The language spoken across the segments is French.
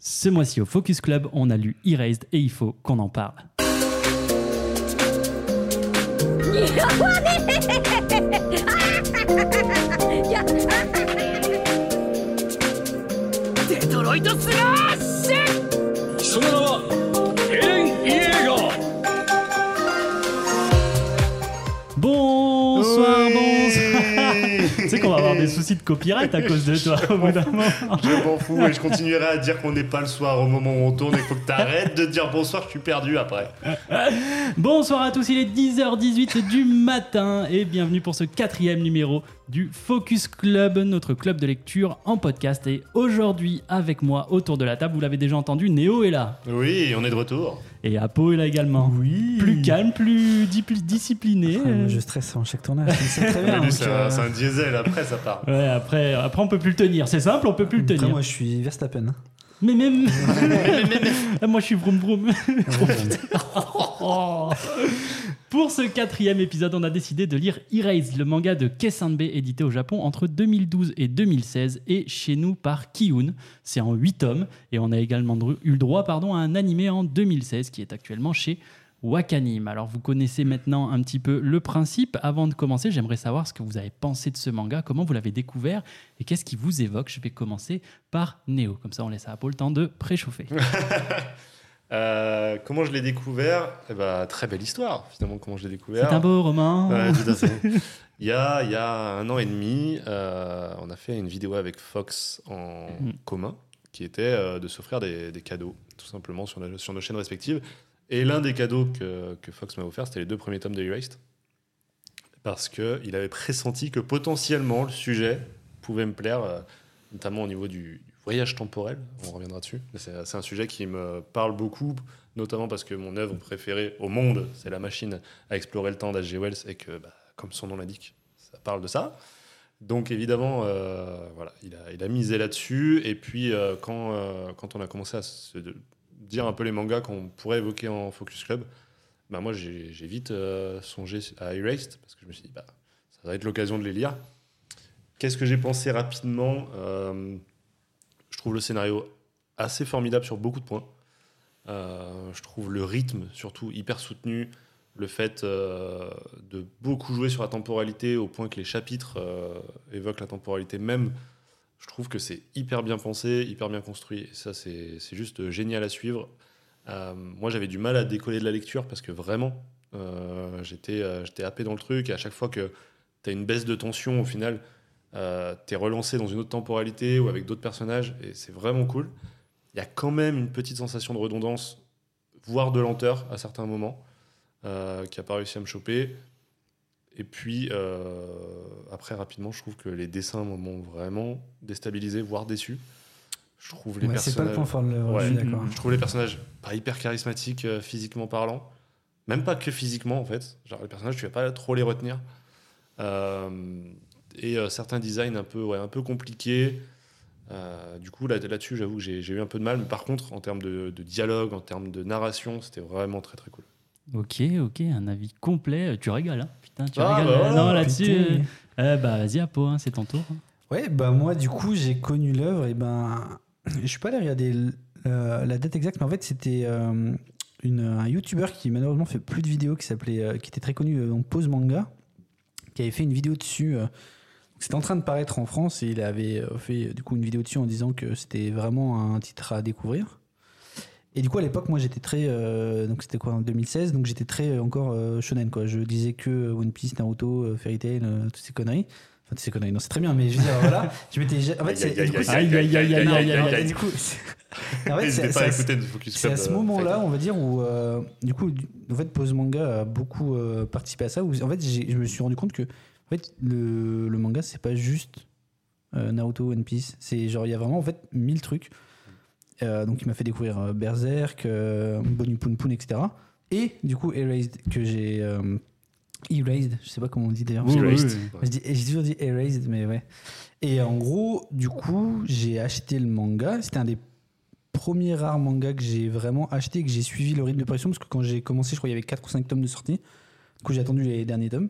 Ce mois-ci au Focus Club, on a lu Erased et il faut qu'on en parle. Bonsoir, bonsoir. Tu sais qu'on va avoir des soucis de copyright à cause de toi au bout d'un moment. Je m'en fous et je continuerai à dire qu'on n'est pas le soir au moment où on tourne et faut que t'arrêtes de dire bonsoir, je suis perdu après. Bonsoir à tous, il est 10h18 du matin et bienvenue pour ce quatrième numéro du Focus Club, notre club de lecture en podcast. Et aujourd'hui, avec moi autour de la table, vous l'avez déjà entendu, Néo est là. Oui, on est de retour. Et Apo est là également. Oui. Plus calme, plus di- plus discipliné. Euh, Ah, moi, je stresse avant chaque tournage, mais c'est très Au Ah, bien. début, donc, C'est euh, un, c'est un diesel, après ça part. Ouais, après, après on peut plus le tenir. C'est simple, on peut plus le après, tenir. moi, je suis Verstappen. hein. Mais même. Ah, moi, je suis vroom vroom. Oh. Pour ce quatrième épisode, on a décidé de lire Erase, le manga de Kessanbe édité au Japon entre 2012 et 2016 et chez nous par Kiun. C'est en 8 tomes et on a également dru- eu le droit pardon, à un animé en 2016 qui est actuellement chez Wakanim. Alors vous connaissez maintenant un petit peu le principe. Avant de commencer, j'aimerais savoir ce que vous avez pensé de ce manga, comment vous l'avez découvert et qu'est-ce qui vous évoque. Je vais commencer par Neo, comme ça on laisse à Apollo le temps de préchauffer. Euh, comment je l'ai découvert Eh ben, Très belle histoire, finalement, comment je l'ai découvert. C'est un beau roman. Ouais, tout à fait. Il y a, il y a un an et demi, euh, on a fait une vidéo avec Fox en Mhm. commun, qui était euh, de s'offrir des, des cadeaux, tout simplement, sur, la- sur nos chaînes respectives. Et l'un des cadeaux que, que Fox m'a offert, c'était les deux premiers tomes de Erased, parce qu'il avait pressenti que potentiellement le sujet pouvait me plaire, euh, notamment au niveau du voyage temporel, on reviendra dessus. Mais C'est c'est un sujet qui me parle beaucoup, notamment parce que mon œuvre préférée au monde, c'est La Machine à explorer le temps d'H.G. Wells et que, bah, comme son nom l'indique, ça parle de ça. Donc évidemment, euh, voilà, il a, il a misé là-dessus. Et puis euh, quand, euh, quand on a commencé à se de- dire un peu les mangas qu'on pourrait évoquer en Focus Club, bah, moi j'ai j'ai vite euh, songé à Erased parce que je me suis dit, bah, ça va être l'occasion de les lire. Qu'est-ce que j'ai pensé rapidement Euh, Je trouve le scénario assez formidable sur beaucoup de points. Euh, je trouve le rythme surtout hyper soutenu le fait euh, de beaucoup jouer sur la temporalité au point que les chapitres euh, évoquent la temporalité même, je trouve que c'est hyper bien pensé, hyper bien construit. Et ça, c'est c'est juste génial à suivre. Euh, moi, j'avais du mal à décoller de la lecture parce que vraiment, euh, j'étais euh, j'étais happé dans le truc. Et à chaque fois que tu as une baisse de tension, au final, euh, t'es relancé dans une autre temporalité ou avec d'autres personnages. Et c'est vraiment cool. Il y a quand même une petite sensation de redondance, voire de lenteur à certains moments euh, qui a pas réussi à me choper. Et puis, euh, après, rapidement, je trouve que les dessins m'ont vraiment déstabilisé, voire déçu. Je trouve les Ouais, c'est pas personnages. le point fort de l'œuvre, Ouais. je suis d'accord. Je trouve les personnages pas hyper charismatiques euh, physiquement parlant. Même pas que physiquement en fait. Genre les personnages, tu vas pas trop les retenir. Euh, et euh, certains designs un peu, ouais, un peu compliqués. Euh, du coup, là- là-dessus, j'avoue que j'ai j'ai eu un peu de mal. Mais par contre, en termes de, de dialogue, en termes de narration, c'était vraiment très très cool. Ok, ok, un avis complet. Tu régales, hein Putain, tu Ah, régales. bah euh, voilà, non, là-dessus. Putain. euh, euh, bah, vas-y, Apo, hein, c'est ton tour. Ouais, bah moi, du coup, j'ai connu l'œuvre. Et ben, je suis pas allé regarder l- euh, la date exacte, mais en fait, c'était euh, une- un YouTuber qui malheureusement fait plus de vidéos, qui s'appelait, euh, qui était très connu euh, en pause manga, qui avait fait une vidéo dessus. euh, c'était en train de paraître en France et il avait euh, fait euh, du coup une vidéo dessus en disant que c'était vraiment un titre à découvrir. Et du coup à l'époque moi j'étais très euh, donc c'était quoi en 2016 donc j'étais très euh, encore euh, shonen quoi. Je disais que One Piece, Naruto, euh, Fairy Tail, euh, toutes ces conneries. Enfin toutes ces conneries non c'est très bien mais je veux dire voilà je m'étais ja- en fait c'est- du coup, c'est- aïe, aïe, aïe, aïe, non, aïe, aïe, mais aïe. du coup, c'est- en fait, N'hésitez Ah c'est- pas c'est- à écouter le Focus c'est à Club, ce euh, moment-là, faites. on va dire, où euh, du coup, du- en fait, Pose Manga a beaucoup euh, participé à ça. Où, en fait, j'ai- je me suis rendu compte que en fait, le, le manga, c'est pas juste euh, Naruto, One Piece. C'est genre, il y a vraiment en fait mille trucs. Euh, donc, il m'a fait découvrir euh, Berserk, euh, Bonu Poon Poon, etc. Et du coup, Erased, que j'ai. euh, Erased, je sais pas comment on dit d'ailleurs. Oui, oui, Erased. oui. Ouais. Je dis- J'ai toujours dit Erased, mais ouais. Et en gros, du coup, j'ai acheté le manga. C'était un des premiers rares mangas que j'ai vraiment acheté et que j'ai suivi le rythme de parution. Parce que quand j'ai commencé, je crois qu'il y avait 4 ou 5 tomes de sortie. Du coup, j'ai attendu les derniers tomes.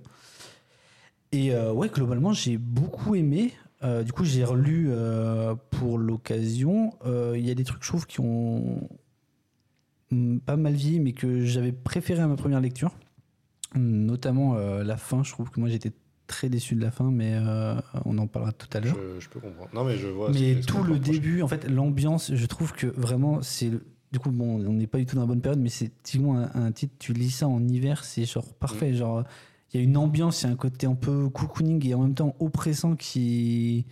Et euh, ouais, globalement, j'ai beaucoup aimé. Euh, du coup, j'ai relu euh, pour l'occasion. Euh, Il y a des trucs, je trouve, qui ont mm, pas mal vieilli, mais que j'avais préféré à ma première lecture. Notamment euh, la fin. Je trouve que moi, j'étais très déçu de la fin, mais euh, on en parlera tout à l'heure. Je, je peux comprendre. Non, mais je vois. ce Mais que- ce tout qu'on le reproche. début, en fait, l'ambiance, je trouve que vraiment, c'est. le- Du coup, bon, on n'est pas du tout dans la bonne période, mais c'est typiquement un, un titre, tu lis ça en hiver, c'est genre parfait. Genre, il y a une ambiance, il y a un côté un peu cocooning et en même temps oppressant qui.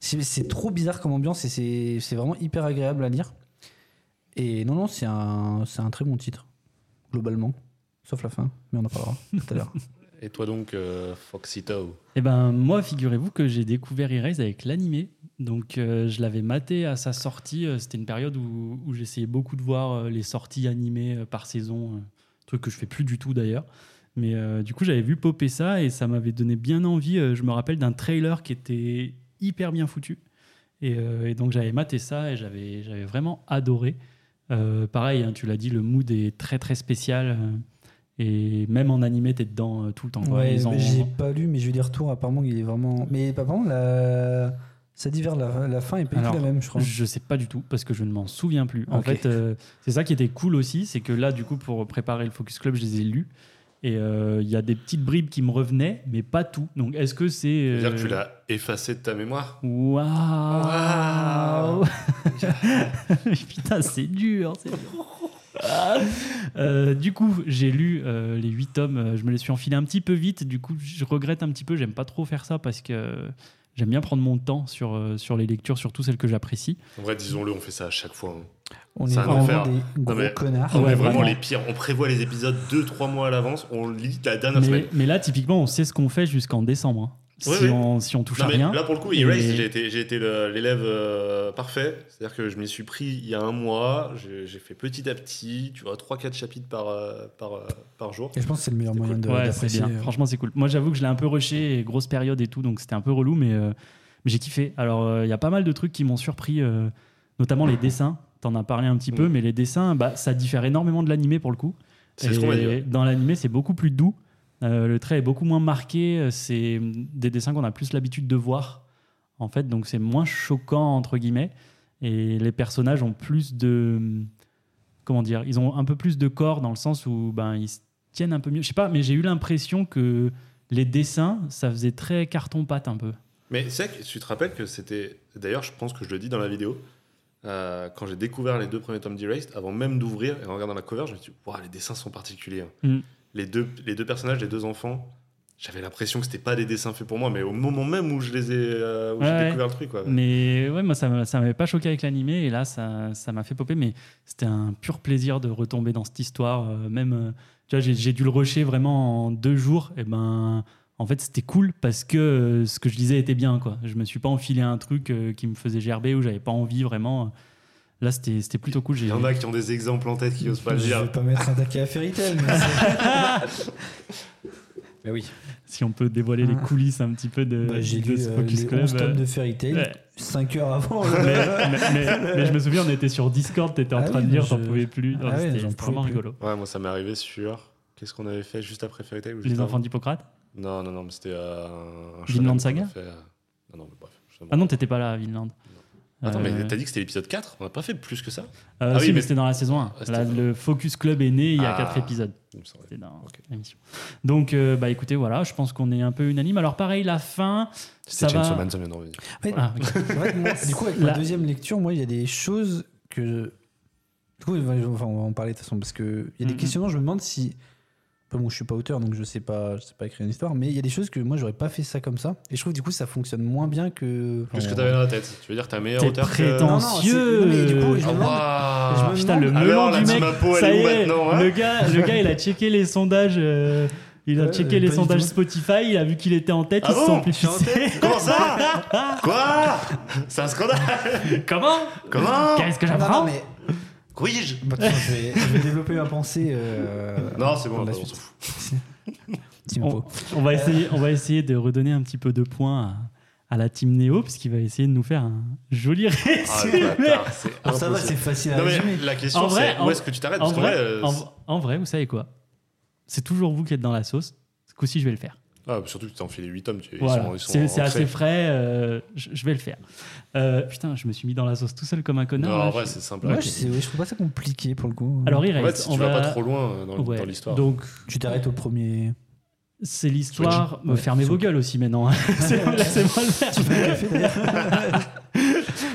C'est c'est trop bizarre comme ambiance et c'est- c'est vraiment hyper agréable à lire. Et non, non, c'est un, c'est un très bon titre, globalement. Sauf la fin, mais on en parlera tout à l'heure. Et toi donc, euh, Foxito Eh ben moi, figurez-vous que j'ai découvert Erase avec l'animé. Donc euh, je l'avais maté à sa sortie. Euh, C'était une période où, où j'essayais beaucoup de voir euh, les sorties animées euh, par saison, euh, truc que je fais plus du tout d'ailleurs. Mais euh, du coup, j'avais vu popper ça et ça m'avait donné bien envie. Euh, je me rappelle d'un trailer qui était hyper bien foutu. Et, euh, et donc j'avais maté ça et j'avais j'avais vraiment adoré. Euh, pareil, hein, tu l'as dit, le mood est très très spécial. euh, et même en animé, t'es dedans euh, tout le temps. quoi. Ouais, Ils ont- mais j'ai pas lu, mais j'ai eu des retours. Apparemment, il est vraiment. Mais apparemment, la... ça diffère. La, la fin est pas du tout Alors, la même, je crois. Je sais pas du tout parce que je ne m'en souviens plus. En Ok. fait, euh, c'est ça qui était cool aussi, c'est que là, du coup, pour préparer le Focus Club, je les ai lus. Et euh, il y a des petites bribes qui me revenaient, mais pas tout. Donc, est-ce que c'est. euh, C'est-à-dire que tu l'as effacé de ta mémoire Waouh Putain, c'est dur, c'est dur. Euh, du coup, j'ai lu euh, les 8 tomes, euh, je me les suis enfilés un petit peu vite, du coup je regrette un petit peu, j'aime pas trop faire ça parce que j'aime bien prendre mon temps sur, euh, sur les lectures, surtout celles que j'apprécie. En vrai, disons-le, on fait ça à chaque fois. hein. On est c'est un vraiment enfer. des gros mais- connards. on Ah ouais, est vraiment vraiment. les pires. On prévoit les épisodes 2-3 mois à l'avance. On lit la dernière mais, semaine. mais là, typiquement, on sait ce qu'on fait jusqu'en décembre. hein. Ouais, si, ouais. On, si on touche Non, à mais rien. là, pour le coup, Et- Erase, j'ai été, j'ai été le- l'élève euh, parfait. C'est-à-dire que je m'y suis pris il y a un mois. J'ai j'ai fait petit à petit, tu vois, 3-4 chapitres par, euh, par, euh, par jour. Et je pense que c'est le meilleur C'est moyen cool. de Ouais, c'est d'apprécier, bien. euh, Franchement, c'est cool. Moi, j'avoue que je l'ai un peu rushé, et grosse période et tout, donc c'était un peu relou, mais, euh, mais j'ai kiffé. Alors, euh, il y a pas mal de trucs qui m'ont surpris, euh, notamment les dessins. T'en as parlé un petit peu, Mm. mais les dessins, bah, ça diffère énormément de l'animé pour le coup. C'est ce Et qu'on m'a dit. hein. ouais. Dans l'animé, c'est beaucoup plus doux. Euh, le trait est beaucoup moins marqué. euh, C'est des dessins qu'on a plus l'habitude de voir, en fait. Donc c'est moins choquant, entre guillemets. Et les personnages ont plus de. Comment dire Ils ont un peu plus de corps dans le sens où ben, ils se tiennent un peu mieux. Je sais pas, mais j'ai eu l'impression que les dessins, ça faisait très carton-pâte un peu. Mais c'est vrai que tu te rappelles que c'était. D'ailleurs, je pense que je le dis dans la vidéo. euh, quand j'ai découvert les deux premiers tomes d'Erased, avant même d'ouvrir et en regardant la cover, je me suis dit, Waouh, les dessins sont particuliers. hein. Mm. Les, deux, les deux personnages, les deux enfants, j'avais l'impression que c'était pas des dessins faits pour moi, mais au moment même où je les ai. euh, où j'ai Ouais, découvert le truc, quoi. Mais ouais, moi, ça m'a- ça m'avait pas choqué avec l'animé, et là, ça ça m'a fait popper, mais c'était un pur plaisir de retomber dans cette histoire. euh, même, euh, tu vois, j'ai- j'ai dû le rusher vraiment en deux jours, et ben, en fait, c'était cool parce que euh, ce que je disais était bien, quoi. Je me suis pas enfilé à un truc euh, qui me faisait gerber ou j'avais pas envie vraiment. Là, c'était c'était plutôt cool. Il j'ai y en a qui ont des exemples en tête qui osent pas le Je vais dire. pas mettre un taquet à Fairytale, mais c'est- Bah Mais oui. Si on peut dévoiler les coulisses un petit peu de, Ah. Bah, j'ai de lu ce euh, Focus les Club. 11 tomes euh, de Fairytale ouais. 5 heures avant. mais, le- mais- mais- mais je me souviens, on était sur Discord, t'étais en Ah train oui, de lire, je- t'en pouvais plus. Ah ouais, C'était j'en c'était pouvais vraiment plus. rigolo. Ouais, moi ça m'est arrivé sur. Qu'est-ce qu'on avait fait juste après Fairy Tail ou juste Les avant enfants d'Hippocrate Non, non, non, mais c'était. euh, un Vinland shonen qu'on Saga a fait, euh, Non, non, mais bref. je- Ah non, t'étais pas là à Vinland. Attends, Euh, mais t'as dit que c'était l'épisode 4 On n'a pas fait plus que ça euh, ah si, oui, mais mais- c'était dans la saison 1. Ah, c'était Là, pas- le Focus Club est né il y a Ah. 4 épisodes. Il me semble. C'était dans Ok. l'émission. Donc, euh, bah écoutez, voilà, je pense qu'on est un peu unanime. Alors, pareil, la fin. Ça C'était va. Chainsaw Man, ça vient de revenir. Ah, ok. En fait, moi, du coup, avec La- la deuxième lecture, moi, il y a des choses que. je- Du coup, enfin, on va en parler de toute façon, parce qu'il y a des Mhm. questionnements, je me demande si. Enfin, bon, je suis pas auteur, donc je sais pas, je sais pas écrire une histoire, mais il y a des choses que moi, j'aurais pas fait ça comme ça. Et je trouve, du coup, ça fonctionne moins bien que. Qu'est-ce que Enfin, euh, t'avais dans la tête Tu veux dire que t'as un meilleur T'es auteur que- prétentieux. Non, non, c'est- non, mais du coup, je me Ah, demande. waouh. je me demande- Putain, le melon Alors, la du mec. Timapo, elle ça est où y est, maintenant, hein le, gars, le gars, il a checké les sondages. euh, il a Ouais, checké les pas du sondages tout. Spotify. Il a vu qu'il était en tête. Ah il se bon sent plus Je suis en pissé. Comment ça Quoi C'est un scandale Comment Comment Qu'est-ce que Non, non, j'apprends mais. Couille-je Bah, tiens, je, vais, je vais développer ma pensée. euh, Non, c'est bon, dans la on s'en suite. fout. Petit On, mot. on va essayer, on va essayer de redonner un petit peu de points à, à la team Néo, parce qu'il va essayer de nous faire un joli résumé. Ah, le bâtard, c'est Ah, Bon, ça va, c'est Ah, impossible. facile à Non, résumer. mais la En question, vrai, c'est en- où est-ce que tu t'arrêtes en, Parce qu'en vrai, vrai, euh, en- en vrai, vous savez quoi C'est toujours vous qui êtes dans la sauce. Ce coup-ci, je vais le faire. Ah, surtout que tu t'en filé 8 tomes. tu- ils Voilà, sont- ils sont c'est c'est en assez frais, frais. euh, je je vais le faire. Euh, putain, je me suis mis dans la sauce tout seul comme un Non, connard. là, en vrai, je- c'est simple. Moi, Ouais. je, sais- ouais, je trouve pas ça compliqué pour le coup. Alors, il En fait, reste. si on tu vas va pas trop loin euh, dans, Ouais, dans l'histoire. Donc, tu t'arrêtes au premier. c'est l'histoire. Switch. Ouais, fermez vos switch. gueules aussi maintenant. C'est- Laissez-moi le faire.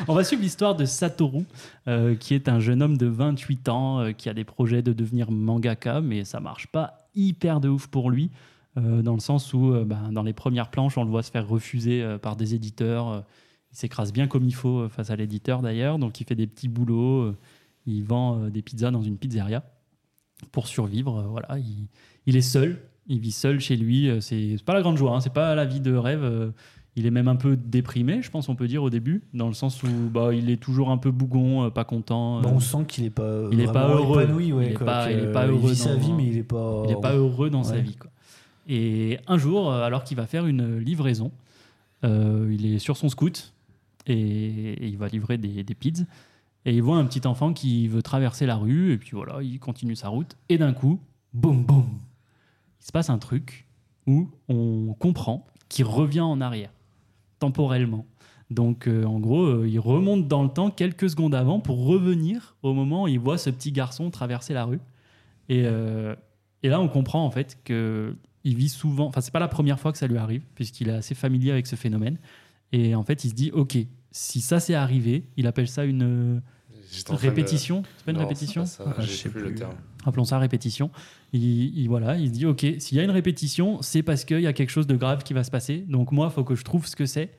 On va suivre l'histoire de Satoru, euh, qui est un jeune homme de 28 ans euh, qui a des projets de devenir mangaka, mais ça marche pas hyper de ouf pour lui, euh, dans le sens où euh, ben, dans les premières planches, on le voit se faire refuser euh, par des éditeurs. euh, il s'écrase bien comme il faut euh, face à l'éditeur d'ailleurs, donc il fait des petits boulots, euh, il vend euh, des pizzas dans une pizzeria pour survivre. euh, voilà, il, il est seul, il vit seul chez lui. euh, C'est c'est pas la grande joie, hein, c'est pas la vie de rêve. euh, il est même un peu déprimé, je pense, on peut dire au début, dans le sens où bah, il est toujours un peu bougon, euh, pas content. euh, Bah, on sent qu'il est pas, il est vraiment pas heureux. épanoui, ouais, Il est quoi, pas- que, il est pas euh, heureux vit sa dans- vie, mais il est pas. il n'est pas heureux dans sa Oh. Ouais. vie. Quoi. Et un jour, euh, alors qu'il va faire une livraison, euh, il est sur son scoot et, et il va livrer des, des pizzas. Et il voit un petit enfant qui veut traverser la rue et puis voilà, il continue sa route. Et d'un coup, boum, boum, il se passe un truc où on comprend qu'il revient en arrière, temporellement. Donc euh, en gros, euh, il remonte dans le temps quelques secondes avant pour revenir au moment où il voit ce petit garçon traverser la rue. Et, euh, et là, on comprend en fait que il vit souvent. Enfin, c'est pas la première fois que ça lui arrive, puisqu'il est assez familier avec ce phénomène. Et en fait, il se dit, ok, si ça s'est arrivé, il appelle ça une euh, J'étais en train de- répétition. C'est pas une Non, répétition c'est pas ça, Ah, je J'ai sais plus le plus. terme. appelons ça répétition, il, il- voilà, il se dit ok, s'il y a une répétition, c'est parce qu'il y a quelque chose de grave qui va se passer. Donc moi, il faut que je trouve ce que c'est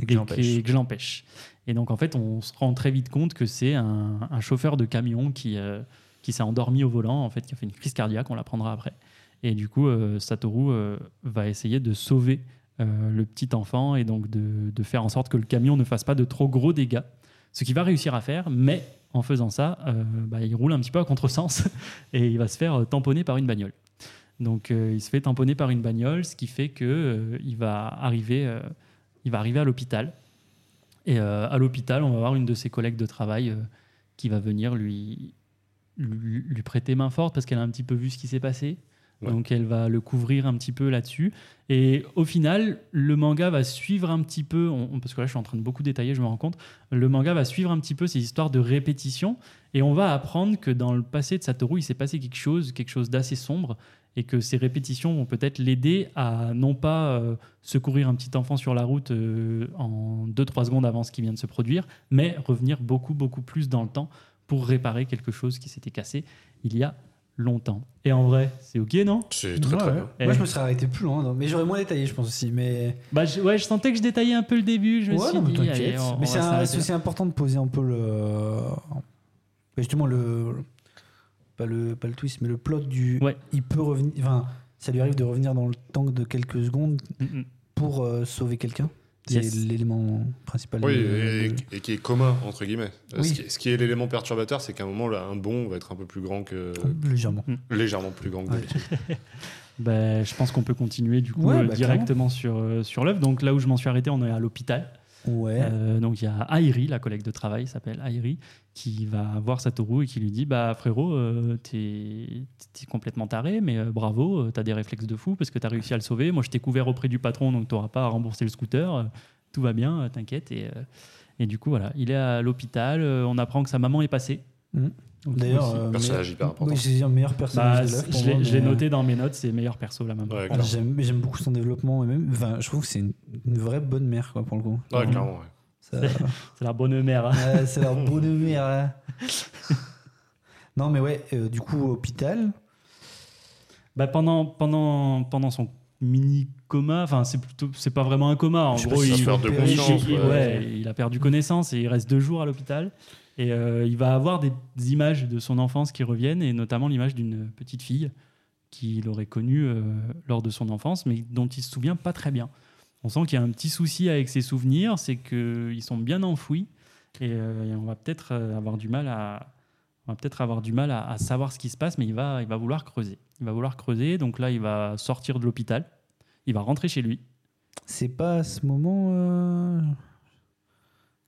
et que, et que je l'empêche. Et donc en fait, on se rend très vite compte que c'est un, un chauffeur de camion qui, euh, qui s'est endormi au volant, en fait, qui a fait une crise cardiaque, on l'apprendra après. Et du coup, euh, Satoru euh, va essayer de sauver euh, le petit enfant et donc de, de faire en sorte que le camion ne fasse pas de trop gros dégâts. Ce qu'il va réussir à faire, mais en faisant ça, euh, bah, il roule un petit peu à contresens et il va se faire euh, tamponner par une bagnole. Donc euh, il se fait tamponner par une bagnole, ce qui fait que euh, il va arriver, euh, il va arriver à l'hôpital. Et euh, à l'hôpital, on va voir une de ses collègues de travail euh, qui va venir lui, lui, lui prêter main forte parce qu'elle a un petit peu vu ce qui s'est passé. Ouais. Donc elle va le couvrir un petit peu là-dessus. Et au final, le manga va suivre un petit peu, on- on- parce que là je suis en train de beaucoup détailler, je me rends compte, le manga va suivre un petit peu ces histoires de répétition. Et on va apprendre que dans le passé de Satoru, il s'est passé quelque chose, quelque chose d'assez sombre, et que ces répétitions vont peut-être l'aider à non pas euh, secourir un petit enfant sur la route euh, en 2-3 secondes avant ce qui vient de se produire, mais revenir beaucoup, beaucoup plus dans le temps pour réparer quelque chose qui s'était cassé il y a longtemps. Et en vrai, c'est ok, non C'est très très Ouais, ouais. bien. Moi, Eh. je me serais arrêté plus loin, non, mais j'aurais moins détaillé, je pense aussi. Mais, bah, je, Ouais, je sentais que je détaillais un peu le début, je me Ouais, suis non, mais dit, t'inquiète. allez, on- on va Mais c'est un- s'arrêter c'est important de poser un peu le. bah, Justement, le. Pas le, pas le twist, mais le plot du. Ouais. Il peut revenir. Enfin, ça lui arrive de revenir dans le temps de quelques secondes là. Mm, mm. pour euh, sauver quelqu'un. C'est Yes. l'élément principal. Oui, de- et, de- et qui est commun, entre guillemets. Euh, Ce, Oui. qui, ce qui est l'élément perturbateur, c'est qu'à un moment, là, un bon va être un peu plus grand que. Légèrement. légèrement plus grand que Ouais. d'habitude. Bah, je pense qu'on peut continuer du coup Ouais, euh, bah, directement sur, euh, sur l'œuvre. Donc là où je m'en suis arrêté, on est à l'hôpital. Ouais. Euh, donc il y a Airi, la collègue de travail s'appelle Airi, qui va voir Satoru et qui lui dit Bah frérot, euh, t'es t'es complètement taré, mais euh, bravo, euh, t'as des réflexes de fou parce que t'as réussi à le sauver. Moi je t'ai couvert auprès du patron, donc t'auras pas à rembourser le scooter. Euh, Tout va bien, euh, t'inquiète. Et, euh, et du coup, voilà, il est à l'hôpital. Euh, on apprend que sa maman est passée. Mhm. Donc, D'ailleurs. aussi- euh, personnage meilleur- hyper important. Oui, c'est dire meilleur Bah, personnage de l'œuvre. je pour l'ai- moi, je l'ai mais- noté dans mes notes, c'est meilleur perso la maman. Ouais, Ah, clairement. J'aime j'aime beaucoup son développement. Et même, enfin, je trouve que c'est une, une vraie bonne mère, quoi, pour le coup. Ouais, clairement, ouais. Ça- C'est la bonne mère. hein. Ouais, c'est leur beau de mire, là. non, mais ouais, euh, du coup, hôpital. Bah, pendant, pendant, pendant son mini coma, enfin c'est plutôt c'est pas vraiment un coma en Je sais gros pas si il, ça se fait de il- conscience, il- ouais. ouais, il a perdu connaissance et il reste deux jours à l'hôpital et euh, il va avoir des images de son enfance qui reviennent et notamment l'image d'une petite fille qu'il aurait connue euh, lors de son enfance mais dont il se souvient pas très bien on sent qu'il y a un petit souci avec ses souvenirs c'est que ils sont bien enfouis et, euh, et on va peut-être euh, avoir du mal à on va peut-être avoir du mal à, à savoir ce qui se passe, mais il va, il va vouloir creuser. Il va vouloir creuser, donc là, il va sortir de l'hôpital, il va rentrer chez lui. C'est pas à ce moment. euh,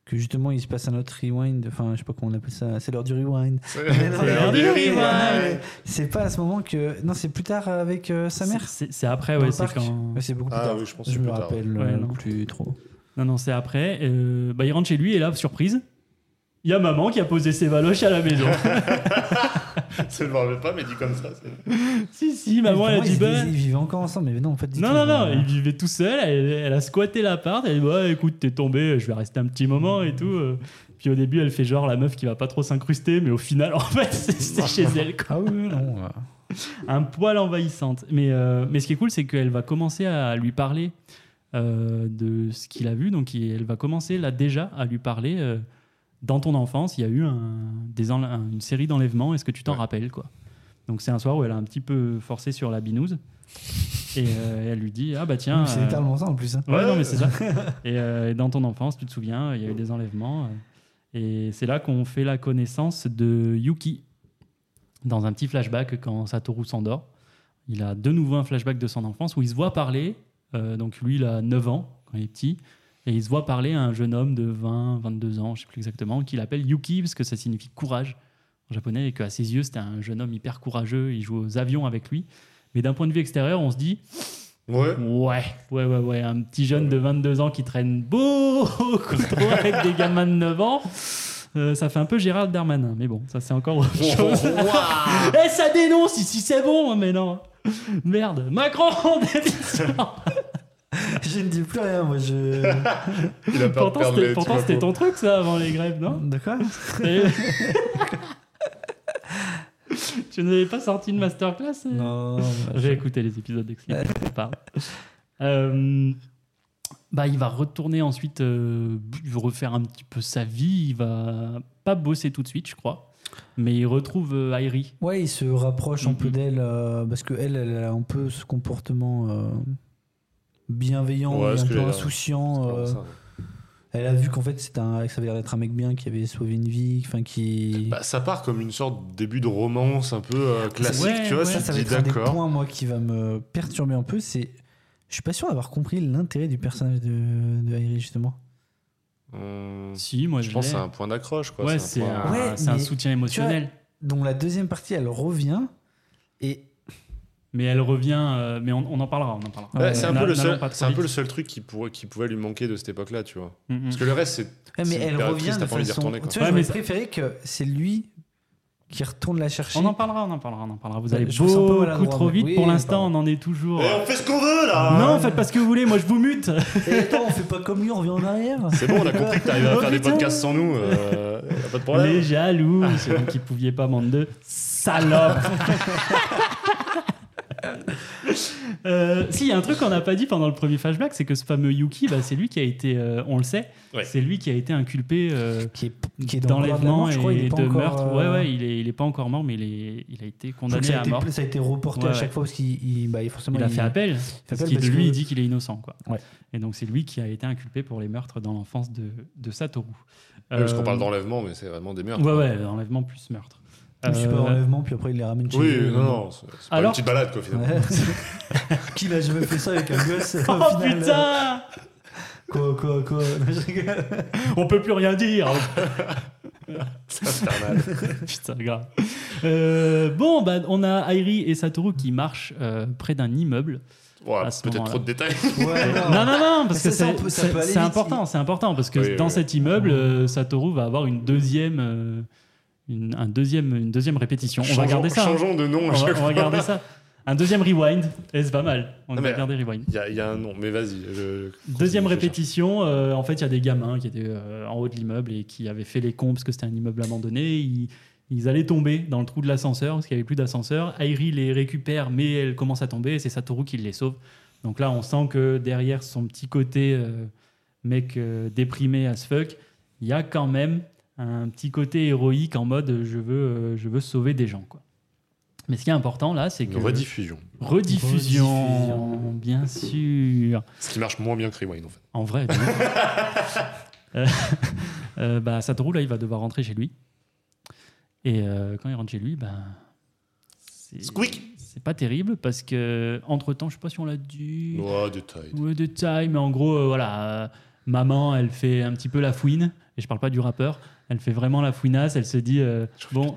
que justement il se passe un autre rewind, enfin je sais pas comment on appelle ça, c'est l'heure du rewind. Mais non, C'est mais- l'heure du mais non, rewind. mais C'est pas à ce moment que. Non, c'est plus tard avec euh, sa mère. C'est c'est après, dans ouais, le c'est parc. quand. Ouais, c'est beaucoup plus Ah tard. oui, je pense que Je c'est me plus tard. rappelle Ouais, euh, non. plus trop. Non, non, c'est après. Euh, bah, il rentre chez lui et là, surprise, il y a maman qui a posé ses valoches à la maison. Ça ne me rappelle pas, mais dit comme ça. c'est- si, si, maman, elle a Pour moi, dit ils, bah. ils- ils vivaient encore ensemble, mais non, en fait. du Non, tout, non, non, euh, il vivait tout seul, elle, elle a squatté l'appart, elle dit bah, écoute, t'es tombé, je vais rester un petit moment et tout. euh. Puis au début, elle fait genre la meuf qui va pas trop s'incruster, mais au final, en fait, c'est- c'est chez elle. quoi. Ah oui, oui, non. euh, Un poil envahissante. Mais, euh, mais ce qui est cool, c'est qu'elle va commencer à lui parler euh, de ce qu'il a vu, donc il- elle va commencer là déjà à lui parler. euh, dans ton enfance, il y a eu un- des enl- un- une série d'enlèvements, est-ce que tu t'en Ouais. rappelles quoi Donc c'est un soir où elle a un petit peu forcé sur la binouse. Et euh, elle lui dit Ah bah tiens. C'est euh, littéralement ça en plus. hein. Ouais, Ouais. non, mais c'est ça. Et, euh, et dans ton enfance, tu te souviens, il y a eu des enlèvements. euh, et c'est là qu'on fait la connaissance de Yuki dans un petit flashback quand Satoru s'endort. Il a de nouveau un flashback de son enfance où il se voit parler. euh, donc lui, il a 9 ans quand il est petit. Et il se voit parler à un jeune homme de 20, 22 ans, je sais plus exactement, qu'il appelle Yuki parce que ça signifie courage en japonais et qu'à ses yeux, c'était un jeune homme hyper courageux. Il joue aux avions avec lui. Mais d'un point de vue extérieur, on se dit Ouais. Ouais, ouais, ouais, ouais. Un petit jeune de 22 ans qui traîne beaucoup trop avec des gamins de 9 ans. Euh, ça fait un peu Gérald Darmanin, mais bon, ça c'est encore autre Oh. chose. Eh, ça dénonce ici, c'est bon, hein, mais non. Merde, Macron, démission. Je ne dis plus rien, moi je. Il a peur de Pourtant, perdre c'était- les pourtant, c'était petits ton truc ça avant les grèves, non De quoi Et- Tu n'avais pas sorti de masterclass euh Non. J'ai écouté les épisodes d'Exclip. Pardon. Euh, bah, il va retourner ensuite, euh, il va refaire un petit peu sa vie. Il va pas bosser tout de suite, je crois. Mais il retrouve euh, Airi. Ouais, il se rapproche un peu Mhm. d'elle euh, parce que elle, elle a un peu ce comportement euh, bienveillant, Ouais, et ce un que peu j'ai- insouciant. C'est euh, comme ça. elle a vu qu'en fait, c'était un, que ça avait l'air d'être un mec bien qui avait sauvé une vie, enfin qui. Bah, ça part comme une sorte de début de romance un peu euh, classique, Ouais, tu vois. ouais. tu ça, te ça va dis, être un des d'accord. points moi qui va me perturber un peu. C'est, je suis pas sûr d'avoir compris l'intérêt du personnage de, de Airi justement. Hum, Si, moi je, je pense que l'ai. c'est un point d'accroche, quoi. Ouais, c'est point- euh, un, Ouais, c'est un mais soutien émotionnel. Dont la deuxième partie, elle revient et Mais elle revient. euh, mais on, on en parlera. On en parlera. Ouais, Ouais, c'est un, n'a- peu le n'allons seul, pas trop c'est un peu vite. le seul truc qui, pourrait, qui pouvait lui manquer de cette époque-là, tu vois. Mm, mm. Parce que le reste, c'est. Ouais, C'est mais elle hyper revient triste, de t'as pas envie d'y façon. retourner, quoi. tu vois, Ouais, mais j'aurais ça- préféré que c'est lui qui retourne la chercher. On en parlera, on en parlera, on en parlera. Vous allez Je trouve ça un peu beaucoup maladroit, trop mais- vite. oui, Pour l'instant, on pardon. en est toujours. Eh, fait ce qu'on veut, là Oh. Non, faites pas ce que vous voulez. Moi, je vous mute. Et attends, on fait pas comme lui, on revient en arrière. C'est bon, on a compris que t'arrives à Oh, faire des putain. podcasts sans nous. euh, y a pas de Les problème. jaloux, c'est vous qui pouviez pas, bande de salopes. Euh, si, il y a un truc qu'on n'a pas dit pendant le premier flashback, c'est que ce fameux Yuki, bah, c'est lui qui a été, euh, on le sait, Ouais. c'est lui qui a été inculpé euh, Qui est, qui est dans le couloir de la d'enlèvement mort, je crois, il et est pas de encore, meurtre. euh, Ouais, ouais, il est, il est pas encore mort, mais il, est- il a été je crois que condamné ça, à a mort. été, ça a été reporté à Ouais, chaque ouais. fois parce qu'il il- bah, forcément. Il a fait appel, parce appel qu'il parce lui que- il dit qu'il est innocent, quoi. Ouais. Et donc c'est lui qui a été inculpé pour les meurtres dans l'enfance de, de Satoru. Ouais, Parce qu'on Euh, parle d'enlèvement, mais c'est vraiment des meurtres. Ouais, ouais, enlèvement plus meurtre. Je suis pas Euh, enlèvement, puis après il les ramène chez Oui, lui. non, non, c'est c'est pas Alors- une petite balade, quoi, finalement. Ouais. Qui n'a jamais fait ça avec un gosse euh, Oh au final, euh, putain Quoi, quoi, quoi Non, je rigole. On peut plus rien dire. C'est infernal. Putain, grave. Euh, bon, bah, on a Airi et Satoru qui marchent euh, près d'un immeuble. Ouais, À ce Peut-être moment-là. trop de détails. Ouais, Ah non. Non, non, non, parce Mais que ça, ça, on c'est peut- ça peut c'est- aller c'est vite. important, c'est important parce que Oui, oui, dans oui. cet immeuble, euh, Satoru va avoir une deuxième, euh, une, un deuxième, une deuxième répétition. On Changeons- va garder ça. hein. Changeons de nom On à va, chaque on va fois. garder ça. Un deuxième rewind, et c'est pas mal. On Non, va mais- garder rewind. Il y, a- il y a un nom, mais vas-y. je- je- Deuxième je- je- répétition, euh, en fait, il y a des gamins qui étaient euh, en haut de l'immeuble et qui avaient fait les cons parce que c'était un immeuble abandonné. Ils, ils allaient tomber dans le trou de l'ascenseur parce qu'il n'y avait plus d'ascenseur. Airi les récupère, mais elle commence à tomber et c'est Satoru qui les sauve. Donc là, on sent que derrière son petit côté euh, mec euh, déprimé as fuck, il y a quand même un petit côté héroïque en mode euh, je veux, euh, je veux sauver des gens. Quoi. Mais ce qui est important là, c'est que. Une rediffusion. Rediffusion, Rediffusion. bien sûr. Ce qui marche moins bien que Rewind, en fait. En vrai, bien. Euh, euh, bah, Satoru, là, il va devoir rentrer chez lui. Et euh, quand il rentre chez lui, ben. c'est- Squeak C'est pas terrible parce que, entre temps, je sais pas si on l'a dit. Ouais, détail. Ouais, détail, mais en gros, euh, voilà. euh, maman, elle fait un petit peu la fouine, et je parle pas du rappeur, elle fait vraiment la fouinasse, elle se dit, euh, bon,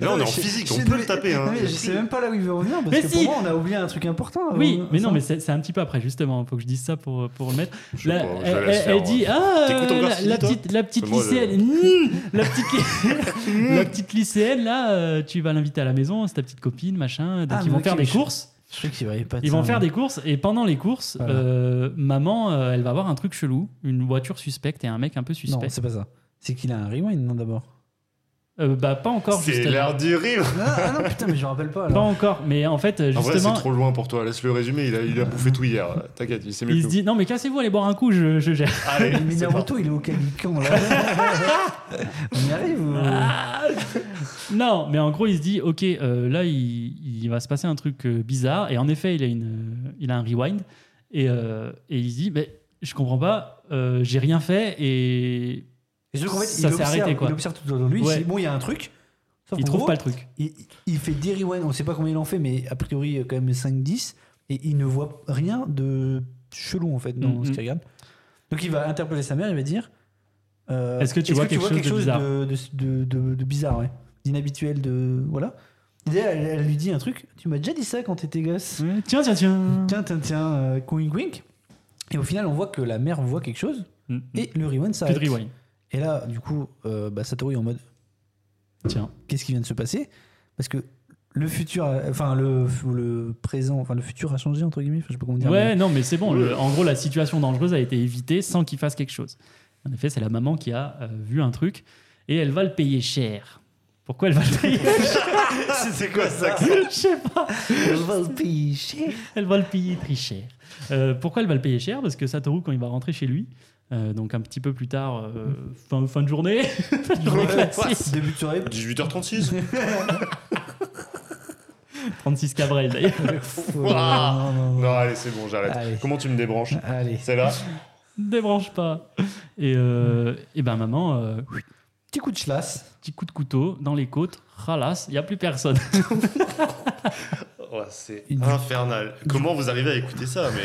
Là, on est en Je- je- physique, je- on je- peut le taper. hein. Non, mais je sais même pas là où il veut revenir parce Mais que si. pour moi on a oublié un truc important. oui, Euh, mais non, ça. mais c'est c'est un petit peu après, justement, faut que je dise ça pour, pour le mettre. Je sais La- pas, je la elle, laisse elle- faire, hein. elle dit ah T'écoutes euh, encore la, Sylvie, la toi petite la petite Parce que moi, je- lycéenne Mmh la petite la petite lycéenne là euh, tu vas l'inviter à la maison c'est ta petite copine machin donc Ah, ils vont mais faire ok, des je- courses Je sais qu'il va y pas. de ils ça, vont faire mais- des courses et pendant les courses Voilà. euh, maman euh, elle va avoir un truc chelou une voiture suspecte et un mec un peu Non, suspect c'est pas ça. C'est qu'il a un rewind non d'abord. Euh, bah pas encore C'est justement l'air du rire. Ah, ah non putain mais je me rappelle pas. pas alors. encore mais en fait euh, En vrai, c'est justement trop loin pour toi. Laisse-le résumer. Il a, il a bouffé tout hier. T'inquiète, il s'est mieux il que se nous. dit non mais cassez-vous allez boire un coup je, je gère Allez, Mais c'est parti. Naruto Ah, il est au Calican là. on y arrive. ou- Ah. Non, mais en gros, il se dit, ok, euh, là, il, il va se passer un truc euh, bizarre. Et en effet, il a, une, euh, il a un rewind. Et, euh, et il se dit, mais je comprends pas, euh, j'ai rien fait. Et Et surtout qu'en fait, Ça il s'est observe, arrêté, quoi. il observe tout autour de lui. Ouais. Il dit, bon, il y a un truc. Sauf il qu'en trouve gros, pas le truc. il, il fait des rewinds, on sait pas combien il en fait, mais a priori, euh, quand même 5-10. Et il ne voit rien de chelou, en fait, dans Mhm. ce qu'il regarde. Donc il va interpeller sa mère, il va dire euh, Est-ce que tu vois quelque chose de bizarre de, de- de- de bizarre, ouais. D'inhabituel, de. Voilà. Et d'ailleurs, elle, elle lui dit un truc Tu m'as déjà dit ça quand t'étais gosse Tiens, tiens, tiens. Tiens, tiens, tiens, euh, wink wink. Et au final, on voit que la mère voit quelque chose Mm, mm. et le rewind Plus de s'arrête. rewind. Et là, du coup, euh, bah, Satoru est en mode Tiens. qu'est-ce qui vient de se passer Parce que le futur, a- enfin le, le présent, enfin le futur a changé entre guillemets. Enfin, je sais pas comment dire. Ouais, non, mais c'est bon. Ouais. le- en gros, la situation dangereuse a été évitée sans qu'il fasse quelque chose. En effet, c'est la maman qui a euh, vu un truc et elle va le payer cher. Pourquoi elle va le payer C'est quoi ça Je sais pas. mais- Je vais le picher. Elle va le payer très cher. Euh, pourquoi elle va le payer cher Parce que Satoru, quand il va rentrer chez lui, euh, donc un petit peu plus tard, euh, fin, fin de journée, fin de journée Ouais, classique, Début de soirée. 18h36 36 Cabrel d'ailleurs. pff, Ouah. non, non, non. Non, allez, c'est bon, j'arrête. Allez. Comment tu me débranches Allez, C'est là Débranche pas. Et, euh, et ben maman, euh, petit coup de chlasse. petit coup de couteau dans les côtes, ralasse, il n'y a plus personne. Oh, c'est Une- infernal. Comment vous arrivez à écouter ça Mais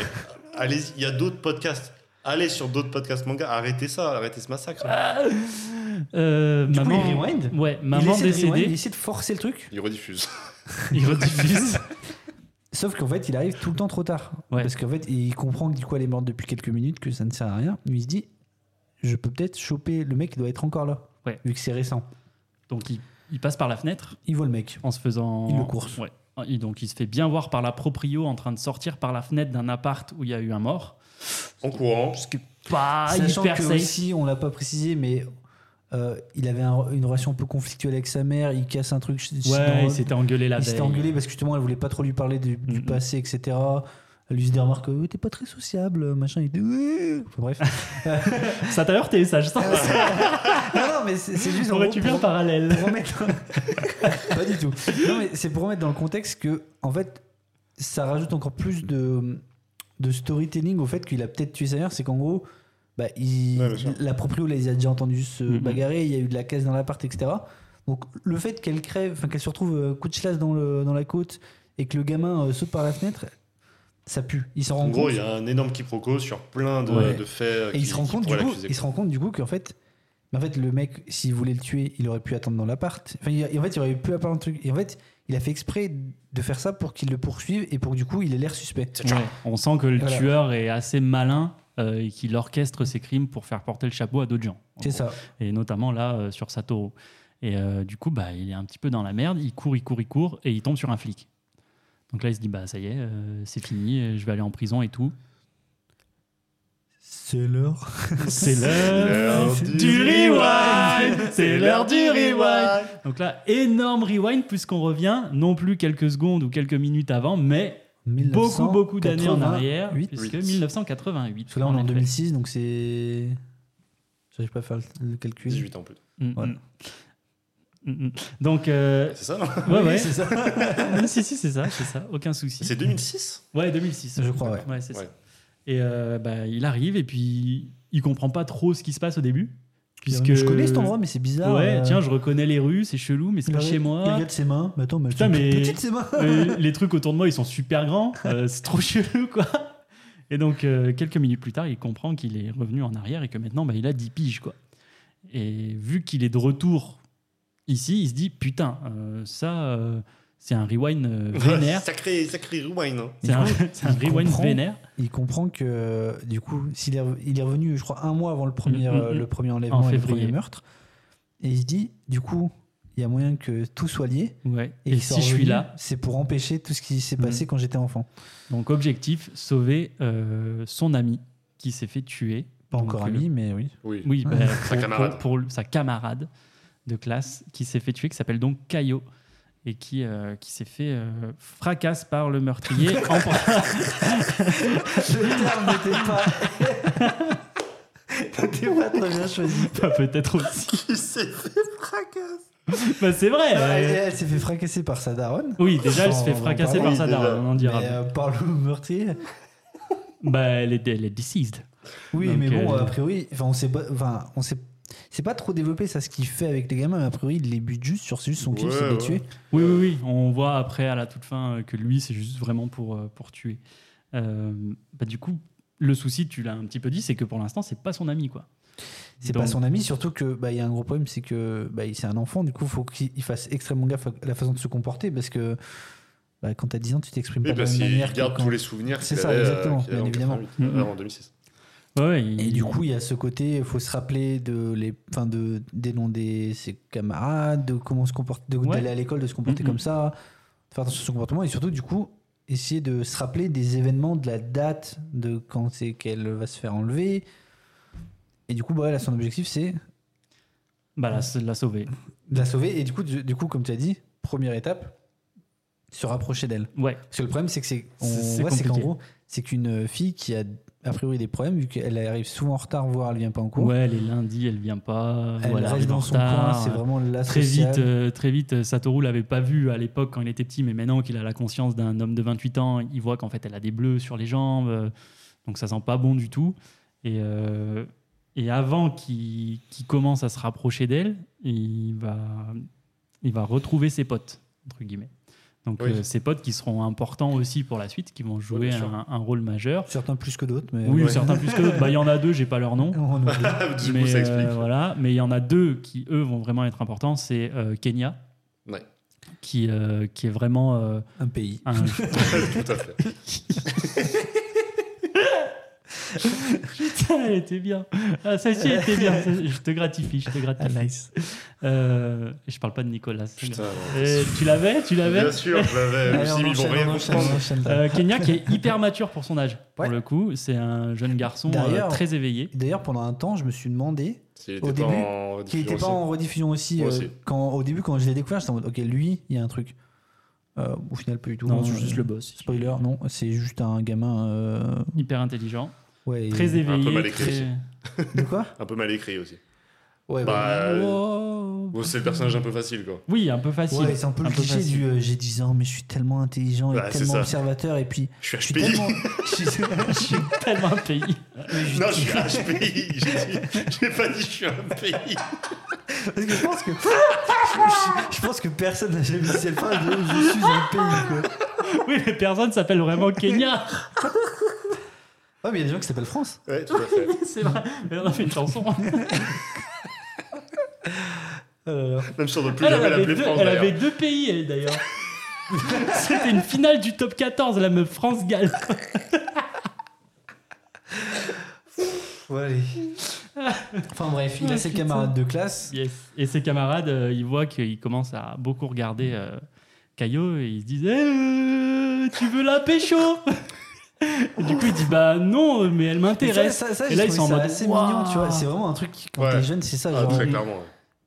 allez, il y a d'autres podcasts. Allez sur d'autres podcasts manga. Arrêtez ça, arrêtez ce massacre. Euh, Du coup, maman, il rewind Ouais, maman il essaie de rewind, il décédée, essaie de forcer le truc. Il rediffuse. il rediffuse. Sauf qu'en fait, il arrive tout le temps trop tard. Ouais. Parce qu'en fait, il comprend que du coup, elle est morte depuis quelques minutes, que ça ne sert à rien. Mais il se dit, je peux peut-être choper le mec qui doit être encore là. Ouais. Vu que c'est récent. Donc il, il passe par la fenêtre Il voit le mec. en se faisant. Il le course. Ouais. Et donc il se fait bien voir par la proprio en train de sortir par la fenêtre d'un appart où il y a eu un mort. En courant. Pas Sachant hyper que safe. aussi, on l'a pas précisé, mais euh, il avait un- une relation un peu conflictuelle avec sa mère. Il casse un truc. je- je- Ouais, dans- il s'était engueulé la il s'était veille. engueulé parce que justement, elle voulait pas trop lui parler du, du Mhm. passé, etc. Elle lui faisait des remarques, euh, t'es pas très sociable, machin. Il était, Ouais. Enfin, bref. Ça t'a heurté, ça, je sens. non, non, mais c'est c'est juste. en Aurais-tu gros, bien pour- parallèle pour remettre- pas du tout. Non, mais c'est pour remettre dans le contexte que, en fait, ça rajoute encore plus de, de storytelling au fait qu'il a peut-être tué sa mère. C'est qu'en gros, bah, il, Ouais, bien sûr. la proprio les a déjà entendus se Mhm. bagarrer, il y a eu de la casse dans l'appart, etc. Donc le fait qu'elle crève, enfin qu'elle se retrouve euh, coup de chlasse dans, le, dans la côte et que le gamin euh, saute par la fenêtre, ça pue. Il s'en En rend gros, compte. il y a un énorme quiproquo sur plein de, Ouais. de faits. euh, Et il qui- se rend qui compte du pourraient coup, l'accuser. il se rend compte du coup qu'en fait, mais en fait le mec, s'il voulait le tuer, il aurait pu attendre dans l'appart. Enfin, il- en fait, il aurait pu apprendre un truc. Et en fait, il a fait exprès de faire ça pour qu'il le poursuive et pour que du coup, il ait l'air suspect. Ouais. On sent que le Voilà. tueur est assez malin euh, et qu'il orchestre ses crimes pour faire porter le chapeau à d'autres gens. en C'est gros. ça. Et notamment là, euh, sur Satoru. Et euh, du coup, bah, il est un petit peu dans la merde. Il court, il court, il court et il tombe sur un flic. Donc là, il se dit bah ça y est, euh, c'est fini, euh, je vais aller en prison et tout. C'est l'heure. C'est l'heure du rewind. C'est l'heure du rewind. Donc là, énorme rewind puisqu'on revient non plus quelques secondes ou quelques minutes avant, mais beaucoup beaucoup d'années en arrière, 1988. puisque 1988. Parce que là, on est en en effet. 2006, donc c'est. Je sais pas faire le- le calcul. 18 ans plus. tôt. Mm, mm. Voilà. Mm, mm. Donc, euh, C'est ça, non ouais, Ah Oui, ouais. c'est ça. si, si, c'est ça, c'est ça, aucun souci. C'est 2006 Ouais, 2006. Je crois, ouais. c'est Ouais. ça. Et euh, bah, il arrive et puis il comprend pas trop ce qui se passe au début. Puisque... euh, Je connais cet endroit, mais c'est bizarre. Ouais, euh, tiens, je reconnais les rues, c'est chelou, mais c'est il pas regarde- chez Il moi. regarde ses mains. Mais attends, mais elles Putain, sont mais- toutes petites ses mains. Euh, les trucs autour de moi, ils sont super grands. Euh, c'est trop chelou, quoi. Et donc, euh, quelques minutes plus tard, il comprend qu'il est revenu en arrière et que maintenant, bah, il a 10 piges, quoi. Et vu qu'il est de retour ici, il se dit Putain, euh, ça, euh, c'est un rewind euh, vénère. sacré, sacré rewind. hein. C'est un, c'est un Il rewind comprend. vénère. Il comprend que, euh, du coup, s'il est, re- il est revenu, je crois, un mois avant le premier, Mm, mm, euh, mm. le premier enlèvement En et le février. premier meurtre. Et il se dit, du coup, il y a moyen que tout soit lié. Ouais. Et, Et, qu'il soit si je suis revenu, là, Mm. C'est pour empêcher tout ce qui s'est passé quand j'étais enfant. donc objectif, sauver euh, son ami qui s'est fait tuer. Pas Donc, encore euh, ami, mais oui. Oui. Oui, bah, pour, camarade. pour- pour sa camarade de classe qui s'est fait tuer, qui s'appelle donc Caillot. Et qui, euh, qui s'est fait euh, fracasse par le meurtrier en, Le terme n'était pas. n'était pas très bien choisi. Bah, peut-être aussi. Il s'est fait fracasse. Bah, c'est vrai. Ah, Elle, euh, elle s'est fait fracasser par sa daronne. Oui, déjà, elle se fait Sans- fracasser pardon. par Oui, sa déjà. daronne, on en dira. Mais, euh, par le meurtrier. Bah, elle est, elle est deceased. Oui, Donc, mais bon, euh, a priori, enfin, on sait pas, enfin, on sait, c'est pas trop développé ça ce qu'il fait avec les gamins. Mais a priori, il les bute juste sur c'est juste son clip, Ouais, c'est de les ouais. tuer. Oui, oui, oui. On voit après, à la toute fin, euh, que lui, c'est juste vraiment pour, euh, pour tuer. Euh, bah, du coup, le souci, tu l'as un petit peu dit, c'est que pour l'instant, c'est pas son ami, quoi. C'est Donc- pas son ami, surtout que bah il y a un gros problème, c'est que bah il- c'est un enfant, du coup, faut qu'il il fasse extrêmement gaffe à la façon de se comporter parce que bah, quand t'as 10 ans, tu t'exprimes pas Oui, de la parce même qu'il manière. que Eh ben, garde quand- tous les souvenirs C'est qu'il ça, avait, euh, exactement, qu'il bien avait en évidemment. 88, euh, Mhm. en 2006. Ouais, ouais, il- Et du coup, il y a ce côté, faut se rappeler de les, enfin de des noms des ses camarades, de comment se comporter, de- Ouais. d'aller à l'école, de se comporter Mhm. comme ça, de faire attention à son comportement et surtout du coup essayer de se rappeler des événements, de la date, de quand c'est qu'elle va se faire enlever. Et du coup, bah, là, son objectif c'est bah, la, la sauver. de la sauver. Et du coup, du, du coup, comme tu as dit, première étape, se rapprocher d'elle. Ouais, Parce que le problème, c'est que c'est, on C'est- c'est voit, c'est qu'en compliqué. gros, c'est qu'une fille qui a a priori des problèmes, vu qu'elle arrive souvent en retard, voire elle vient pas en cours. ouais, les lundis, elle vient pas. Elle ou elle reste arrive en dans son retard. coin, c'est vraiment la euh, Très sociale. vite, euh, très vite, euh, Satoru l'avait pas vu à l'époque quand il était petit, mais maintenant qu'il a la conscience d'un homme de 28 ans, il voit qu'en fait elle a des bleus sur les jambes, euh, donc ça sent pas bon du tout. Et, euh, et avant qu'il qu'il commence à se rapprocher d'elle, il va, il va retrouver ses potes, entre guillemets. Donc Oui. euh, ses potes qui seront importants aussi pour la suite, qui vont jouer bien sûr. un, un rôle majeur. Certains plus que d'autres, mais. Oui, Ouais. certains plus que d'autres. Bah, Il y en a deux, j'ai pas leur nom. On oublie. Ah, du mais, coup, ça euh, explique. voilà. mais il y en a deux qui, eux, vont vraiment être importants. C'est euh, Kenya, Ouais. qui, euh, qui est vraiment euh, un pays. un... Tout à fait. Putain, elle était bien. Ah, celle-ci, elle était bien. Ça- Je te gratifie, je te gratifie. nice. Euh, je parle pas de Nicolas. Putain. Euh, tu l'avais Tu l'avais Bien sûr, je l'avais. Je me suis dit, ils vont rien comprendre. Euh, Kenya qui est hyper mature pour son âge, pour Ouais. le coup. C'est un jeune garçon euh, D'ailleurs- très éveillé. D'ailleurs, pendant un temps, je me suis demandé S'il Au était pas début, en qu'il n'était diffusion pas en rediffusion aussi. Moi euh, aussi. quand, au début, quand je l'ai découvert, j'étais en mode, ok, lui, il y a un truc. Euh, au final, pas du tout. Non, hein, c'est euh, juste le boss. Spoiler, non, c'est juste un gamin. euh, Hyper intelligent, ouais, très éveillé. mal écrit. très- De quoi aussi. Un peu mal écrit aussi. Ouais, Bah, euh, Wow. bon, c'est le personnage un peu facile, quoi. Oui, un peu bah, facile. Ouais, c'est un peu le cliché facile. du euh, j'ai 10 ans, mais je suis tellement intelligent Bah, et c'est tellement ça. observateur, et puis Je je suis suis HPI. tellement. je suis- Je suis tellement un pays. Non, je suis HPI. J'ai dit- J'ai pas dit je suis un pays. Parce que je pense que. je, je pense que personne n'a jamais dit cette phrase de je suis un pays, quoi. Oui, mais personne s'appelle vraiment Kenya. Ouais, mais il y a des gens qui s'appellent France. Ouais, tout à fait. C'est vrai. Mais on a fait une chanson. Oh Même si on ne doit plus Elle, jamais avait l'appeler deux, France, elle d'ailleurs. avait deux pays, elle d'ailleurs. C'était une finale du top 14, la meuf France-Galles. Ouais. Enfin bref, il a Ah, ses putain. camarades de classe. Yes. Et ses camarades, euh, ils voient qu'il commence à beaucoup regarder euh, Caillot et ils se disent Eh, euh, Tu veux la pécho Et Du coup, il dit Bah non, mais elle m'intéresse. Ça, ça, ça, Et j'ai là, ils trouvé sont en ça mode, assez Waouh. mignon, tu vois. C'est vraiment un truc qui, quand Ouais. t'es jeune, c'est ça. Ah, genre. très clairement. ouais.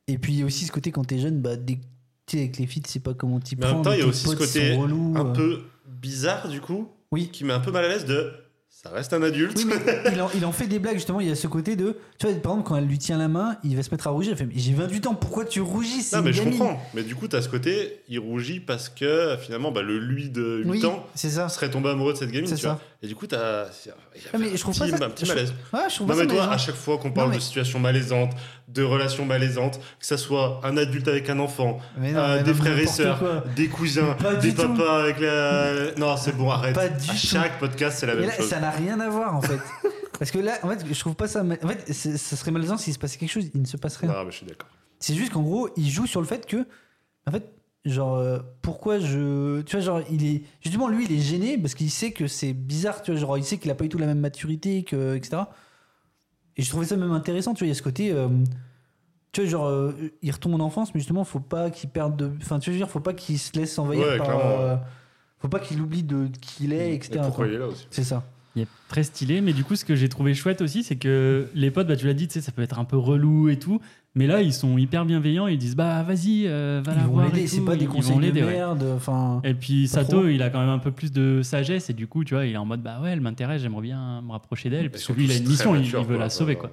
Et puis il y a aussi ce côté quand t'es jeune, bah dès que t'es avec les filles, tu sais pas comment t'y Mais en prends. même temps, il y a tes aussi ce potes côté sont relous, Un euh. peu bizarre, du coup, Oui. qui met un peu mal à l'aise de. Ça reste un adulte. Oui, mais il en, il en fait des blagues justement. Il y a ce côté de. Tu vois, par exemple, quand elle lui tient la main, il va se mettre à rougir. Il fait Mais J'ai 28 ans, pourquoi tu rougis C'est Non, mais une je gamine. comprends. Mais du coup, t'as ce côté, il rougit parce que finalement, bah, le lui de 8 Oui, ans c'est ça. serait tombé amoureux de cette gamine. C'est Tu vois. ça. Et Et du coup, t'as. Ah, mais je trouve petit, pas ça- un petit je- malaise. Ouais, je trouve Non, pas mais ça toi, malaisant. à chaque fois qu'on parle mais- de situations malaisantes, de relations malaisantes, que ça soit un adulte avec un enfant, Mais Eh non, euh, mais des non, frères et n'importe sœurs, quoi. des cousins, Pas des du tout. papas avec la. Non, c'est bon, arrête. Pas du à tout. chaque podcast, c'est la Mais même là, chose. ça n'a rien à voir en fait. Parce que là, en fait, je trouve pas ça. mal- En fait, c'est- ça serait malaisant s'il se passait quelque chose, il ne se passe rien. Non, Ah, mais je suis d'accord. C'est juste qu'en gros, il joue sur le fait que, en fait, genre, euh, pourquoi je. Tu vois, genre, il est. Justement, lui, il est gêné parce qu'il sait que c'est bizarre, tu vois, genre, il sait qu'il a pas du tout la même maturité, que, etc. Et je trouvais ça même intéressant, tu vois, il y a ce côté. euh, tu vois, genre, euh, il retombe en enfance, mais justement, faut pas qu'il perde de. Enfin, tu veux dire, faut pas qu'il se laisse envahir Ouais, par. clairement, euh, faut pas qu'il oublie de qui il est, etc. Et pourquoi quoi. il est là aussi C'est ça. Yep. Très stylé, mais du coup, ce que j'ai trouvé chouette aussi, c'est que les potes, bah, tu l'as dit, tu sais, ça peut être un peu relou et tout, mais là, ils sont hyper bienveillants, ils disent, bah, vas-y, euh, va ils la vont voir et l'aider, c'est tout, pas des ils vont conseils de l'aider, ouais. merde. Enfin, Et puis Pas Sato, trop. il a quand même un peu plus de sagesse, et du coup, tu vois, il est en mode, bah ouais, elle m'intéresse, j'aimerais bien me rapprocher d'elle, parce que lui, il a une mission, il, il bah, veut la sauver, quoi.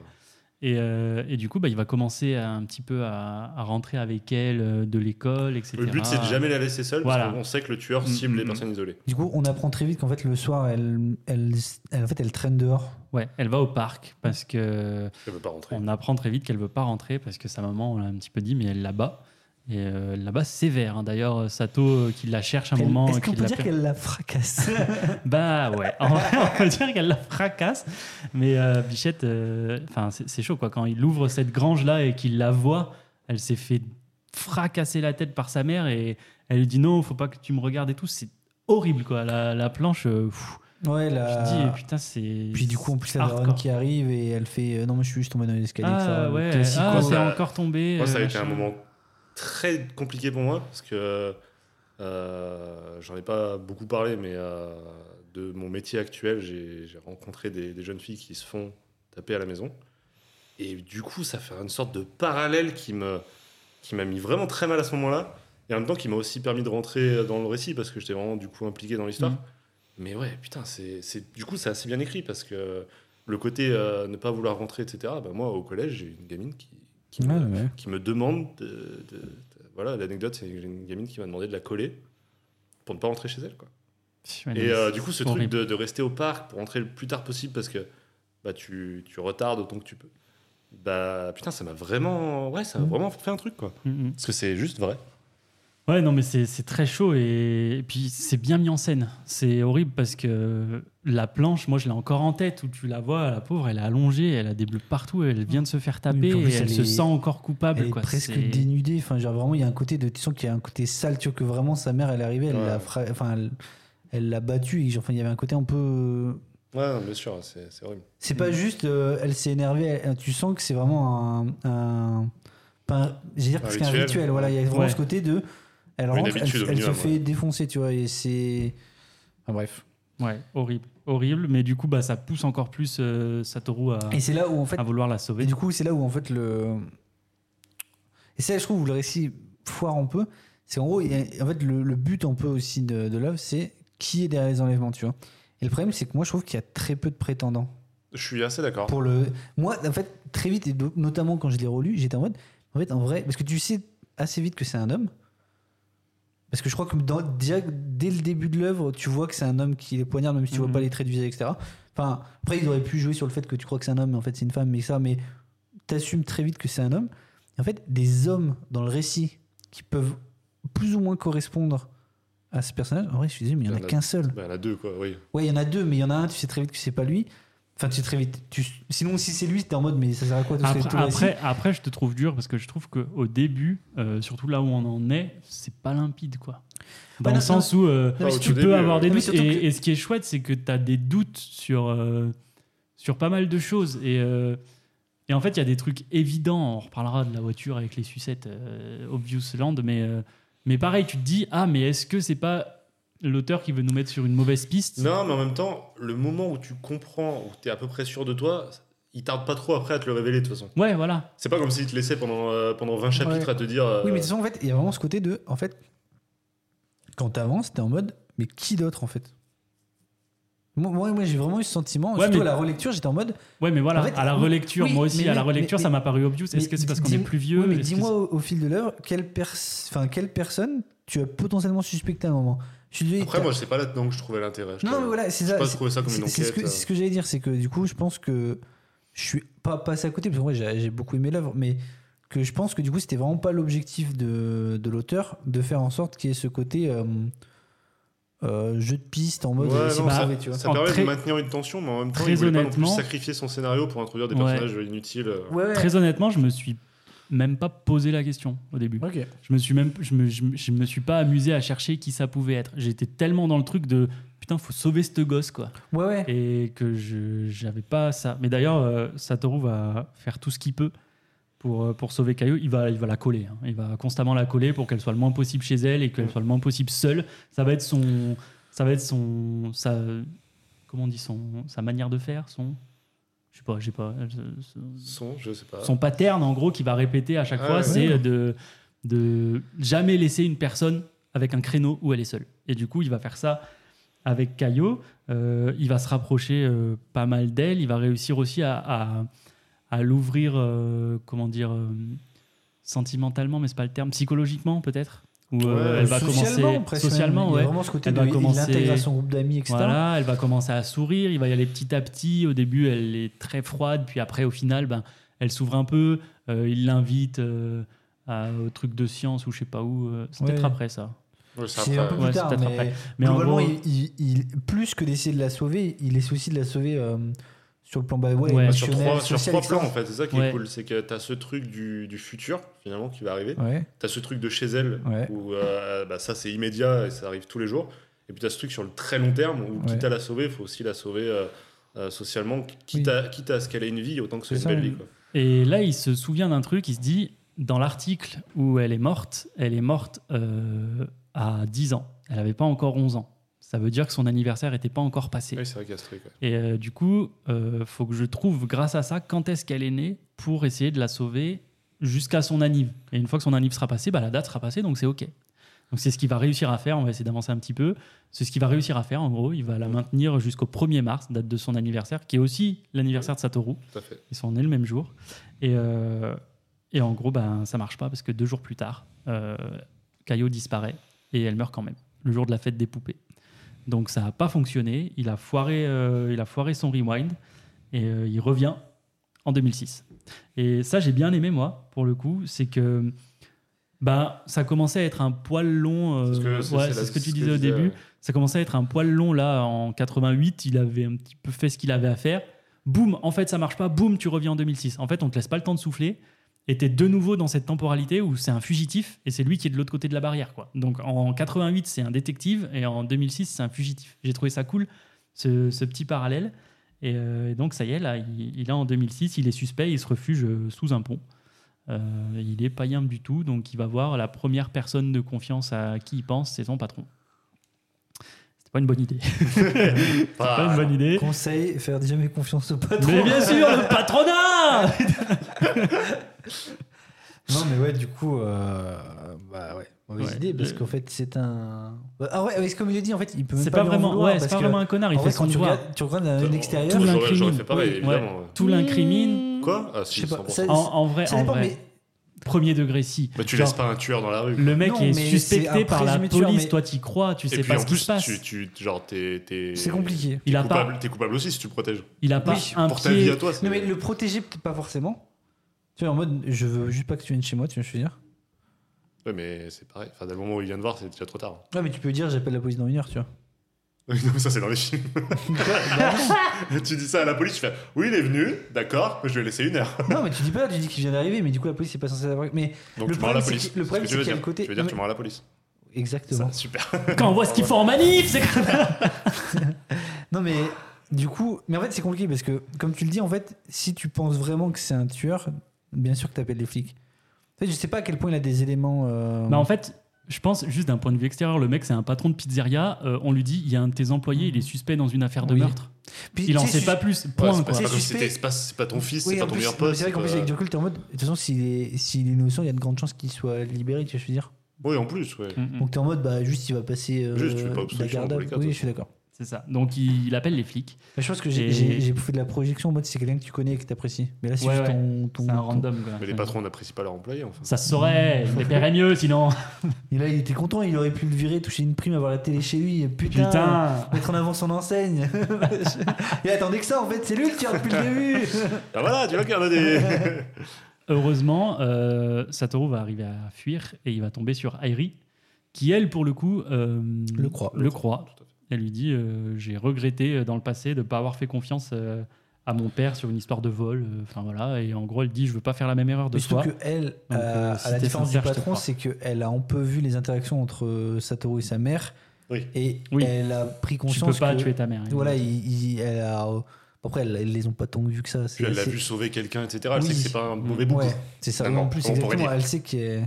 Et, euh, et du coup, bah, il va commencer à- un petit peu à, à rentrer avec elle euh, de l'école, etc. Le but, c'est de jamais la laisser seule, Voilà. parce qu'on sait que le tueur cible Mm, les mm, personnes isolées. du coup, on apprend très vite qu'en fait, le soir, elle, elle, elle- en fait, elle traîne dehors. Ouais, elle va au parc parce que Je ne veux pas rentrer. on apprend très vite qu'elle veut pas rentrer parce que sa maman, on l'a un petit peu dit, mais elle la bat. Et euh, elle la bat sévère. hein. D'ailleurs, Sato euh, qui la cherche un Elle- moment. Est-ce euh, qu'on qui peut la dire perd- qu'elle la fracasse Bah ouais, en vrai, on peut dire qu'elle la fracasse. Mais euh, Bichette, euh, enfin, c'est c'est chaud quoi. Quand il ouvre cette grange là et qu'il la voit, elle s'est fait fracasser la tête par sa mère et elle lui dit non, faut pas que tu me regardes et tout. C'est horrible quoi. La, la planche, euh, pfff, Ouais, la... je dis putain, c'est. Puis du coup, en plus, la hardcore. daronne qui arrive et elle fait euh, Non, mais je suis juste tombée dans l'escalier. Ah ça, ouais, classico. ah, c'est Ça- encore tombé. Moi, ça a euh, été un machin. moment très compliqué pour moi parce que euh, j'en ai pas beaucoup parlé, mais euh, de mon métier actuel, j'ai j'ai rencontré des, des jeunes filles qui se font taper à la maison. Et du coup, ça fait une sorte de parallèle qui me qui m'a mis vraiment très mal à ce moment-là. Et en même temps, qui m'a aussi permis de rentrer dans le récit parce que j'étais vraiment du coup impliqué dans l'histoire. Mhm. Mais ouais, putain, c'est c'est- du coup, c'est assez bien écrit parce que le côté euh, ne pas vouloir rentrer, etc. bah, moi, au collège, j'ai une gamine qui, qui Ouais, me- ouais. qui me demande de, de- de- voilà l'anecdote c'est que j'ai une gamine qui m'a demandé de la coller pour ne pas rentrer chez elle quoi. Ouais, non, et euh, c'est du coup ce horrible. truc de, de rester au parc pour rentrer le plus tard possible parce que bah tu, tu retardes autant que tu peux bah putain ça m'a vraiment ouais ça m'a Mhm. vraiment fait un truc quoi Mm, mm. parce que c'est juste vrai Ouais, non, mais c'est c'est très chaud et, et puis c'est bien mis en scène. C'est horrible parce que la planche, moi je l'ai encore en tête où tu la vois, la pauvre, elle est allongée, elle a des bleus partout, elle vient de se faire Oui, taper puis en et plus, elle, elle se est- sent encore coupable. Elle est Ah, quoi. presque C'est- dénudée. Enfin, genre, vraiment, il y a un côté de. Tu sens qu'il y a un côté sale, tu vois, que vraiment sa mère, elle est arrivée, elle Ouais. l'a fra- enfin, elle- elle l'a battue. Et, genre, enfin, il y avait un côté un peu. ouais non, bien sûr c'est c'est horrible C'est pas juste, euh, elle s'est énervée, elle- tu sens que c'est vraiment un. un pas un- J'allais dire Un presque un rituel. rituel, voilà, il y a vraiment Ouais. ce côté de. Elle Oui, une rentre, elle, habitude au elle se minimum, fait ouais. défoncer, tu vois, et c'est. Enfin, bref. Ouais, horrible, horrible. Mais du coup, bah, ça pousse encore plus euh, Satoru à, Et c'est là où, en fait. à vouloir la Et sauver. du coup, c'est là où, en fait, le. Et c'est là, je trouve, où le récit foire un peu. C'est en gros, il y a- en fait, le, le but un peu aussi de, de l'œuvre, c'est qui est derrière les enlèvements, tu vois. Et le problème, c'est que moi, je trouve qu'il y a très peu de prétendants. je suis assez d'accord pour le moi en fait très vite et do- notamment quand je l'ai relu j'étais en mode en fait en vrai parce que tu sais assez vite que c'est un homme parce que je crois que dans, déjà, dès le début de l'œuvre tu vois que c'est un homme qui les poignarde même si tu Mhm. vois pas les traits de visage etc enfin après ils auraient pu jouer sur le fait que tu crois que c'est un homme mais en fait c'est une femme mais ça mais t'assumes très vite que c'est un homme Et en fait des hommes dans le récit qui peuvent plus ou moins correspondre à ce personnage en vrai je suis désolé mais il y en Il y a en a- qu'un seul bah, la deux quoi oui Ouais, il y en a deux, mais il y en a un, tu sais très vite que c'est pas lui. Enfin, tu sais très vite. Tu... Sinon, si c'est lui, t'es en mode, mais ça sert à quoi tout ce- Après, tout le récit après, après, je te trouve dur parce que je trouve qu'au début, euh, surtout là où on en est, c'est pas limpide quoi. Dans Ouais, le non, sens où euh, Non, mais Pas au tu tout peux début, avoir ouais. des Non, mais doutes. Et, surtout que- et ce qui est chouette, c'est que tu as des doutes sur, euh, sur pas mal de choses. Et, euh, et en fait, il y a des trucs évidents. On reparlera de la voiture avec les sucettes, euh, Obvious Land. Mais, euh, mais pareil, tu te dis Ah, mais est-ce que c'est pas l'auteur qui veut nous mettre sur une mauvaise piste non mais en même temps le moment où tu comprends où tu es à peu près sûr de toi il tarde pas trop après à te le révéler de toute façon Ouais, voilà. c'est pas comme s'il te laissait pendant euh, pendant 20 chapitres Ouais. à te dire euh, Oui, mais de toute façon, en fait, il y a vraiment ce côté de. En fait, quand t'avances, t'es en mode, mais qui d'autre, en fait Moi, moi, moi, j'ai vraiment eu ce sentiment. Ouais, surtout mais- à la relecture, j'étais en mode. Ouais, mais voilà, En fait, à la oui, relecture, oui, moi aussi, mais à la oui, relecture, mais- ça m'a paru obvious. Est-ce mais que c'est parce qu'on dis- est plus vieux Ouais, mais Est-ce que dis-moi au, au fil de l'œuvre, quelle, pers- enfin, quelle personne tu as potentiellement suspecté à un moment. Je suis désolé, Après, t'as- moi, c'est pas là-dedans que je trouvais l'intérêt. je non, t'avoue. mais voilà, c'est J'ai ça. pas c'est- trouvé ça comme une c'est- C'est ce que, enquête, euh. c'est ce que j'allais dire, c'est que du coup, je pense que je suis pas passé à côté, parce que moi, j'ai j'ai beaucoup aimé l'œuvre, mais que je pense que du coup, c'était vraiment pas l'objectif de, de l'auteur de faire en sorte qu'il y ait ce côté euh, euh, jeu de piste en mode Ouais, euh, c'est non, pas ça- mauvais, tu vois. Ça En permet très- de maintenir une tension, mais en même temps, très il voulait pas non plus honnêtement- sacrifier son scénario pour introduire des Ouais. personnages inutiles. euh. Ouais, ouais. Très honnêtement, je me suis même pas posé la question au début. Ok. Je me suis même, je me, je me- je me suis pas amusé à chercher qui ça pouvait être. J'étais tellement dans le truc de putain, faut sauver ce gosse quoi, Ouais, ouais. et que je j'avais pas ça. Mais d'ailleurs, euh, Satoru va faire tout ce qu'il peut pour euh, pour sauver Caillou. Il va, il va la coller. hein. Il va constamment la coller pour qu'elle soit le moins possible chez elle et qu'elle soit le moins possible seule. Ça va être son, ça va être son, sa, comment on dit son, sa manière de faire, son. Je sais pas, j'ai pas. euh, son- Son, je sais pas. son pattern en gros qu'il va répéter à chaque Ah fois, ouais. c'est de, de jamais laisser une personne avec un créneau où elle est seule. Et du coup, il va faire ça avec Caillot. Euh, il va se rapprocher euh, pas mal d'elle. Il va réussir aussi à, à, à l'ouvrir, euh, comment dire, euh, sentimentalement, mais c'est pas le terme, psychologiquement peut-être. Où euh, Ouais, elle va commencer presque, socialement, Il y a ouais. vraiment ce côté Elle de, va il commencer- l'intègre à son groupe d'amis, etc. Voilà, elle va commencer à sourire, il va y aller petit à petit. Au début, elle est très froide, puis après, au final, ben, elle s'ouvre un peu. euh, il l'invite euh, à- au truc de science ou je sais pas où. euh, c'est Ouais. peut-être après ça. Ouais, c'est C'est un peu après. plus Ouais, c'est tard, peut-être mais après. Mais en globalement, gros, il, il- il- plus que d'essayer de la sauver, il essaie aussi de la sauver euh, sur le plan bah, ouais, Ouais. Bah, sur émotionnel, trois, sur social, trois etc. plans, en fait. C'est ça qui Ouais. est cool. C'est que t'as ce truc du, du futur, finalement, qui va arriver. Ouais, T'as ce truc de chez elle, Ouais. où euh, bah, ça, c'est immédiat et ça arrive tous les jours. Et puis t'as ce truc sur le très long terme, où Ouais. quitte à la sauver, il faut aussi la sauver euh, euh, socialement, quitte, Oui. à, quitte à ce qu'elle ait une vie, autant que ce C'est soit une ça, belle vie. oui. Quoi. Et là, il se souvient d'un truc, il se dit, dans l'article où elle est morte, elle est morte euh, à 10 ans. Elle n'avait pas encore 11 ans. Ça veut dire que son anniversaire n'était pas encore passé. Oui, c'est vrai qu'il y a ce truc. ouais. Et euh, du coup, euh, faut que je trouve, grâce à ça, quand est-ce qu'elle est née pour essayer de la sauver jusqu'à son anniv. Et une fois que son anniv sera passé, bah, la date sera passée, donc c'est OK. Donc c'est ce qu'il va réussir à faire. On va essayer d'avancer un petit peu. C'est ce qu'il va réussir à faire, en gros. Il va la maintenir jusqu'au 1er mars, date de son anniversaire, qui est aussi l'anniversaire de Satoru. Tout à fait. Ils sont nés le même jour. Et, euh, et en gros, ben, ça marche pas parce que deux jours plus tard, euh, Caillot disparaît et elle meurt quand même, le jour de la fête des poupées. Donc ça n'a pas fonctionné. Il a foiré, euh, il a foiré son rewind et euh, il revient en 2006. Et ça, j'ai bien aimé, moi, pour le coup. C'est que ben, ça commençait à être un poil long. C'est ce euh, que, c'est- ouais, c'est la- c'est ce que ce tu disais au disait, début. euh, Ça commençait à être un poil long là en 88. Il avait un petit peu fait ce qu'il avait à faire. Boum, en fait ça marche pas. Boum, tu reviens en 2006. En fait, on te laisse pas le temps de souffler. Et t'es de nouveau dans cette temporalité où c'est un fugitif et c'est lui qui est de l'autre côté de la barrière. quoi. Donc en 88, c'est un détective et en 2006, c'est un fugitif. J'ai trouvé ça cool, ce, ce petit parallèle. Et, euh, et donc ça y est, là, il, il est en 2006, il est suspect, il se refuge euh, sous un pont. Euh, il est païen du tout, donc il va voir la première personne de confiance à qui il pense, c'est son patron. C'était pas une bonne idée. bah, pas une bonne idée. Conseil, faire jamais confiance au patron. Mais Ah, bien sûr, le patronat Non, mais ouais, du coup, euh, bah ouais, mauvaise Ouais. idée, parce qu'en fait, c'est un. Ah ouais, mais c'est comme il le dit, en fait, il peut même C'est pas, pas lui en vraiment, vouloir, ouais, c'est parce pas que, vraiment un connard. Il en fait vrai, ce quand qu'on tu doit. regardes, tu regardes d'un Tout- extérieur, tout j'aurais- J'aurais l'incrimine. fait pareil, Oui, évidemment. ouais. Tout l'incrimine. Quoi Ah, je si, sais pas. 100%. ça- En, en vrai, ça en dépend, vrai, mais premier degré si. Bah, tu Genre, laisses pas un tueur dans la rue. Le mec Non, est mais c'est suspecté un par la présumé tueur, police. mais- Toi, t'y crois, tu Et sais puis pas en ce qui plus, se passe. tu, tu, genre, t'es. t'es- c'est compliqué. Il a coupable, pas, T'es coupable aussi si tu le protèges. il a pas Oui, un Pour ta vie à pied. toi, c'est. Non, mais le protéger, peut-être pas forcément. Tu vois, en mode, je veux juste pas que tu viennes chez moi, tu vois, ce que je veux dire. Ouais, mais c'est pareil. Enfin, dès le moment où il vient de voir, c'est déjà trop tard. Ouais, mais tu peux dire, j'appelle la police dans une heure, tu vois. non, mais ça, c'est dans les films. tu dis ça à la police, tu fais Oui, il est venu, d'accord, je vais laisser une heure. non, mais tu dis pas, tu dis qu'il vient d'arriver, mais du coup, la police, c'est pas censé savoir. Mais Donc Le tu mens à la problème, c'est police. que- le problème, ce que tu c'est veux qu'il y a dire. le côté- Tu veux dire, Non, tu mais- mens à la police. exactement. Ça, super. Quand on voit ce qu'ils font en manif, c'est comme- Non, mais du coup, mais en fait, c'est compliqué parce que, comme tu le dis, en fait, si tu penses vraiment que c'est un tueur, bien sûr que t'appelles les flics. En fait, je sais pas à quel point il a des éléments. euh, Bah en fait, je pense juste d'un point de vue extérieur, le mec c'est un patron de pizzeria. euh, on lui dit, il y a un de tes employés, il est suspect dans une affaire de Oui. meurtre. Puis, Il en tu sait je- pas plus. Ouais, Point c'est pas- quoi. c'est pas comme si suspect. t'étais- c'est pas- C'est pas ton fils, Oui, c'est pas en ton plus, meilleur euh, non, mais pote. C'est vrai qu'en pas- plus, avec du recul, t'es en mode. De toute façon, s'il est, s'il est innocent, il y a de grandes chances qu'il soit libéré, tu vois, ce que je veux dire. Oui, en plus, ouais. Mm, mm. Donc t'es en mode, bah, juste, il va passer. euh, Juste, tu fais pas obstruction la garde dans tous les à- cas, de Oui, toute je suis d'accord. C'est ça. Donc il, il appelle les flics. Mais je pense que j'ai- Et- j'ai j'ai fait de la projection en mode c'est quelqu'un que tu connais et que t'apprécies. Mais là, c'est Ouais, juste ouais. ton. ton- C'est un ton- random. quoi. Mais les patrons n'apprécient pas leurs employés, enfin. Ça se saurait, il les paierait mieux sinon. Et là, il était content, il aurait pu le virer, toucher une prime, avoir la télé chez lui. Putain, Putain. Mettre en avant son enseigne. il attendait que ça, en fait, c'est lui le tir depuis le début. Ah voilà, tu vois qu'il y en a des. Heureusement, euh, Satoru va arriver à fuir et il va tomber sur Airi, qui elle, pour le coup, euh, Le croit. le croit. Tout à fait. Elle lui dit euh, J'ai regretté euh, dans le passé de ne pas avoir fait confiance euh, à mon père sur une histoire de vol. Euh, Enfin voilà, et en gros, elle dit Je veux pas faire la même erreur de Mais Surtout toi. que elle, euh, à- si à la t'es différence du sincère, je te patron, crois. c'est qu'elle a un peu vu les interactions entre euh, Satoru et sa mère. Oui. Et Oui. elle a pris Tu conscience peux pas que- tuer ta mère. Voilà, il- il- elle a. euh, Après, elles, elles les ont pas tant vu que ça. Puis C'est- elle l'a c'est- vu sauver quelqu'un, etc. Elle Oui. sait que c'est pas un mauvais bouc. Ouais, c'est ça. D'accord, en plus, on pourrait exactement. dire. Elle sait qu'il est.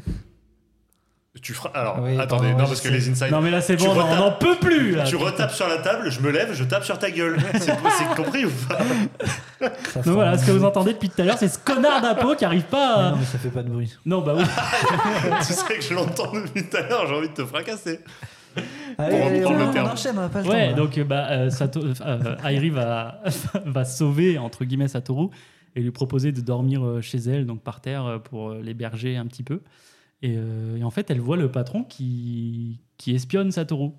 Tu feras. Alors, Oui, attendez, pardon, non, je parce que sais. les insides. Non, mais là, c'est Tu bon, on retapes- n'en peut plus là. Tu retapes sur la table, je me lève, je tape sur ta gueule. C'est c'est compris ou pas ça fait Donc voilà, un ce que vous bruit. entendez depuis tout à l'heure, c'est ce connard d'impôt qui arrive Mais pas à... Non, mais ça fait pas de bruit. Non, bah oui. Tu sais que je l'entends depuis tout à l'heure, j'ai envie de te fracasser. Allez, reprendre allez, le on, terme. on enchaîne, on a pas le Ouais, temps. hein. là. donc euh, bah, euh, Sato- euh, euh, Airi va, va sauver, entre guillemets, Satoru et lui proposer de dormir euh, chez elle, donc par terre, euh, pour euh, l'héberger un petit peu. Et, euh, et en fait, elle voit le patron qui, qui espionne Satoru.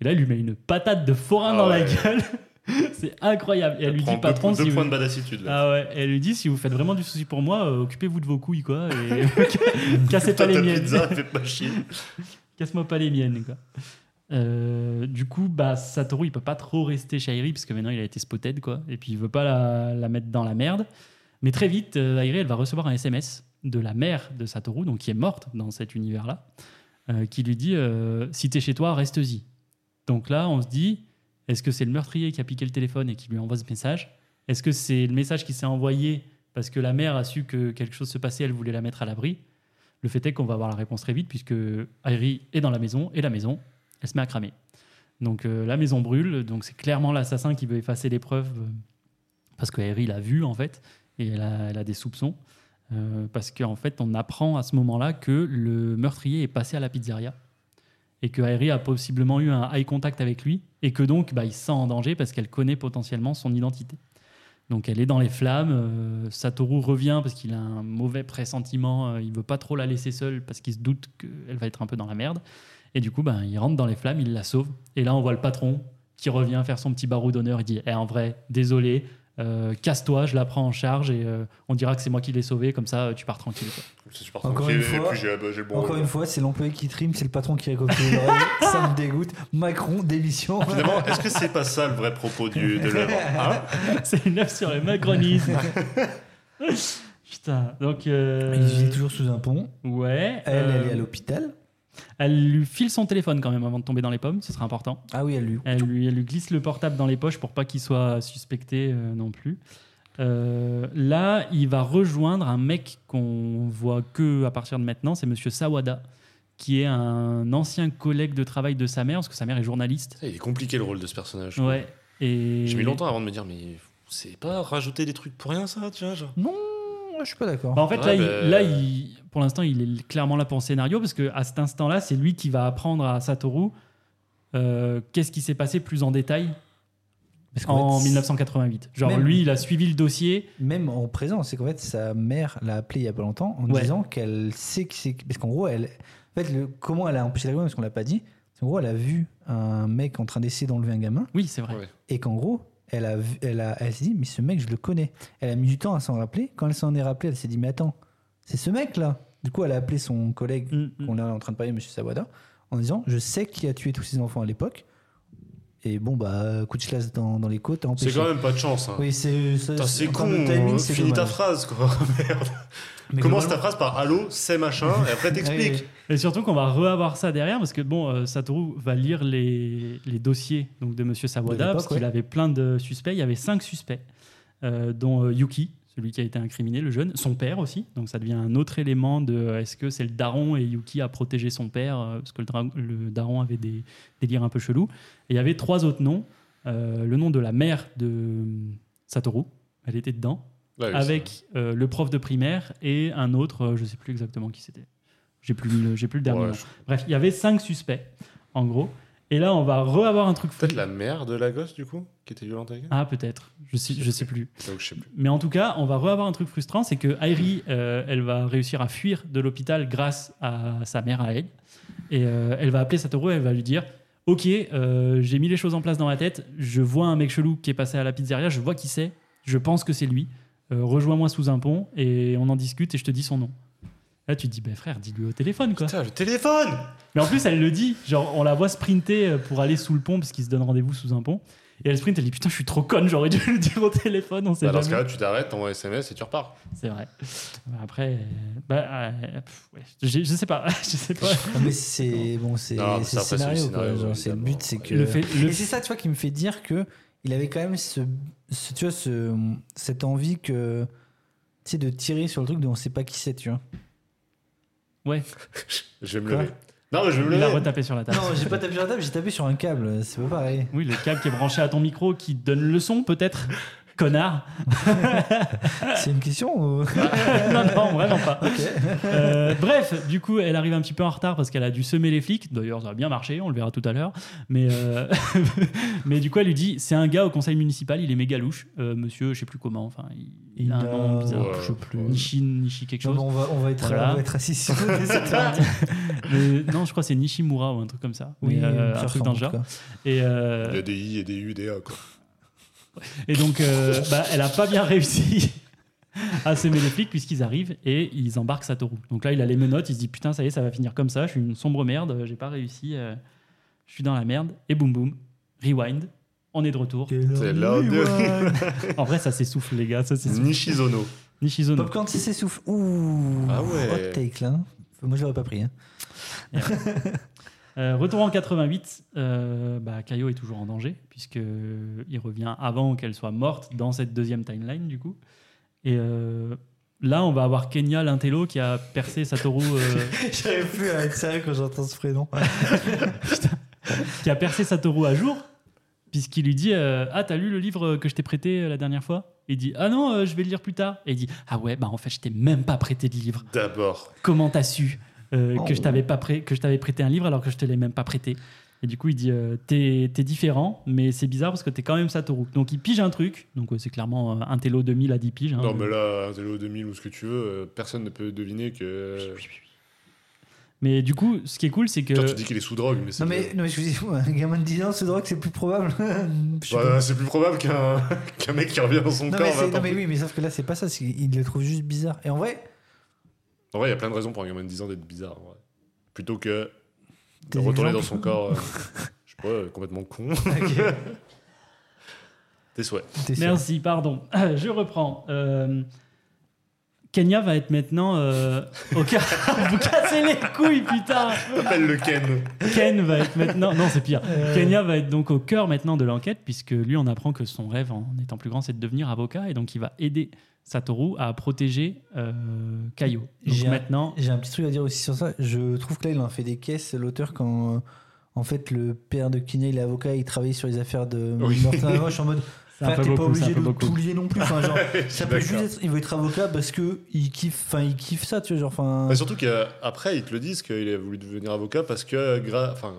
Et là, il lui met une patate de forain Ah dans la ouais. gueule. C'est incroyable. Et elle, lui Prends dit, deux- patron, deux, si vous... points de badassitude. Là. Ah ouais, elle lui dit, si vous faites vraiment du souci pour moi, euh, occupez-vous de vos couilles, quoi. Et cassez pas Toi, les ta miennes. pizza, fais pas chier. Casse-moi pas les miennes, quoi. Euh, du coup, bah, Satoru, il peut pas trop rester chez Airi, parce que maintenant, il a été spotted, quoi. Et puis, il veut pas la, la mettre dans la merde. Mais très vite, euh, Airi, elle va recevoir un SMS de la mère de Satoru, donc qui est morte dans cet univers-là, euh, qui lui dit euh, Si t'es chez toi, reste-y. » Donc là, on se dit Est-ce que c'est le meurtrier qui a piqué le téléphone et qui lui envoie ce message Est-ce que c'est le message qui s'est envoyé parce que la mère a su que quelque chose se passait, elle voulait la mettre à l'abri le fait est qu'on va avoir la réponse très vite puisque Airi est dans la maison et la maison, elle se met à cramer. Donc euh, la maison brûle, donc c'est clairement l'assassin qui veut effacer les preuves euh, parce que Airi l'a vu en fait et elle a, elle a des soupçons Euh, parce qu'en fait on apprend à ce moment-là que le meurtrier est passé à la pizzeria et que Airi a possiblement eu un eye contact avec lui et que donc bah, il se sent en danger parce qu'elle connaît potentiellement son identité. Donc elle est dans les flammes. euh, Satoru revient parce qu'il a un mauvais pressentiment. euh, il veut pas trop la laisser seule parce qu'il se doute qu'elle va être un peu dans la merde. Et du coup, ben, il rentre dans les flammes, il la sauve. Et là, on voit le patron qui revient faire son petit barreau d'honneur. Il dit Eh, En vrai, désolé, euh, casse-toi, je la prends en charge et euh, on dira que c'est moi qui l'ai sauvée. Comme ça, euh, tu pars tranquille. quoi. C'est super Encore tranquille, une et fois. puis j'ai la- j'ai le bon. Encore une fois, c'est l'employé qui trime, c'est le patron qui récolte les oreilles. Ça me dégoûte. Macron, démission. Ah, Finalement, est-ce que c'est pas ça le vrai propos du, de l'œuvre hein c'est une œuvre sur le macronisme. Putain, donc. euh, Il vit toujours sous un pont. Ouais. Elle, elle est à euh, l'hôpital. elle lui file son téléphone quand même avant de tomber dans les pommes, ce serait important. Ah oui, elle lui. Elle lui, elle lui glisse le portable dans les poches pour pas qu'il soit suspecté euh, non plus. Euh, là, il va rejoindre un mec qu'on voit que à partir de maintenant, c'est Monsieur Sawada, qui est un ancien collègue de travail de sa mère, parce que sa mère est journaliste. Il est compliqué le rôle de ce personnage. je Ouais. Et trouve. J'ai mis longtemps avant de me dire, mais c'est pas rajouter des trucs pour rien ça, tu vois genre. Non, je suis pas d'accord. Bah, en fait, Ouais, là, bah- il, là, il- pour l'instant, il est clairement là pour le scénario parce que à cet instant-là, c'est lui qui va apprendre à Satoru euh, qu'est-ce qui s'est passé plus en détail Parce qu'en en fait, 1988. Genre, Même- lui, il a suivi le dossier. Même en présent, c'est qu'en fait, sa mère l'a appelé il y a pas longtemps en Ouais. disant qu'elle sait que c'est. Parce qu'en gros, elle. En fait, le... comment elle a empêché la parce qu'on l'a pas dit. En gros, elle a vu un mec en train d'essayer d'enlever un gamin Oui, c'est vrai. Ouais. et qu'en gros, elle, a vu- elle, a- elle s'est dit, mais ce mec, je le connais. Elle a mis du temps à s'en rappeler. Quand elle s'en est rappelée, elle s'est dit, mais attends, c'est ce mec-là. Du coup, elle a appelé son collègue Mm, mm. qu'on est en train de parler, Monsieur Sawada, en disant Je sais qui a tué tous ces enfants à l'époque. Et bon, bah, coup de chlasse dans, dans les côtes, empêché. C'est quand même pas de chance. Hein. Oui, c'est. ça- Putain, c'est en con. termes de timing, euh, c'est Finis ta dommage. phrase, quoi. Merde. Mais Commence ta globalement- phrase par allô, c'est machin, et après t'expliques. Ouais, Et surtout qu'on va revoir ça derrière, parce que bon, euh, Satoru va lire les, les dossiers donc, de Monsieur De Sawada, l'époque, parce qu'il ouais. avait plein de suspects. Il y avait cinq suspects, euh, dont euh, Yuki, celui qui a été incriminé, le jeune, son père aussi. Donc ça devient un autre élément de euh, est-ce que c'est le daron et Yuki a protégé son père, euh, parce que le, dra- le daron avait des délires un peu chelous. Et il y avait trois autres noms. Euh, le nom de la mère de euh, Satoru, elle était dedans Ouais, oui, c'est- avec euh, le prof de primaire et un autre, euh, je sais plus exactement qui c'était. J'ai plus, le- j'ai plus le dernier. Ouais, nom. je- Bref, il y avait cinq suspects, en gros. Et là, on va re-avoir un truc fou. Peut-être la mère de la gosse, du coup, qui était violente avec elle Ah, peut-être. Je sais, je sais plus. Donc, je sais plus. Mais en tout cas, on va re-avoir un truc frustrant, c'est que Airi, euh, elle va réussir à fuir de l'hôpital grâce à sa mère à elle. Et euh, elle va appeler Satoru, elle va lui dire Ok, euh, j'ai mis les choses en place dans ma tête, je vois un mec chelou qui est passé à la pizzeria, je vois qui c'est, je pense que c'est lui. Euh, Rejoins-moi sous un pont et on en discute et je te dis son nom. Là, tu te dis, ben frère, dis-lui au téléphone, quoi. Putain, le téléphone Mais en plus, elle le dit. Genre, on la voit sprinter euh, pour aller sous le pont, parce qu'ils se donnent rendez-vous sous un pont. Et elle sprint, elle dit Putain, je suis trop conne, j'aurais dû le dire au téléphone, on sait Bah, Dans ce jamais. cas-là, tu t'arrêtes, t'envoies un SMS et tu repars. C'est vrai. Bah, Après, euh, bah, euh, pff, ouais, j'ai- je sais pas. je sais pas. Non, mais c'est bon, c'est Non, mais c'est ça, après, c'est le scénario. quoi. scénario, Genre, c'est le évidemment. but, c'est que. Le fait, le- Et c'est ça, tu vois, qui me fait dire que il avait quand même ce, ce- tu vois, ce, cette envie que, tu sais, de tirer sur le truc de on sait pas qui c'est, tu vois. Ouais, Je vais me Quoi lever. Non, mais je vais me il a lever. retapé sur la table. Non, j'ai pas tapé sur la table, j'ai tapé sur un câble. C'est pas pareil. Oui, le câble qui est branché à ton micro qui donne le son, peut-être Connard C'est une question ou Non, non, vraiment pas. Euh, bref, du coup, elle arrive un petit peu en retard parce qu'elle a dû semer les flics. D'ailleurs, ça a bien marché, on le verra tout à l'heure. Mais, euh, mais du coup, elle lui dit c'est un gars au conseil municipal, il est méga louche. Euh, monsieur, je sais plus comment, enfin, il, il a un nom Euh, bizarre. Ouais. Je sais plus. Nishi, Nishi quelque Non, chose. mais on va, on va être, Voilà. on va être assis sur des étoiles. Mais non, je crois que c'est Nishimura ou un truc comme ça. Oui, euh, ça un truc ressemble, dans en le genre. tout cas. Et, euh, Il y a des I et des U, des A, quoi. et donc, euh, bah, elle a pas bien réussi à semer les flics puisqu'ils arrivent et ils embarquent Satoru. Donc là, il a les menottes, il se dit putain, ça y est, ça va finir comme ça, je suis une sombre merde, euh, j'ai pas réussi, euh, je suis dans la merde. Et boum boum, rewind, on est de retour. C'est l'heure de- Rewind. En vrai, ça s'essouffle, les gars, ça s'essouffle. Nishizono. Mm. Nishizono. Popcorn, si c'est souffle. Ouh. Ah ouais. Hot take là. Moi, je l'aurais pas pris. hein. Euh, retour en 88, euh, bah, Kaio est toujours en danger, puisqu'il revient avant qu'elle soit morte dans cette deuxième timeline, du coup. Et euh, là, on va avoir Kenya, l'intello, qui a percé Satoru, euh, J'arrive plus à être sérieux quand j'entends ce prénom. qui a percé Satoru à jour, puisqu'il lui dit euh, Ah, t'as lu le livre que je t'ai prêté euh, la dernière fois Il dit Ah non, euh, je vais le lire plus tard. Et il dit Ah ouais, bah en fait, je t'ai même pas prêté de livre. D'abord. comment t'as su euh, Oh. que je t'avais pas prêt, que je t'avais prêté un livre alors que je te l'ai même pas prêté et du coup il dit euh, t'es t'es différent mais c'est bizarre parce que t'es quand même Satoru donc il pige un truc donc euh, c'est clairement euh, un télo 2000 à 10 piges hein. Non, mais là, un Zélo 2000 ou ce que tu veux, euh, personne ne peut deviner que. mais du coup ce qui est cool c'est que Toi, tu dis qu'il est sous drogue, mais c'est. Non mais, non mais je vous dis, un gamin de 10 ans sous drogue, c'est plus probable. Je suis Voilà, c'est plus probable qu'un qu'un mec qui revient dans son Non corps mais, 20 c'est- Bah, non ans mais plus oui, mais sauf que là c'est pas ça, c'est qu'il le trouve juste bizarre. Et en vrai, En vrai, il y a plein de raisons pour un gamin de 10 ans d'être bizarre. en vrai. Plutôt que Des de retourner exemples dans son corps, euh, je sais pas, euh, complètement con. Tes souhaits. t'es sûr. merci pardon je reprends Euh, Kenya va être maintenant euh, au cas vous cassez les couilles putain Appelle le Ken. Ken va être maintenant. Non, c'est pire. Euh. Kenya va être donc au cœur maintenant de l'enquête, puisque lui, on apprend que son rêve en étant plus grand, c'est de devenir avocat, et donc il va aider Satoru à protéger euh, Kaio. Donc J'ai un- maintenant, J'ai un petit truc à dire aussi sur ça. Je trouve que là il en fait des caisses, l'auteur quand euh, en fait le père de Kiné, il est avocat, il travaillait sur les affaires de Oui. Martin Laroche en mode c'est un frère, peu t'es pas beaucoup. c'est un peu obligé de tout beaucoup. lier non plus. Enfin, genre, ça peut D'accord. juste être, il veut être avocat parce que il kiffe, enfin il kiffe ça, tu vois, genre enfin. Bah, Mais surtout qu'après, ils te le disent qu'il a voulu devenir avocat parce que, gra- enfin,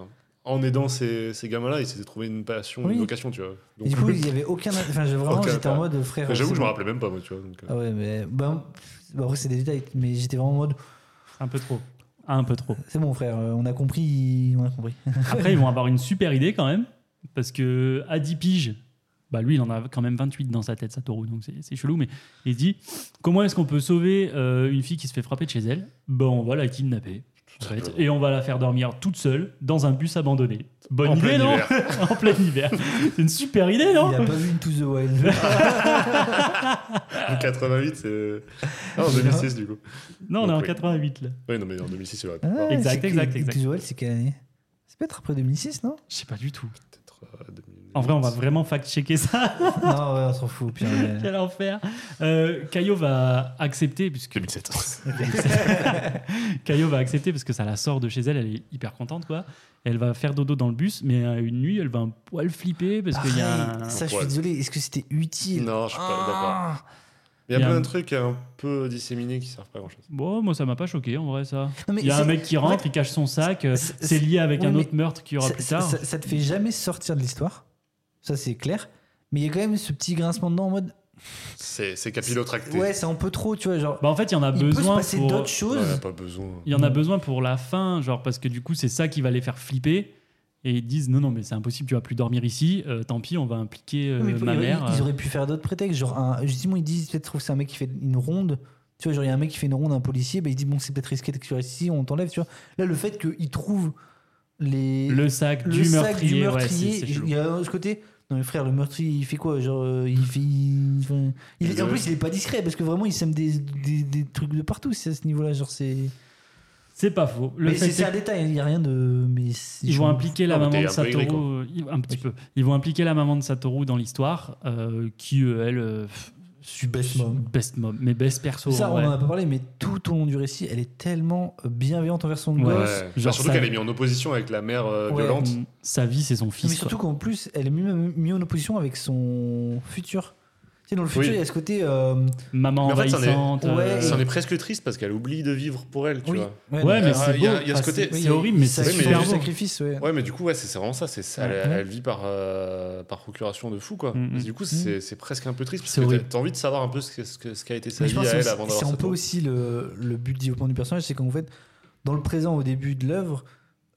en aidant ces, ces gamins-là, il s'était trouvé une passion, Oui. une vocation, tu vois. Et Donc, du coup il y avait aucun, enfin j'ai vraiment Aucun j'étais en intérêt. mode frère. J'avoue, c'est je me bon. rappelais même pas, moi, tu vois. donc, euh. Ah ouais mais ben, pff, bah, après c'est des détails, mais j'étais vraiment en mode Un peu trop. Un peu trop. c'est bon frère, euh, on a compris, on a compris. Après, ils vont avoir une super idée quand même, parce que à 10 piges, bah lui, il en a quand même 28 dans sa tête, Satoru, donc c'est c'est chelou, mais il se dit comment est-ce qu'on peut sauver euh, une fille qui se fait frapper de chez elle Ben, on va la kidnapper. en fait, simplement. et on va la faire dormir toute seule dans un bus abandonné. Bonne En idée, plein non hiver. En plein hiver. C'est une super idée, non Il a pas vu une To the Wild. Ah. En 88, c'est. Ah, en 2006, du coup. Non, on est en Donc, oui. 88 là. Oui, non, mais en 2006, c'est Ah, peut-être Exact, c'est que- exact, et exact. To the Wild, c'est quelle année C'est peut-être après 2006, non Je sais pas du tout. euh, 2000. En vrai, on va vraiment fact-checker ça. Non, ouais, on s'en fout. Puis, euh, Quel enfer. Euh, Caillot va accepter, puisque 2007. Caillot va accepter parce que ça la sort de chez elle, elle est hyper contente quoi. Elle va faire dodo dans le bus, mais euh, une nuit, elle va un poil flipper parce qu'il y a. pareil, un- Ah, Ça, je Ouais. suis désolé. Est-ce que c'était utile non, je suis pas d'accord. Ah Il y a Il y a plein un- de trucs un peu disséminés qui servent pas à grand chose. Bon, moi ça m'a pas choqué en vrai ça. Non, mais Il y a un c'est- mec qui en rentre, fait, il cache son sac, euh, c'est- c'est lié avec ouais, un mais autre meurtre qu'il y aura ça, plus ça- tard. ça- ça te fait jamais sortir de l'histoire. Ça, c'est clair. Mais il y a quand même ce petit grincement dedans en mode. C'est c'est capillotracté. Ouais, c'est un peu trop, tu vois. Genre, Bah en fait, il y en a il peut se besoin passer pour- euh, d'autres Mm. Ouais, choses. y a pas besoin. Il y en a besoin pour la fin, genre parce que du coup c'est ça qui va les faire flipper et ils disent non non mais c'est impossible, tu vas plus dormir ici, euh, tant pis, on va impliquer euh, Oui, mais ma ils, mère. ils auraient pu faire d'autres prétextes. Genre, un, justement, ils disent peut-être trouve c'est un mec qui fait une ronde. Tu vois, genre, il y a un mec qui fait une ronde, un policier, bah, il dit bon, c'est peut-être risqué que tu restes ici, on t'enlève, tu vois. Là, le fait qu'il trouve les. euh, le sac, le du, sac meurtrier, du ouais, meurtrier, c'est- c'est il chelou. y a ce côté. Non, mais frère, le meurtrier, il fait quoi Genre, euh, il fait. il- enfin, il est- en Le- plus, il est pas discret parce que vraiment, il sème des, des, des trucs de partout c'est à ce niveau-là. Genre, c'est. C'est pas faux. Le Mais fait c'est c'est est- un détail, il y a rien de. Mais c'est- ils vont impliquer la Ah, mais maman t'es de un peu aigri, Satoru euh, ils- un petit peu. Ils vont impliquer la maman de Satoru dans l'histoire euh, qui euh, elle euh, pff, suis best mom. best mom, mais best perso. Ça, en on vrai. en a pas parlé, mais tout au long du récit, elle est tellement bienveillante envers son Ouais. Ouais. gosse. Bah, Genre surtout ça- qu'elle est mise en opposition avec la mère euh, Ouais. violente. Mm, Sa vie c'est son Mais fils. surtout qu'en plus, elle est mise mis en opposition avec son futur. Tu sais, dans le futur, Oui. il y a ce côté. euh, quoi. Maman Mais en fait, c'en est- envahissante. euh, Ouais, Euh, Ça en est presque triste parce qu'elle oublie de vivre pour elle, tu oui. vois. Ouais, mais Euh, c'est il y a- beau. il y a ce Ah, côté- c'est- c'est horrible mais c'est Oui, mais- super du beau. sacrifice, ouais. Ouais, mais du coup, ouais, c'est c'est vraiment ça. C'est ça. Ouais. Elle, elle vit par, euh, par procuration de fou, quoi. Mm, Parce mm. que Du coup, c'est c'est presque un peu triste parce C'est que t'as- horrible. t'as envie de savoir un peu ce qu'a ce que- ce qu'a été sa Mais je vie pense à que elle c'est- avant c'est d'avoir un cette peu aussi le, le but du développement du personnage, c'est qu'en fait, dans le présent, au début de l'œuvre,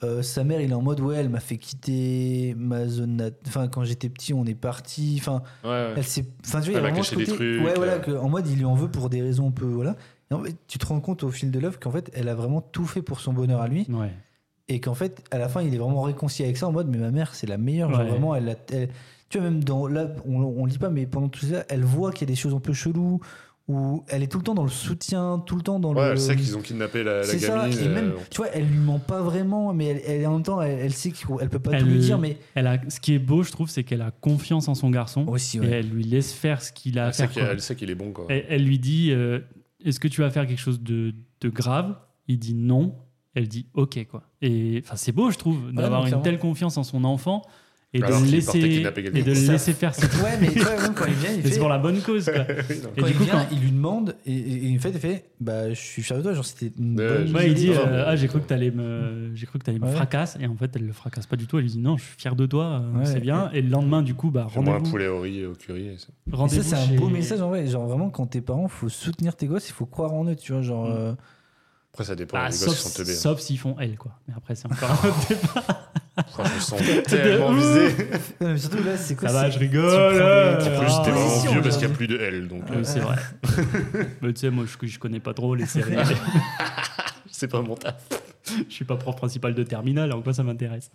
euh, sa mère, il est en mode ouais, elle m'a fait quitter ma zone. nat- Enfin, quand j'étais petit, on est parti. Enfin, Ouais, ouais. elle s'est. Enfin, tu vois, il y Elle a m'a vraiment ce caché des côté. trucs, ouais, voilà, euh. que, en mode, il lui en veut pour des raisons un peu voilà. Et en fait, tu te rends compte au fil de l'œuvre qu'en fait, elle a vraiment tout fait pour son bonheur à lui, Ouais. et qu'en fait, à la fin, il est vraiment réconcilié avec ça en mode mais ma mère, c'est la meilleure. Genre, Ouais. vraiment, elle, a- elle- tu vois même dans là, on, on lit pas, mais pendant tout ça, elle voit qu'il y a des choses un peu cheloues. Où elle est tout le temps dans le soutien, tout le temps dans Ouais, le. elle sait qu'ils ont kidnappé la, la C'est ça, gamine. et même, euh, tu vois, elle lui ment pas vraiment, mais elle, elle- en même temps, elle, elle sait qu'elle peut pas Elle- tout lui dire, mais Elle a, ce qui est beau, je trouve, c'est qu'elle a confiance en son garçon aussi, et ouais. elle lui laisse faire ce qu'il a à elle sait faire. qu'il quoi. elle sait qu'il est bon, quoi. Elle, elle lui dit euh, Est-ce que tu vas faire quelque chose de, de grave Il dit non. Elle dit OK, quoi. Et enfin, c'est beau, je trouve, d'avoir non, une clairement. telle confiance en son enfant et Alors de le qu'il laisser partait kidnapper quelqu'un. et de le Ça- laisser faire. ses- Ouais, mais toi, même quand il vient, il Et fait. c'est pour la bonne cause. quoi. Oui, non. Et quand du il coup, vient, quand- il lui demande, et, et- et en fait, il fait, bah, je suis fier de toi, genre, c'était une Ouais, bonne je- Moi, il dit Ouais, euh, mais- Ah, j'ai cru que t'allais me, j'ai cru que t'allais me Ouais. fracasser. Et en fait, elle le fracasse pas du tout. Elle lui dit Non, je suis fier de toi. euh, Ouais, c'est bien. Et le lendemain, du coup, bah Fais-moi un rendez-vous. poulet au riz et au curry. et c'est- Et ça, rendez-vous c'est un chez- beau message en vrai. Genre, vraiment, quand t'es parents, faut soutenir tes gosses, il faut croire en eux, tu vois. Genre, Mm. euh, Après, ça dépend. Bah, les sauf gosses, ils sont teubés. hein. sauf s'ils font elle, quoi. Mais après, c'est encore un autre débat. hein. Enfin, je me sens tellement visé. non, mais surtout là, c'est quoi Ça va, c'est- je tu prends rigole. des- euh, tu En prends des plus, ah. j'étais vraiment positions, vieux parce genre. qu'il n'y a plus de L. Donc, euh, Oui, c'est vrai. Mais tu sais, moi, je, je connais pas trop les séries. c'est pas mon taf. je suis pas prof principal de terminale, en quoi ça m'intéresse.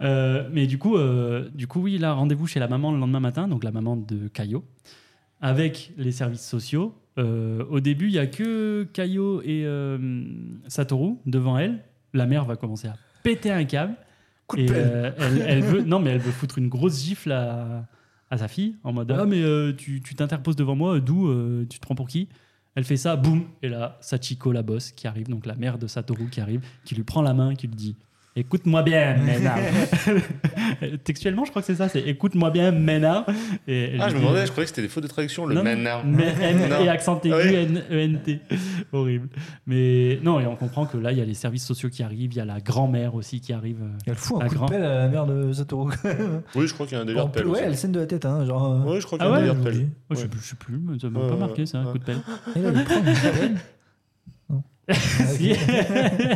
Euh, mais du coup, euh, du coup, oui, là, rendez-vous chez la maman le lendemain matin, donc la maman de Caillot, avec les services sociaux. Euh, au début, il y a que Caillot et euh, Satoru devant elle. La mère va commencer à péter un câble. Coup de Et, pelle. euh, elle, elle veut, non, mais elle veut foutre une grosse gifle à, à sa fille en mode Ah, mais euh, tu tu t'interposes devant moi, d'où euh, tu te prends pour qui Elle fait ça, boum Et là, Sachiko, la boss, qui arrive, donc la mère de Satoru qui arrive, qui lui prend la main, qui lui dit Écoute-moi bien, Mena. Textuellement, je crois que c'est ça c'est Écoute-moi bien, Mena. Et elle Ah, lui je me dit, demandais, je croyais que c'était des fautes de traduction. Le Non, non. nanar. mais M Non. et accent aigu Ah oui. N- ENT. Horrible. Mais non, et on comprend que là, il y a les services sociaux qui arrivent, il y a la grand-mère aussi qui arrive. euh, Elle fout Ah, un coup grand. de pelle à la mère de Satoru. Oui, je crois qu'il y a un délire En de pelle. plus, Ouais, aussi. elle scène de la tête, hein, genre. euh, Ouais, je crois Ah qu'il y a un ouais, délire de j'ai pelle. oublié. Oh, je, Ouais. je sais plus, mais ça m'a pas Ouais, marqué ça, un ouais. coup de pelle. Et là, elle prend une pelle. Non. Ah, ok. Si.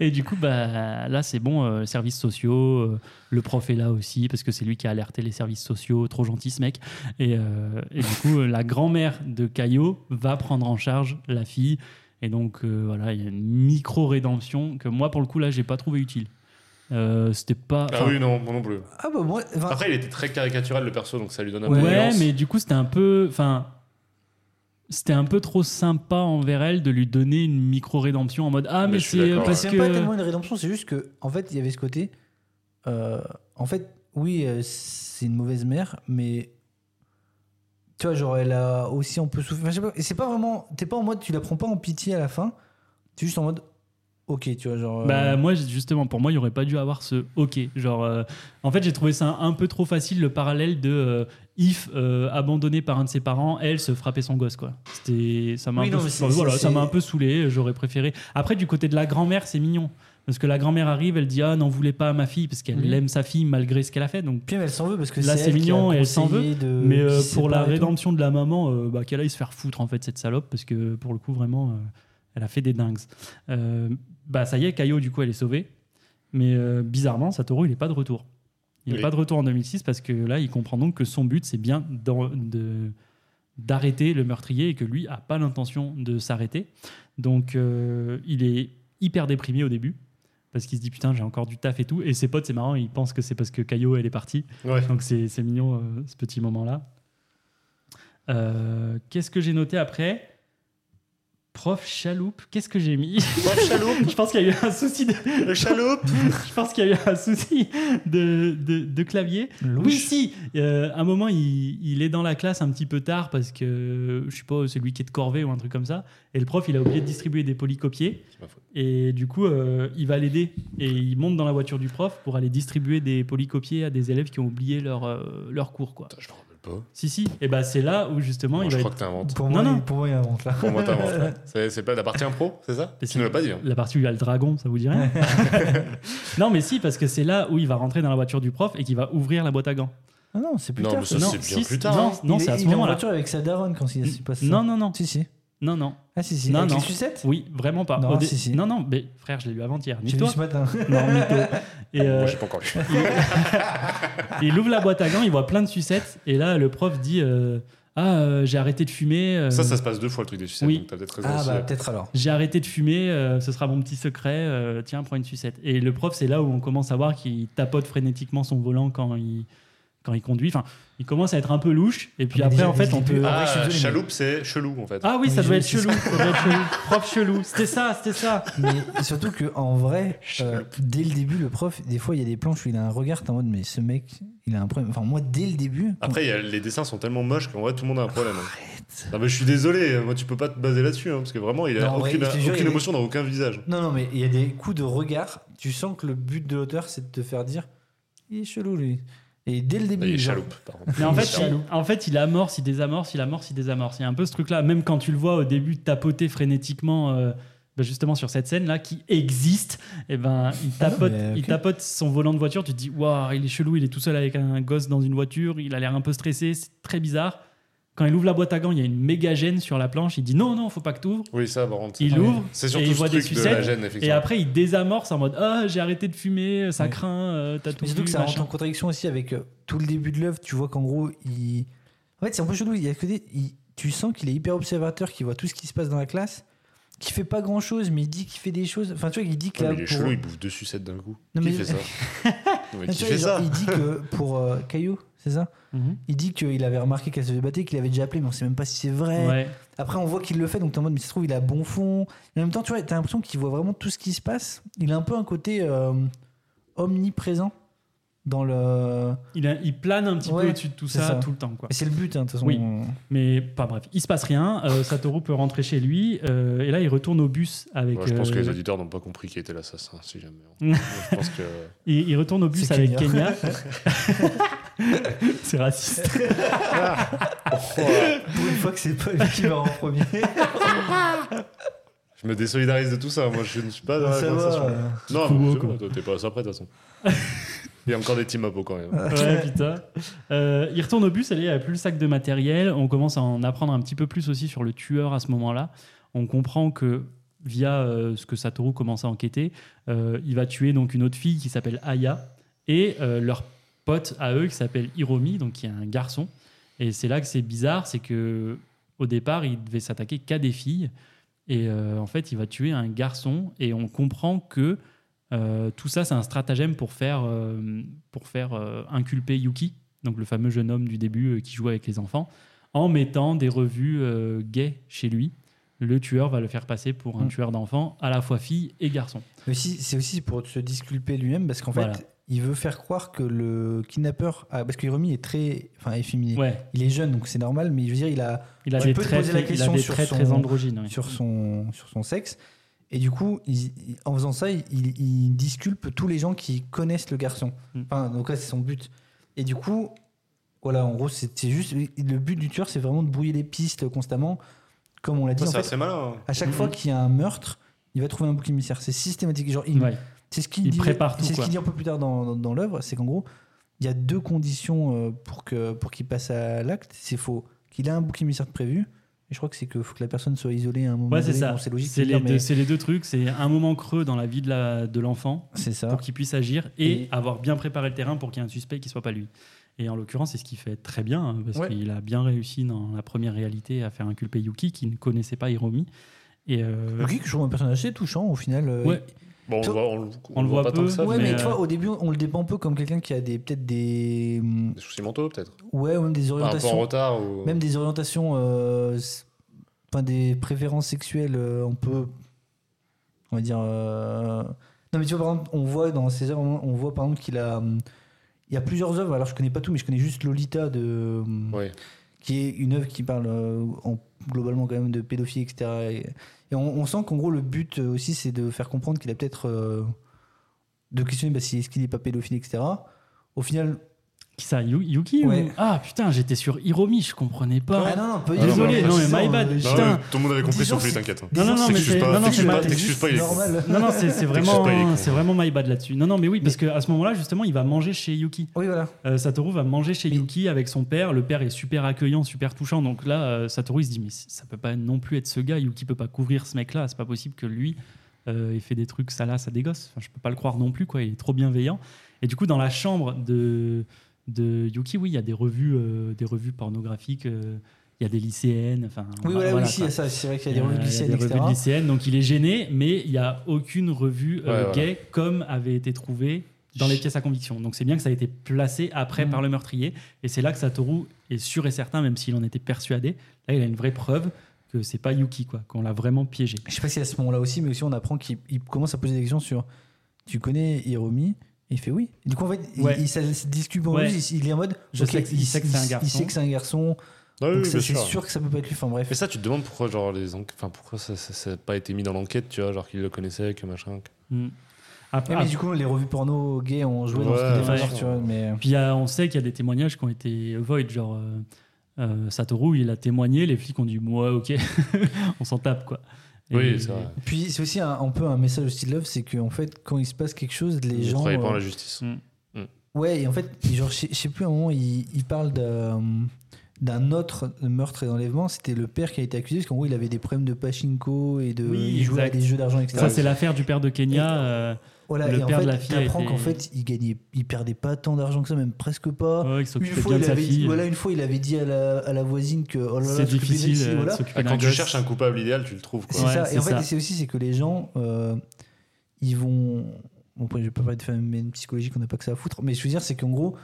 et du coup, bah, là, c'est bon, euh, services sociaux, euh, le prof est là aussi, parce que c'est lui qui a alerté les services sociaux, trop gentil ce mec. Et, euh, et du coup, euh, la grand-mère de Caillot va prendre en charge la fille. Et donc, euh, voilà, il y a une micro-rédemption que moi, pour le coup, là, j'ai pas trouvé utile. Euh, C'était pas. Ah enfin, oui, non, moi non plus. Ah, bah, moi. enfin, Après, il était très caricatural le perso, donc ça lui donne un peu Ouais, de nuance. mais du coup, c'était un peu. Enfin. C'était un peu trop sympa envers elle de lui donner une micro-rédemption en mode Ah, Mais mais, je suis c'est d'accord, parce c'est que. même pas tellement une rédemption, c'est juste que, en fait, il y avait ce côté. euh, en fait, oui, euh, c'est une mauvaise mère, mais. Tu vois, genre, elle a aussi un peu souffert. Enfin, je sais pas, et c'est pas vraiment. T'es pas en mode, tu la prends pas en pitié à la fin. T'es juste en mode. ok, tu vois, genre. Bah euh, moi j- justement pour moi il n'y aurait pas dû avoir ce ok genre euh, en fait j'ai trouvé ça un, un peu trop facile le parallèle de euh, if euh, abandonnée par un de ses parents elle se frappait son gosse quoi c'était ça m'a Oui, un peu non, mais c'est- voilà, c'est- ça m'a un peu saoulé j'aurais préféré après du côté de la grand-mère c'est mignon parce que la grand-mère arrive elle dit ah n'en voulez pas à ma fille parce qu'elle Mhm. aime sa fille malgré ce qu'elle a fait donc Puis elle s'en veut parce que Là, c'est c'est mignon et elle s'en veut, mais euh, pour la rédemption rédemption de la maman, euh, bah, qu'elle aille se faire foutre en fait cette salope parce que pour le coup vraiment, euh, elle a fait des dingues. Euh, bah ça y est, Caillot du coup elle est sauvée, mais euh, bizarrement Satoru il est pas de retour. Il n'est Oui. pas de retour en 2006 parce que là il comprend donc que son but c'est bien d'en- de d'arrêter le meurtrier et que lui a pas l'intention de s'arrêter. Donc euh, il est hyper déprimé au début parce qu'il se dit putain j'ai encore du taf et tout et ses potes c'est marrant ils pensent que c'est parce que Caillot elle est partie Ouais. donc c'est c'est mignon euh, ce petit moment-là. Euh, Qu'est-ce que j'ai noté après Prof chaloupe, qu'est-ce que j'ai mis Prof chaloupe. Je pense qu'il y a eu un souci de, Le chaloupe je pense qu'il y a eu un souci de, de- de clavier. Oui, si. Euh, à un moment, il, il est dans la classe un petit peu tard parce que je sais pas, c'est lui qui est de corvée ou un truc comme ça. Et le prof, il a oublié de distribuer des polycopiés. C'est ma faute. Et du coup, euh, il va l'aider et il monte dans la voiture du prof pour aller distribuer des polycopiés à des élèves qui ont oublié leur, euh, leur cours. Quoi. Putain, je me rappelle pas. Si, si, et bah c'est là où justement Moi, il je va crois être que t'inventes. Pour Non, moi, non. il- pour moi, il invente là. Pour moi, t'inventes. ouais. C'est- C'est pas la partie impro, c'est ça Mais Tu c'est- ne l'as pas dit. hein. la partie où il y a le dragon, ça vous dit rien Non, mais si, parce que c'est là où il va rentrer dans la voiture du prof et qu'il va ouvrir la boîte à gants. Ah non, c'est plus Non, tard. mais ça, non, c'est bien si, plus tard. non, hein. non, Il c'est est- à ce Il est en moment-là. voiture avec sa daronne quand il se passe ça. Non, non, non, Si, si. non, non, Ah, si, si. Non, Avec non. les sucettes oui, vraiment pas. Non, Au dé- si, si. non, non, mais frère, je l'ai lu avant-hier, ni J'ai vu toi. ce matin. Non, mytho. Et euh, Moi, j'ai pas encore lu. il ouvre la boîte à gants, il voit plein de sucettes, et là, le prof dit euh, Ah, euh, j'ai arrêté de fumer. euh, Ça, ça se passe deux fois le truc des sucettes, oui. donc t'as peut-être raison Ah, aussi. bah, peut-être alors. J'ai arrêté de fumer, euh, ce sera mon petit secret. euh, tiens, prends une sucette. Et le prof, c'est là où on commence à voir qu'il tapote frénétiquement son volant quand il, quand il conduit. Enfin, il commence à être un peu louche. Et puis Ah, après, Mais déjà, en fait, il on peut- peut. en vrai, je suis Ah, désolé, mais- chaloupe, c'est chelou en fait. Ah oui, ça il devait est être chelou. chelou. ça devait être chelou. Prof chelou. C'était ça, c'était ça. Mais surtout qu'en vrai, euh, dès le début, le prof, des fois, il y a des planches où il a un regard, t'es en mode, mais ce mec, il a un problème. Enfin, moi, dès le début. quand- Après, il y a- les dessins sont tellement moches qu'en vrai, tout le monde a un problème. hein. Non, mais je suis désolé, euh, moi, tu peux pas te baser là-dessus, hein, parce que vraiment, il a Non, en vrai, aucune, je te jure, aucune il y a- émotion dans aucun visage. Non, non, mais il y a des coups de regard. Tu sens que le but de l'auteur, c'est de te faire dire, il est chelou, lui. Et dès le début. Il est genre- chaloupe, par contre. Mais en Il est fait, chaloupe. il, en fait, il amorce, il désamorce, il amorce, il désamorce. Il y a un peu ce truc-là. Même quand tu le vois au début tapoter frénétiquement, euh, ben justement sur cette scène-là qui existe, et ben, il, Ah non, tapote, mais, il ok. tapote son volant de voiture. Tu te dis, waouh, il est chelou, il est tout seul avec un gosse dans une voiture, il a l'air un peu stressé, c'est très bizarre. Quand il ouvre la boîte à gants, il y a une méga gêne sur la planche. Il dit, non, non, faut pas que tu ouvres. Oui, ça, par contre. Il Ah, oui. ouvre C'est et il surtout ce voit des truc de la sucettes, gêne, Et effectivement. après, il désamorce en mode, ah, j'ai arrêté de fumer, ça Ouais. craint, euh, t'as tout Mais surtout vu, que ça rentre machin. en contradiction aussi avec euh, tout le début de l'œuvre. Tu vois qu'en gros, il. En fait, c'est un peu chelou. Il y a que des- il- Tu sens qu'il est hyper observateur, qu'il voit tout ce qui se passe dans la classe, qu'il fait pas grand chose, mais il dit qu'il fait des choses. Enfin, tu vois, il dit que Ouais, là. mais il est pour- chelou, il bouffe deux sucettes d'un coup. Non, Qui mais- fait ça Non, mais Non, qui tu vois, fait genre, ça Il dit que pour euh, Caillou, c'est ça Mhm. Il dit qu'il avait remarqué qu'elle se fait battre, qu'il avait déjà appelé, mais on sait même pas si c'est vrai. Ouais. Après, on voit qu'il le fait, donc t'es en mode, mais ça se trouve, il a bon fond. Et en même temps, tu vois, t'as l'impression qu'il voit vraiment tout ce qui se passe. Il a un peu un côté euh, omniprésent dans le. Il, a- il plane un petit Ouais, peu au-dessus de tout c'est ça, ça. tout le temps. Quoi. Mais C'est le but, hein, de toute façon. Oui. Mais pas bref, il se passe rien. euh, Satoru peut rentrer chez lui euh, et là il retourne au bus avec. Ouais, Je pense euh, que les auditeurs n'ont pas compris qui était l'assassin, si jamais. hein. Mm. Je pense que. il, il retourne au bus C'est avec Kenya. c'est raciste. Pour une fois que c'est pas lui qui va en premier. Je me désolidarise de tout ça, moi je ne suis pas Ah, dans la ça va. conversation. euh, Non, Fou, mais quoi. c'est bon, toi, t'es pas à ça près de toute façon. Il y a encore des team-up au quand Ah, même. Ouais, putain. hein. Euh, il retourne au bus, elle a plus le sac de matériel. On commence à en apprendre un petit peu plus aussi sur le tueur à ce moment-là. On comprend que via euh, ce que Satoru commence à enquêter, euh, il va tuer donc une autre fille qui s'appelle Aya et euh, leur pote à eux qui s'appelle Hiromi, donc qui est un garçon. Et c'est là que c'est bizarre, c'est que au départ, il devait s'attaquer qu'à des filles. Et euh, en fait, il va tuer un garçon. Et on comprend que euh, tout ça, c'est un stratagème pour faire, euh, pour faire euh, inculper Yuki, donc le fameux jeune homme du début euh, qui joue avec les enfants, en mettant des revues euh, gays chez lui. Le tueur va le faire passer pour un Mm. tueur d'enfants, à la fois fille et garçon. mais aussi- C'est aussi pour se disculper lui-même, parce qu'en Voilà. fait, il veut faire croire que le kidnappeur. ah, parce qu'Hiromi est très. Enfin, efféminé. Ouais, Il est jeune, donc c'est normal, mais je veux dire, il a. il a Tu des peux te traits, poser la très- il a question des sur traits son- très androgynes. ouais. sur son, sur son sexe. Et du coup, il- il- en faisant ça, il, il disculpe tous les gens qui connaissent le garçon. Mm. Enfin, donc là, c'est son but. Et du coup, voilà, en gros, c'est c'est juste. Le but du tueur, c'est vraiment de brouiller les pistes constamment. Comme on l'a dit, Ça, en c'est fait, assez malin. hein. à chaque Mhm. fois qu'il y a un meurtre, il va trouver un bouc émissaire. C'est systématique. Genre, il, Ouais. c'est ce qu'il Il dit. prépare tout, C'est ce quoi. qu'il dit un peu plus tard dans, dans- dans l'œuvre, c'est qu'en gros, il y a deux conditions euh, pour que pour qu'il passe à l'acte. C'est faux qu'il a un bouc émissaire de prévu. Et je crois que c'est que faut que la personne soit isolée à un moment. Ouais, c'est donné. ça. Bon, c'est logique. C'est de les, dire, deux- mais c'est les deux trucs. C'est un moment creux dans la vie de la- de l'enfant C'est ça. pour qu'il puisse agir et, Et- avoir bien préparé le terrain pour qu'il y ait un suspect qui soit pas lui. Et en l'occurrence, c'est ce qu'il fait très bien hein, parce Ouais. qu'il a bien réussi dans la première réalité à faire inculper Yuki qui ne connaissait pas Hiromi. Et euh, Le geek, je trouve un personnage assez touchant au final. euh, Ouais. Bon, on, le Toi- voit, on, le- on le le voit voit pas peu. tant que ça. Ouais, mais, mais, euh, tu vois, au début, on le dépeint un peu comme quelqu'un qui a des peut-être des hum, Des soucis mentaux, peut-être. ouais, ou même des Enfin, un peu en orientations, retard. Ou... même des orientations, euh, s- enfin des préférences sexuelles euh, un peu, on va dire. euh, Non mais tu vois, par exemple, on voit dans ses œuvres, on voit par exemple qu'il a, hum, il y a plusieurs œuvres. Alors je connais pas tout, mais je connais juste Lolita de. hum, Ouais. qui est une œuvre qui parle euh, en- globalement quand même de pédophilie, etc. Et, et on, on sent qu'en gros, le but euh, aussi, c'est de faire comprendre qu'il a peut-être. euh, de questionner bah, si est-ce qu'il n'est pas pédophile, etc. Au final. qui ça Yu- Yuki ou- Ouais. Ah putain, j'étais sur Hiromi, je comprenais pas. Ah non, non, pas Ah, Désolé, non, mais my bad, euh, Bah Non, disons, putain. mais tout le monde avait compris disons, sur lui, c'est- t'inquiète. Non, non, disons, non, mais T'excuses c'est- pas, non, non, t'excuses c'est pas, ma- t'excuses pas, il est con. normal. Non, non, c'est c'est Quelque chose vraiment, pas, il est con. c'est vraiment my bad là-dessus. Non, non, mais oui, parce que à ce moment-là, justement, il va manger chez Yuki. Oui, voilà. Euh, Satoru va manger chez Mais- Yuki avec son père. Le père est super accueillant, super touchant. Donc là, euh, Satoru il se dit mais ça peut pas non plus être ce gars. Yuki peut pas couvrir ce mec-là. C'est pas possible que lui euh, il fait des trucs salaces à des gosses. Enfin, je peux pas le croire non plus quoi. Il est trop bienveillant. Et du coup, dans la chambre de de Yuki, oui, il y a des revues, euh, des revues pornographiques. euh, il y a des lycéennes. Enfin, Oui, voilà, voilà, voilà, oui, si, quoi. il Euh, y a ça. C'est vrai qu'il Il y a des revues y a lycéennes, des etc. revues de lycéennes, donc il est gêné, mais il n'y a aucune revue euh, Ouais, voilà. gay comme avait été trouvée dans les pièces à conviction. Donc c'est bien que ça a été placé après Mm. par le meurtrier, et c'est là que Satoru est sûr et certain, même s'il en était persuadé, là il a une vraie preuve que c'est pas Yuki, quoi, qu'on l'a vraiment piégé. Je sais pas si à ce moment-là aussi, mais aussi on apprend qu'il il commence à poser des questions sur Tu connais Hiromi Et il fait oui. Et du coup, en fait, il- Ouais. il, ça se discute en Ouais. lui, il, il est en mode Je Ok, sais que- il sait que c'est un il- Il garçon. sait que c'est un garçon. Ah oui, Donc oui, ça, bien c'est sûr. sûr que ça peut pas être lui. Enfin bref. Mais ça, tu te demandes pourquoi, genre, les enqu- enfin, pourquoi ça n'a pas été mis dans l'enquête, tu vois, genre qu'ils le connaissaient, que machin. que- Mm. Ouais, Après, mais du coup, les revues porno gays ont joué dans Ouais, ce débat, ouais. genre, tu vois, mais... euh. Puis il y a- on sait qu'il y a des témoignages qui ont été void, genre euh, euh, Satoru il a témoigné, les flics ont dit ouais ok, on s'en tape quoi. Et- Oui, c'est vrai. Puis c'est aussi un, un peu un message de style love, c'est qu'en fait, quand il se passe quelque chose, les Ils ne gens... travaillaient pas en euh, la justice. Ouais, et en fait, genre, je sais- je sais plus, à un moment, il, il parle d'un d'un autre meurtre et d'enlèvement, c'était le père qui a été accusé, parce qu'en gros, il avait des problèmes de pachinko et de... Oui, il jouait à exact. des jeux d'argent, etc. Ça c'est l'affaire du père de Kenya. euh, voilà, le et en père fait, de la fille a t'apprends été- qu'en fait, il, gagnait, il perdait pas tant d'argent que ça, même presque pas. Ouais, qui Une s'occupait fois, bien de il sa avait, dit- fille. euh, voilà, une fois, il avait dit à la, à la voisine que oh là là, c'est tu peux baiser difficile ici, euh, voilà. de s'occuper d'un Ah, quand tu gosse. cherches un coupable idéal, tu le trouves, quoi. C'est Ouais, ça. c'est Et en fait, ça. c'est aussi c'est que les gens, euh, ils vont. Bon, après, je vais pas parler de phénomène psychologique, on n'a pas que ça à foutre. Mais je veux dire, c'est qu'en gros,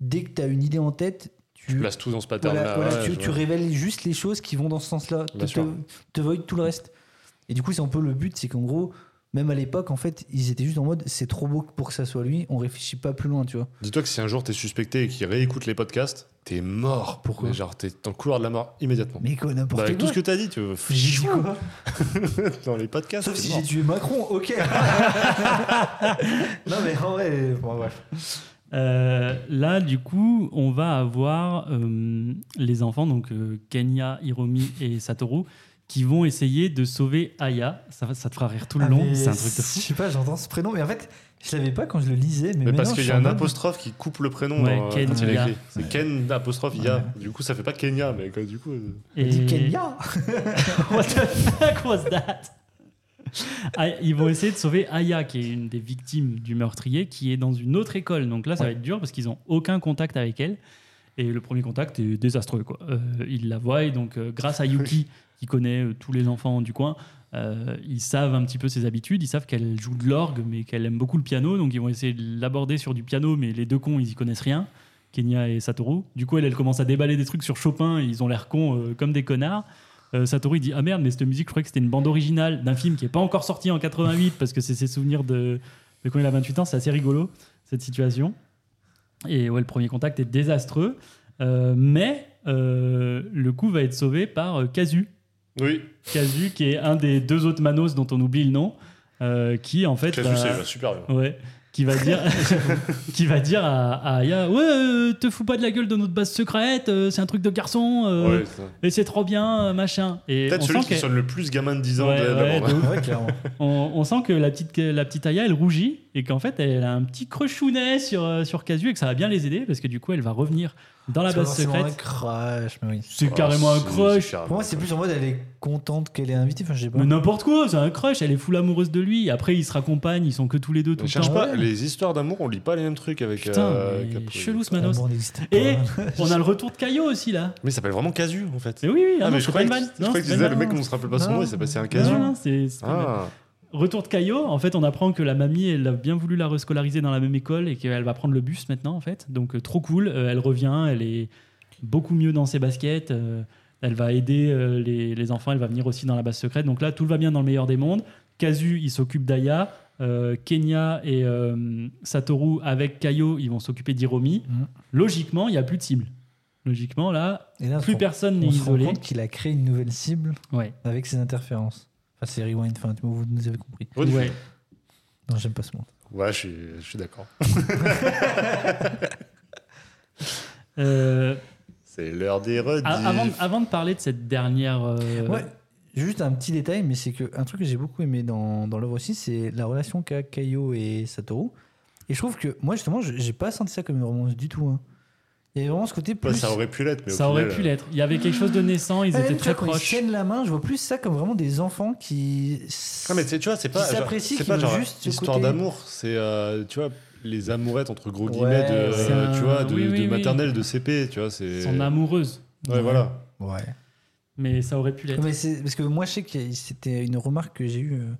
dès que tu as une idée en tête, tu, Tu places tout dans ce voilà, pattern-là. voilà, ouais, tu, je tu vois. révèles juste les choses qui vont dans ce sens-là. Bien Te, te, sûr. te void tout le reste. Et du coup, c'est un peu le but, c'est qu'en gros, même à l'époque, en fait, ils étaient juste en mode c'est trop beau pour que ça soit lui, on réfléchit pas plus loin, tu vois. Dis-toi que si un jour t'es suspecté et qu'il réécoute les podcasts, t'es mort. Pourquoi Mais Genre, t'es dans le couloir de la mort immédiatement. Mais quoi, Bah, n'importe avec tout quoi. ce que t'as dit, tu veux. J'ai dit quoi dans les podcasts. Sauf t'es si mort. j'ai tué Macron, ok. non, mais en vrai, bon, bref. Euh, là, du coup, on va avoir euh, les enfants, donc euh, Kenya, Hiromi et Satoru, qui vont essayer de sauver Aya. Ça, va- ça te fera rire tout le Ah, long. mais C'est un truc de Je fou. sais pas, j'entends ce prénom, mais en fait, je l'avais pas quand je le lisais. Mais, Mais maintenant, parce qu'il je suis y a en un mode- apostrophe qui coupe le prénom Ouais, dans- quand il est Kenya. écrit. C'est Ken apostrophe IA. Du coup, ça fait pas Kenya, mais quoi, du coup. euh, Il dit Kenya What the fuck was that Ah, Ils vont essayer de sauver Aya, qui est une des victimes du meurtrier, qui est dans une autre école. Donc là, ça va être dur parce qu'ils n'ont aucun contact avec elle. Et le premier contact est désastreux. Quoi. Euh, ils la voient et donc, euh, grâce à Yuki, qui connaît euh, tous les enfants du coin, euh, ils savent un petit peu ses habitudes. Ils savent qu'elle joue de l'orgue, mais qu'elle aime beaucoup le piano. Donc ils vont essayer de l'aborder sur du piano, mais les deux cons, ils y connaissent rien. Kenya et Satoru. Du coup, elle, elle commence à déballer des trucs sur Chopin. et ils ont l'air cons euh, comme des connards. Euh, Satoru il dit ah merde mais cette musique je croyais que c'était une bande originale d'un film qui est pas encore sorti en 88 parce que c'est ses souvenirs de, de quand il a 28 ans c'est assez rigolo cette situation et ouais le premier contact est désastreux Euh, mais euh, le coup va être sauvé par euh, Kazu Oui, Casu, qui est un des deux autres Manos dont on oublie le nom, euh, qui en fait. Casu, va- c'est déjà super bien. Ouais. Qui va dire, qui va dire à, à Aya, ouais, euh, te fous pas de la gueule de notre base secrète, euh, c'est un truc de garçon, euh, Ouais, c'est- et c'est trop bien, euh, machin. Et Peut-être on celui sent qui que- sonne le plus gamin de 10 ans Ouais, de la ouais, bande. de ouf. Ah, Ouais, clairement. on, on sent que la petite, la petite Aya, elle rougit et qu'en fait, elle a un petit crechounet sur, euh, sur Casu et que ça va bien les aider parce que du coup, elle va revenir dans la C'est pas base forcément bah, secrète. un crush, mais oui. C'est carrément un Ah, c'est- c'est crush. carrément Pour moi, un c'est crush. plus en mode elle est contente qu'elle est invitée. Enfin, je sais pas. Mais n'importe quoi, c'est un crush, elle est full amoureuse de lui. Après, ils se raccompagnent, ils sont que tous les deux tout On le cherche temps. Oh, pas les histoires d'amour, on lit pas les mêmes trucs avec. Putain, euh, mais Capri. chelou ce L'amour Manos. n'existe pas. Et on a le retour de Caillot aussi là. Mais il s'appelle vraiment Casu en fait. Mais oui, oui, ah Ah, non, c'est mais je pas croyais une que, vanne. je Non, croyais que c'est pas tu disais une le mec, vanne. on se rappelle pas son Non. nom, il s'appelle c'est un Non, Casu. non, non, c'est- c'est pas une vanne. Ah, Retour de Caillot, en fait, on apprend que la mamie, elle a bien voulu la rescolariser dans la même école et qu'elle va prendre le bus maintenant, en fait. Donc, euh, trop cool. Euh, elle revient, elle est beaucoup mieux dans ses baskets. euh, elle va aider euh, les, les enfants, elle va venir aussi dans la base secrète. Donc là, tout va bien dans le meilleur des mondes. Kazu, il s'occupe d'Aya. Euh, Kenya et euh, Satoru, avec Kayo, ils vont s'occuper d'Hiromi. Mhm. Logiquement, il n'y a plus de cible. Logiquement, là, Et là, plus on- personne n'est on se rend isolé. compte qu'il a créé une nouvelle cible Ouais. avec ses interférences. Enfin, c'est rewind. Enfin, tu- vous nous avez compris. Ouais, du- Ouais. Non, j'aime pas ce mot. Ouais, je suis, je suis d'accord. Euh, C'est l'heure des rediffs. a- avant, avant de parler de cette dernière. euh, Ouais. Juste un petit détail, mais c'est que un truc que j'ai beaucoup aimé dans, dans l'œuvre aussi, c'est la relation qu'a Kaio et Satoru. Et je trouve que moi, justement, je- j'ai pas senti ça comme une romance du tout. hein. Il y avait vraiment ce côté plus. Ouais, ça aurait pu l'être, mais au Ça aurait final, euh, pu l'être. Il y avait quelque chose de naissant, ils Ah, même, étaient tu vois, très quand Ils se proches. tiennent la main, je vois plus ça comme vraiment des enfants qui. Ah, mais tu sais, tu vois, c'est pas. Qui genre- s'apprécient, C'est qui pas veulent genre juste ce histoire côté- d'amour, c'est, euh, tu vois, les amourettes, entre gros Ouais, guillemets, de, c'est euh, un- tu vois, de, oui, de oui, oui. maternelle, de CP, tu vois, c'est. Son amoureuse. Ouais, voilà. Ouais. Mais ça aurait pu l'être. Mais c'est- parce que moi, je sais que c'était une remarque que j'ai eue. euh,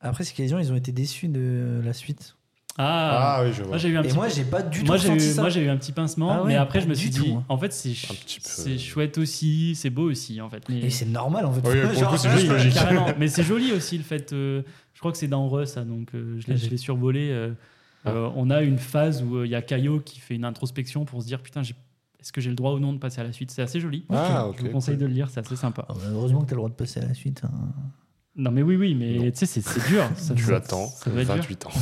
Après, c'est que les gens, ils ont été déçus de la suite. Ah, Ah oui, je vois. Moi, j'ai eu un Et petit moi, j'ai pas du tout moi, j'ai ressenti eu, ça. moi, j'ai eu un petit pincement, Ah ouais, mais après je me pas suis du dit, tout, hein. en fait c'est ch- Un petit peu. c'est chouette aussi, c'est beau aussi en fait. Mais, Et c'est normal, en fait. Oui, pour le Genre, euh, coup, c'est juste Oui, logique. carrément. mais c'est joli aussi le fait. euh, je crois que c'est dans Re ça, donc euh, je l'ai- je l'ai survolé. euh, Ah. euh, on a une phase où euh, il y a Caillot qui fait une introspection pour se dire putain j'ai- est-ce que j'ai le droit ou non de passer à la suite. C'est assez joli. Ah, ok. je vous conseille de le lire, c'est assez sympa. Ah, bah, heureusement que t'as le droit de passer à la suite. hein. Non mais oui oui mais Non. tu sais c'est- c'est dur. Ça- Tu ça- attends ça doit être dur. 28 ans.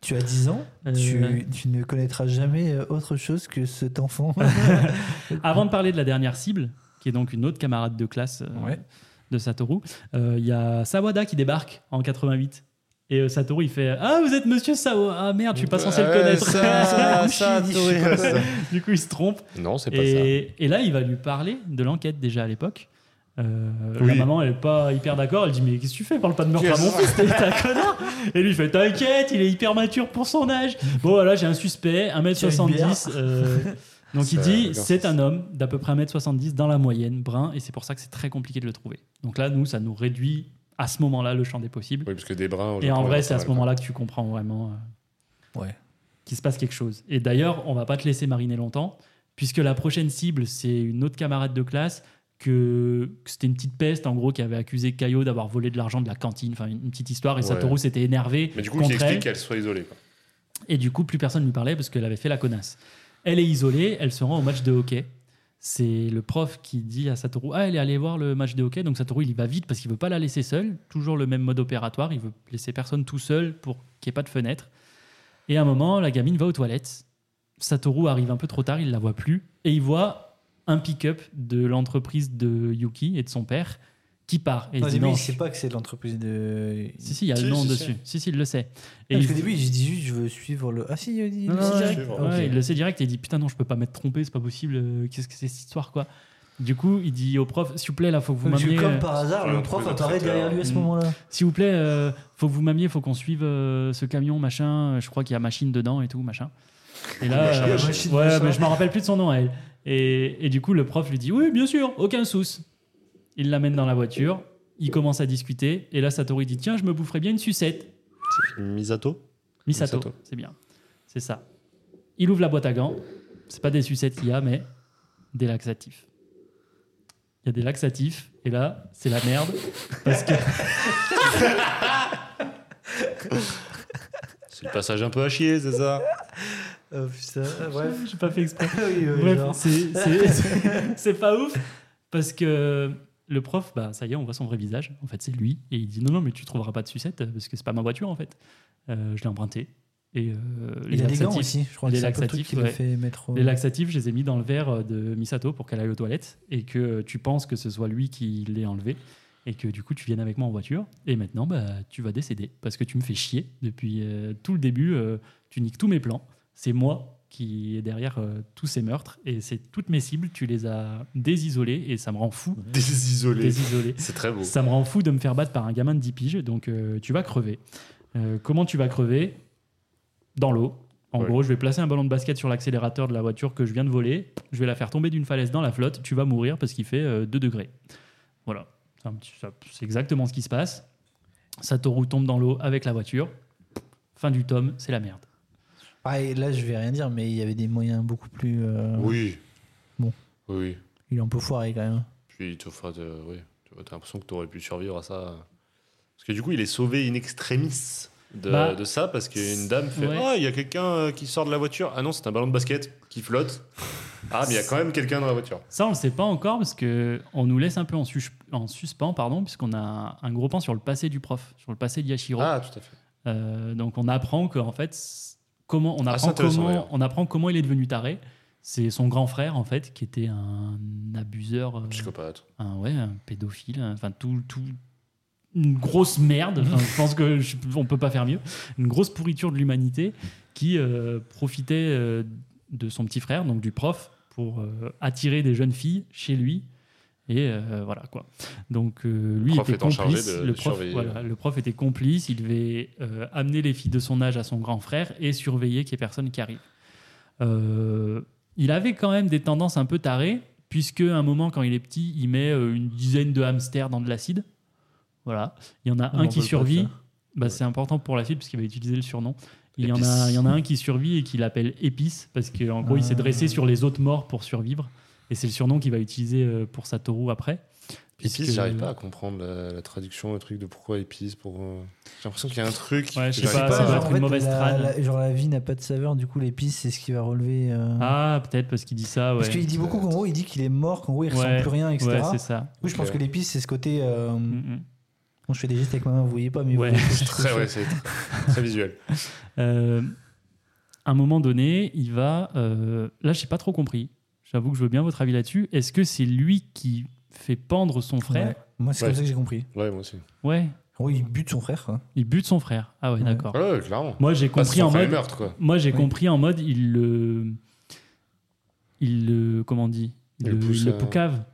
Tu as 10 ans, Euh, tu, tu ne connaîtras jamais euh, autre chose que cet enfant. Avant de parler de la dernière cible, qui est donc une autre camarade de classe euh, Ouais. de Satoru, euh, il y a Sawada qui débarque en 88. Et euh, Satoru, il fait Ah, vous êtes monsieur Sao Ah merde, je suis pas censé le Ouais, connaître. ça, ça, Je suis- Touré, je suis- ça. du coup, il se trompe. Non, c'est pas ça. Et, et là, il va lui parler de l'enquête déjà à l'époque. Euh, La Oui. maman, elle est pas hyper d'accord. Elle dit Mais qu'est-ce que tu fais Parle pas de meurtre à mon fils, t'es t'es un connard. Et lui, il fait T'inquiète, il est hyper mature pour son âge. Bon, voilà, j'ai un suspect, Tu as une bière 1m70. euh, donc il Ça, dit d'accord. C'est un homme d'à peu près 1m70 dans la moyenne, brun, et c'est pour ça que c'est très compliqué de le trouver. Donc là, nous, ça nous réduit à ce moment-là le champ des possibles. Oui, parce que des brins. au Et en Japon, vrai, ils c'est à sont ce mal. moment-là que tu comprends vraiment euh, Ouais. qu'il se passe quelque chose. Et d'ailleurs, on va pas te laisser mariner longtemps, puisque la prochaine cible, c'est une autre camarade de classe que, que c'était une petite peste, en gros, qui avait accusé Caillot d'avoir volé de l'argent de la cantine, enfin une, une petite histoire, et Ouais. Satoru s'était énervé Mais du coup, contre qui elle. explique qu'elle soit isolée. quoi. Et du coup, plus personne ne lui parlait parce qu'elle avait fait la connasse. Elle est isolée, elle se rend au match de hockey. C'est le prof qui dit à Satoru Ah, elle est allée voir le match de hockey. Donc Satoru, il y va vite parce qu'il veut pas la laisser seule. Toujours le même mode opératoire. Il veut laisser personne tout seul pour qu'il n'y ait pas de fenêtre. Et à un moment, la gamine va aux toilettes. Satoru arrive un peu trop tard, il la voit plus. Et il voit un pick-up de l'entreprise de Yuki et de son père qui part. Et il Au se dit début, Non, il sait pas que Ah, c'est de l'entreprise de. si, si, il y a Si, le nom si, si. dessus. Si, si, il le sait. Et il- Ah, Parce qu'au début, j'ai dit juste, je veux suivre le. Ah si, il dit Non, le non, site ouais. direct. Suivre, Ouais, Ok. Il le sait direct et il dit Putain, non, je peux pas m'être trompé, c'est pas possible, euh, qu'est-ce que c'est cette histoire quoi Du coup, il dit au prof S'il vous plaît, là, faut que vous Parce que m'ameniez. comme euh, par hasard, sur le un prof truc de apparaît traiteur. derrière lui à ce Mm. moment-là. S'il vous plaît, euh, faut que vous m'ameniez, faut qu'on suive euh, ce camion, machin. euh, Je crois qu'il y a machine dedans et tout, machin. Et là, Machin, euh, machin. Machine, ouais, machin. mais je me rappelle plus de son nom, elle. Et, et du coup, le prof lui dit Oui, bien sûr, aucun souce. Il l'amène dans la voiture, il commence à discuter, et là, Satoru il dit Tiens, je me boufferais bien une sucette. Misato Misato, Misato. c'est bien. C'est ça. Il ouvre la boîte à gants. C'est pas des sucettes qu'il y a, mais des laxatifs. Il y a des laxatifs, et là, c'est la merde. Parce que. C'est le passage un peu à chier, c'est ça Oh putain, bref. J'ai pas fait exprès. Oui, oui, Bref, genre. c'est- c'est c'est pas ouf. Parce que le prof, bah, ça y est, on voit son vrai visage. En fait, c'est lui. Et il dit Non, non, mais tu trouveras pas de sucette euh, parce que c'est pas ma voiture, en fait. Euh, je l'ai emprunté. Et euh, les, Il a des gants laxatifs- aussi, je crois. les que C'est un peu le truc laxatifs, qui le ouais. fait mettre. au- les laxatifs, je les ai mis dans le verre euh, de Misato pour qu'elle aille aux toilettes et que euh, tu penses que ce soit lui qui l'ait enlevé. Et que du coup, tu viennes avec moi en voiture. Et maintenant, bah, tu vas décéder parce que tu me fais chier depuis euh, tout le début. euh, tu niques tous mes plans. C'est moi qui est derrière euh, tous ces meurtres. Et c'est toutes mes cibles. Tu les as désisolées et ça me rend fou. Désisolé. Désisolées. C'est très beau. Ça me rend fou de me faire battre par un gamin de 10 piges, donc euh, tu vas crever. Euh, comment tu vas crever Dans l'eau. En Ouais. gros, je vais placer un ballon de basket sur l'accélérateur de la voiture que je viens de voler. Je vais la faire tomber d'une falaise dans la flotte. Tu vas mourir parce qu'il fait euh, 2 degrés. Voilà. C'est un petit- ça- C'est exactement ce qui se passe. Satoru tombe dans l'eau avec la voiture. Fin du tome, c'est la merde. Ah, et là, je vais rien dire, mais il y avait des moyens beaucoup plus. euh, Oui. Bon. Oui. Il est un peu foiré quand même. Puis tu feras de- oui, tu vois, t'as l'impression que tu aurais pu survivre à ça. Parce que du coup, il est sauvé in extremis de, Bah, de ça parce qu'une dame fait ouais. Ah, il y a quelqu'un euh, qui sort de la voiture. Ah non, c'est un ballon de basket qui flotte. Ah, mais il y a quand même quelqu'un dans la voiture. Ça, on le sait pas encore parce que on nous laisse un peu en, sus- en suspens, pardon, puisqu'on a un gros pan sur le passé du prof, sur le passé de Yashiro. Ah, tout à fait. Euh, donc on apprend que en fait c- comment on Ah, c'est apprend intéressant, comment d'ailleurs. on apprend comment il est devenu taré. C'est son grand frère en fait qui était un abuseur, euh, Psychopathe. un ouais, un pédophile, euh, enfin tout tout une grosse merde. Enfin, je pense que je- on peut pas faire mieux. Une grosse pourriture de l'humanité qui euh, profitait euh, de son petit frère, donc du prof, pour euh, attirer des jeunes filles chez lui. Et euh, voilà quoi. Donc euh, lui Le prof était étant chargé complice. de- le, de prof, surveiller. euh. voilà, le prof était complice. Il devait euh, amener les filles de son âge à son grand frère et surveiller qu'il n'y ait personne qui arrive. Euh, il avait quand même des tendances un peu tarées, puisque à un moment, quand il est petit, il met euh, une dizaine de hamsters dans de l'acide. Voilà. Il y en a On un en qui veut pas survit. ça. Bah, C'est important pour la suite parce qu'il va utiliser le surnom. Il y, en a, Épice. il y en a un qui survit et qui l'appelle Épice parce qu'en gros, il s'est Ah. dressé sur les autres morts pour survivre. Et c'est le surnom qu'il va utiliser euh, pour Satoru après. Épice, Puisque- j'arrive pas à comprendre la, la traduction, le truc de pourquoi épice. Pour... euh, J'ai l'impression qu'il y a un truc. Ouais, je que sais j'arrive pas, Ah, ça à- doit genre, être en une fait, mauvaise la- trame. la- genre la vie n'a pas de saveur, du coup l'épice c'est ce qui va relever. euh, Ah, peut-être parce qu'il dit ça. Ouais, Parce qu'il dit beaucoup qu'en gros il dit qu'il est mort, qu'en gros il ressent Ouais, plus rien, etc. ouais c'est ça. Du coup, je pense Ok. que l'épice c'est ce côté. euh, Mm, mm. Bon, je fais des gestes avec ma main, vous voyez pas, mais Ouais. vous- C'est très, ouais, c'est très- très visuel. Euh, à un moment donné, il va. euh, là, j'ai pas trop compris. J'avoue que je veux bien votre avis là-dessus. Est-ce que c'est lui qui fait pendre son frère Ouais. Moi c'est Ouais. comme ça que j'ai compris. Ouais, moi aussi. ouais. En gros il bute son frère. quoi. Il bute son frère. Ah ouais, Ouais. d'accord. Ouais, clairement. Moi, j'ai Pas compris en mode. meurtre, quoi. Moi, j'ai Oui. compris en mode, il le. Il le. Comment on dit Il, Il le, le pousse, il le euh, poucave.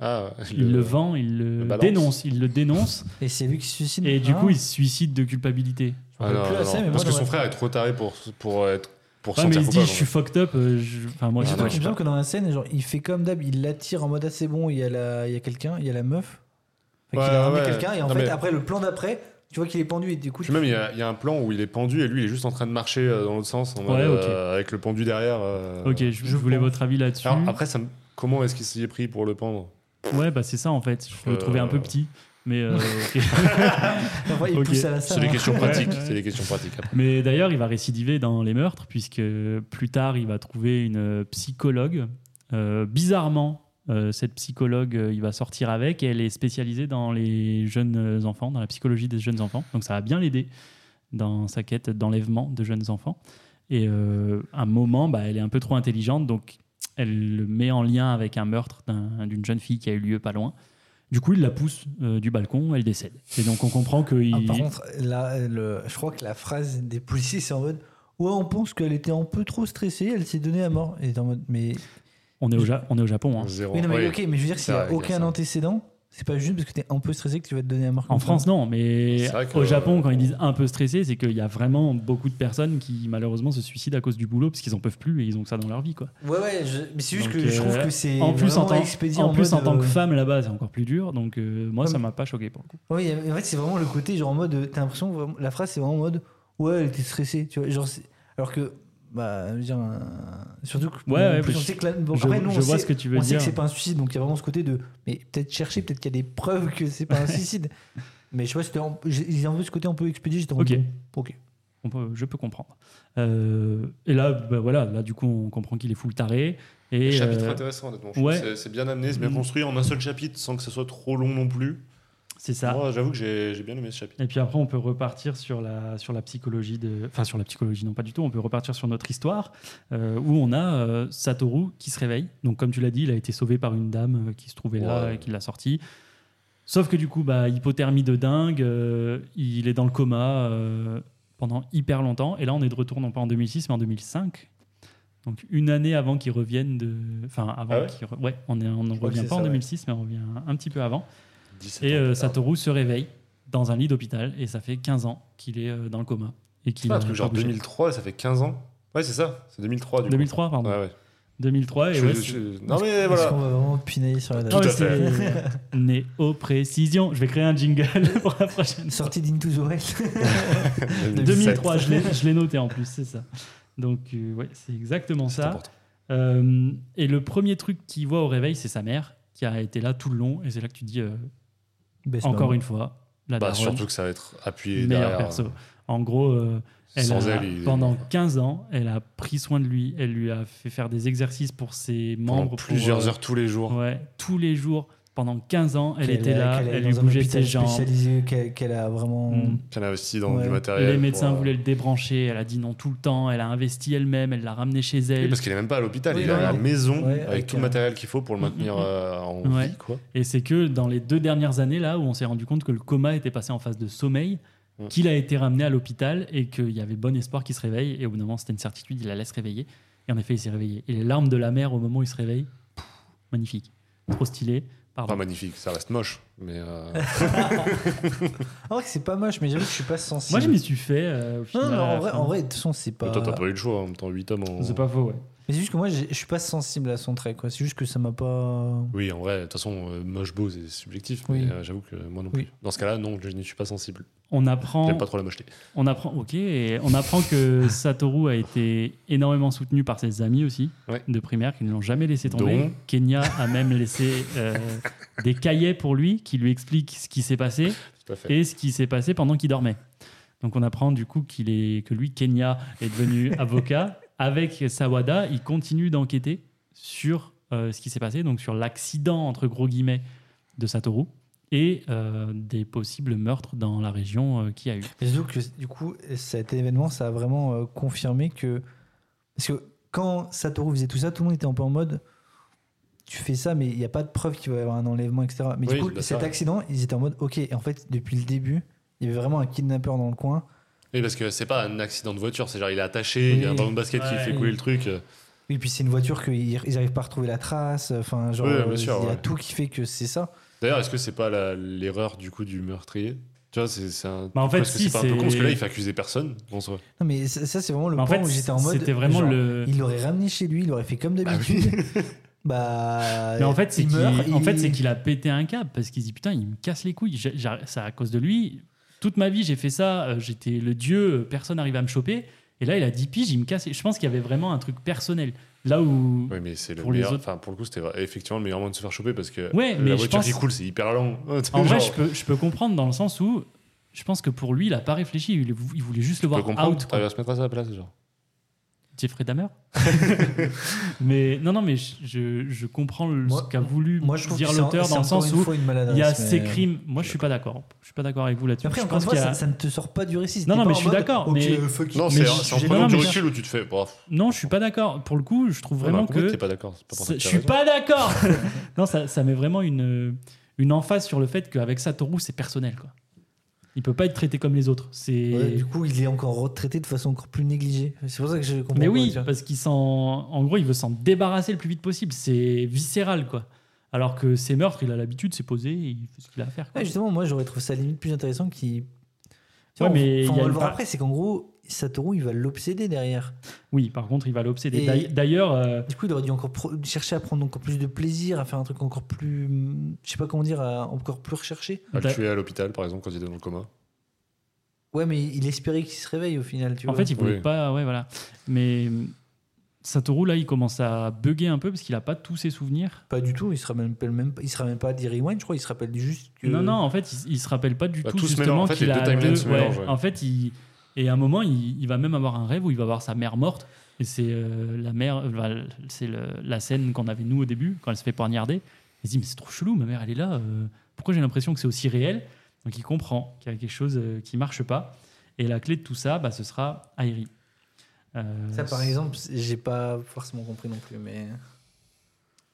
Ah, Il le vend, il le, le balance. dénonce. Il le dénonce. Et c'est lui qui se suicide. et du Ah. coup, il se suicide de culpabilité. Je Ah me rappelle plus assez, mais moi, parce que dans son la- frère est trop taré pour, pour être pour Ouais, mais sentir il se dit, coupable. je suis fucked up. euh, je- Enfin, moi, Mais je, ouais, surtout, il non, je me sais semble pas. que dans la scène, genre, il fait comme d'hab, il l'attire en mode assez bon, il y a, la... il y a quelqu'un, il y a la meuf. Enfin, qu'il Ouais, a ramené ouais. quelqu'un, et en Non, fait, mais- après, le plan d'après, tu vois qu'il est pendu, et du coup, Puis même, il y, a- il y a un plan où il est pendu et lui, il est juste en train de marcher euh, dans l'autre sens, en mode, Ouais, ok. euh, avec le pendu derrière. euh, Ok, je, je voulais pense. votre avis là-dessus. Alors, après, ça me- comment est-ce qu'il s'y est pris pour le pendre Ouais, bah c'est ça en fait. Je le trouvais un peu Euh. petit. Mais, euh, ok. Après, il Ok. pousse à la C'est salle. des hein. questions Ouais. pratiques. C'est des questions pratiques. après. mais d'ailleurs, il va récidiver dans les meurtres, puisque plus tard, il va trouver une psychologue. Euh, bizarrement, euh, cette psychologue, euh, il va sortir avec, et elle est spécialisée dans les jeunes enfants, dans la psychologie des jeunes enfants. Donc ça va bien l'aider dans sa quête d'enlèvement de jeunes enfants. Et euh, à un moment, bah, elle est un peu trop intelligente, donc elle le met en lien avec un meurtre d'un- d'une jeune fille qui a eu lieu pas loin. Du coup, il la pousse euh, du balcon, elle décède. Et donc on comprend qu'il... Ah, par contre, là, le- je crois que la phrase des policiers, c'est en mode Ouais, on pense qu'elle était un peu trop stressée, elle s'est donnée à mort. Et t'es en mode Mais. On est au, Ja- on est au Japon. hein. Zéro. Oui, non, mais Oui. ok, mais je veux dire, C'est s'il n'y a vrai, aucun ça. antécédent, c'est pas juste parce que t'es un peu stressé que tu vas te donner à mort. En comme ça. France, non, mais C'est vrai que- au Japon, quand ils disent un peu stressé, c'est qu'il y a vraiment beaucoup de personnes qui, malheureusement, se suicident à cause du boulot parce qu'ils en peuvent plus et ils ont que ça dans leur vie. Quoi. Ouais, ouais, je- mais c'est juste Donc, que je trouve euh, que c'est. En plus, en vraiment tant, expédié en plus, en mode, tant que euh, femme là-bas, c'est encore plus dur. Donc, euh, moi, Ouais, ça mais- m'a pas choqué pour le coup. Oui, en fait, c'est vraiment le côté, genre en mode, euh, t'as l'impression, vraiment- la phrase, c'est vraiment en mode, ouais, elle était stressée, tu vois. Genre, c'est- alors que, bah, je veux dire, euh, surtout que. Ouais, en ouais, plus, bah, on sait que la- bon, je après, nous, je on vois sait, ce que tu veux on sait dire. que c'est pas un suicide, donc il y a vraiment ce côté de, mais peut-être chercher, peut-être qu'il y a des preuves que c'est pas un suicide. Mais je sais pas, c'était en- j'ai j'ai un peu ce côté un peu expédié, j'étais en mode, Ok. bon, ok. On peut- je peux comprendre. Euh, et là, bah voilà, là du coup, on comprend qu'il est full taré. Et, chapitre euh, intéressant, honnêtement. Je trouve ouais. que C'est c'est bien amené, c'est bien Mm. construit en un seul chapitre sans que ça soit trop long non plus. c'est ça. Moi, j'avoue que j'ai j'ai bien aimé ce chapitre. Et puis après, on peut repartir sur la, sur la psychologie de. Enfin, sur la psychologie, non, pas du tout. On peut repartir sur notre histoire euh, où on a euh, Satoru qui se réveille. Donc, comme tu l'as dit, il a été sauvé par une dame euh, qui se trouvait là Ouais. et qui l'a sorti. Sauf que du coup, bah, hypothermie de dingue, euh, il est dans le coma euh, pendant hyper longtemps. Et là, on est de retour, non pas en 2006, mais en 2005. Donc, une année avant qu'il revienne de. Enfin, avant Ah ouais qu'il. re- Ouais, on ne on crois que revient c'est pas en ça, ouais. 2006, mais on revient un petit peu avant. 17 Et ans euh, plus tard. Satoru se réveille dans un lit d'hôpital et ça fait 15 ans qu'il est euh, dans le coma. Et C'est qu'il pas un a truc pas genre bougé. 2003, ça fait 15 ans. Ouais, c'est ça, c'est 2003 du 2003, coup. pardon. Ouais, ouais. 2003, et Je- ouais, je- c'est- Non, mais Est-ce voilà. qu'on va vraiment pinailler sur la Ah date Tout ouais, à fait. c'est Néo-précision. Je vais créer un jingle pour la prochaine. Sortie d'Into the Wild. 2003, je l'ai- je l'ai noté en plus, c'est ça. Donc, euh, ouais, c'est exactement C'est ça. important. Euh, et le premier truc qu'il voit au réveil, c'est sa mère qui a été là tout le long. Et c'est là que tu dis, euh, Best encore man. une fois, la Bah, daronne, surtout que ça va être appuyé meilleur derrière. hein. perso. En gros, euh, Elle Sans a- elle, il- pendant 15 ans, elle a pris soin de lui. Elle lui a fait faire des exercices pour ses pendant membres. pour, plusieurs euh, heures tous les jours. Ouais, tous les jours. Pendant 15 ans, elle Qu'elle était est- là, qu'elle est elle lui dans un bougeait hôpital ses jambes. spécialisé, Qu'elle qu'elle a vraiment. Mm. Qu'elle investit dans Ouais. du matériel. Les médecins pour, euh, voulaient le débrancher, elle a dit non tout le temps, elle a investi elle-même, elle l'a ramené chez oui, elle. parce qu'il est même pas à l'hôpital, Oui, il est à la ouais. maison Ouais, avec avec euh, tout le un- matériel qu'il faut pour le maintenir Mhm. euh, en Ouais. vie, quoi. Et c'est que dans les deux dernières années, là où on s'est rendu compte que le coma était passé en phase de sommeil, Mm. qu'il a été ramené à l'hôpital et qu'il y avait bon espoir qu'il se réveille. Et au bout d'un moment, c'était une certitude, il la laisse réveiller. Et en effet, il s'est réveillé. Et les larmes de la mère au moment où il se réveille, pff, magnifique. Trop stylé. Pas Pardon. magnifique, ça reste moche, mais euh, En vrai, que Ah, c'est pas moche, mais j'avoue que je suis pas sensible. Moi, je m'y suis fait. euh, au Non, final, non, mais à en la vrai, fin. en vrai, de toute façon, c'est pas. toi t'as pas eu le choix en même temps 8 hommes en... C'est pas faux, ouais. Mais c'est juste que moi, j'ai- je suis pas sensible à son trait, quoi. C'est juste que ça m'a pas. Oui, en vrai, de toute façon, euh, moche beau c'est subjectif, Oui. mais euh, j'avoue que moi non plus. Oui. Dans ce cas-là, non, je n'y suis pas sensible. On apprend, J'aime pas trop la mocheté. on apprend, ok, et on apprend que Satoru a été énormément soutenu par ses amis aussi Ouais. de primaire qui ne l'ont jamais laissé tomber. Dont- Kenya a même laissé euh, des cahiers pour lui qui lui expliquent ce qui s'est passé Tout à fait. et ce qui s'est passé pendant qu'il dormait. Donc on apprend du coup qu'il est que lui Kenya est devenu avocat avec Sawada, il continue d'enquêter sur euh, ce qui s'est passé, donc sur l'accident entre gros guillemets de Satoru et euh, des possibles meurtres dans la région euh, qu'il y a eu. Mais surtout que du coup, cet événement, ça a vraiment euh, confirmé que. Parce que quand Satoru faisait tout ça, tout le monde était un peu en mode tu fais ça, mais il n'y a pas de preuve qu'il va y avoir un enlèvement, etc. Mais Oui, du c'est coup, pas cet ça. accident, ils étaient en mode ok, et en fait, depuis le début, il y avait vraiment un kidnappeur dans le coin. Oui, parce que c'est pas un accident de voiture, c'est genre il est attaché, Oui. il y a un ballon de basket qui Ouais. fait couler le truc. euh, Et puis, c'est une voiture qu'ils n'arrivent pas à retrouver la trace. Enfin, genre, Oui, bien euh, il y sûr, a ouais. tout qui fait que c'est ça. D'ailleurs, est-ce que c'est pas la- l'erreur du coup du meurtrier Tu vois, c'est c'est un. Bah, en fait, parce que si, c'est pas un peu con, parce que là, c'est- il fait accuser personne, en soi. Non, mais ça, ça, c'est vraiment le Mais en point fait, où j'étais en mode. c'était vraiment genre, le Il l'aurait ramené chez lui, il l'aurait fait comme d'habitude. bah. Mais en fait, c'est il qu'il meurt, en fait, il- c'est qu'il a pété un câble parce qu'il se dit putain, il me casse les couilles. J'ai- j'ai- C'est à cause de lui. Toute ma vie, j'ai fait ça. euh, J'étais le dieu. euh, Personne n'arrive à me choper. Et là, il a 10 piges. Il me casse. les- Je pense qu'il y avait vraiment un truc personnel. Là où. Oui, mais c'est le Pour les meilleur. autres. Enfin, pour le coup, c'était vrai- effectivement le meilleur moyen de se faire choper parce que Ouais, la mais je voiture qui pense- coule, c'est hyper lent. En vrai, je peux, je peux comprendre dans le sens où je pense que pour lui, il a pas réfléchi. Il, il voulait juste le peux voir comprendre. out. quoi. t'arrives à se mettre à sa place, genre. Jeffrey Dahmer. mais non, non, mais je, je, je comprends le- Moi- ce qu'a voulu Moi, je trouve dire que c'est- l'auteur c'est dans le encore sens une où fois une il y a maladresse, ces mais- crimes. Moi, je suis pas d'accord. Je suis pas d'accord avec vous là-dessus. Mais Après, Je encore une pense fois, qu'il y a- ça, ça ne te sort pas du récit. Non, T'es non, mais pas je en suis mode, d'accord, ok, mais- euh, fuck Non, Mais c'est je- c'est en je- prenant non, du mais- recul où tu te fais. Bref, Non, je suis pas d'accord. Pour le coup, je trouve vraiment que. T'es pas d'accord. c'est pas bah, pour ça c'est- que Je t'as suis raison. pas d'accord Non, ça, ça met vraiment une, une emphase sur le fait qu'avec Satoru, c'est personnel. Quoi. Il peut pas être traité comme les autres. C'est. Ouais, du coup, il est encore retraité de façon encore plus négligée. C'est pour ça que je comprends. Mais pas, oui, tu vois. parce qu'il s'en. En gros, il veut s'en débarrasser le plus vite possible. C'est viscéral, quoi. Alors que ses meurtres, il a l'habitude, c'est posé, et il fait ce qu'il a à faire. quoi. Ouais, justement, moi, j'aurais trouvé ça limite plus intéressant qu'il. Tu Ouais, vois, mais on- enfin, il y a on va une le voir part- après, c'est qu'en gros, Satoru, il va l'obséder derrière. Oui, par contre, il va l'obséder. Et- D'ail- D'ailleurs, euh, Bah, Du coup, il aurait dû encore pro- chercher à prendre encore plus de plaisir, à faire un truc encore plus. hum, Je sais pas comment dire, à- encore plus recherché. À le d'a- tuer à l'hôpital, par exemple, quand il était dans le coma. Ouais, mais il espérait qu'il se réveille au final, tu En vois. fait, il voulait Oui. pas. Ouais, voilà. Mais hum, Satoru, là, il commence à bugger un peu parce qu'il a pas tous ses souvenirs. Pas du tout, il se rappelle même pas, il se rappelle pas d'Iri Wine, je crois, il se rappelle juste que. Non, non, en fait, il, il se rappelle pas du Bah, tout, tout se justement mélange. En fait, qu'il les a deux timelines se mélangent, ouais. ouais. En fait, il, Et à un moment, il, il va même avoir un rêve où il va voir sa mère morte. Et c'est euh, la mère, enfin, c'est le- la scène qu'on avait nous au début, quand elle se fait poignarder. Il se dit, mais c'est trop chelou, ma mère, elle est là. euh, pourquoi j'ai l'impression que c'est aussi réel Donc il comprend qu'il y a quelque chose euh, qui marche pas. Et la clé de tout ça, bah, ce sera Airi. Euh, Ça, par exemple, c'est- j'ai pas forcément compris non plus, mais.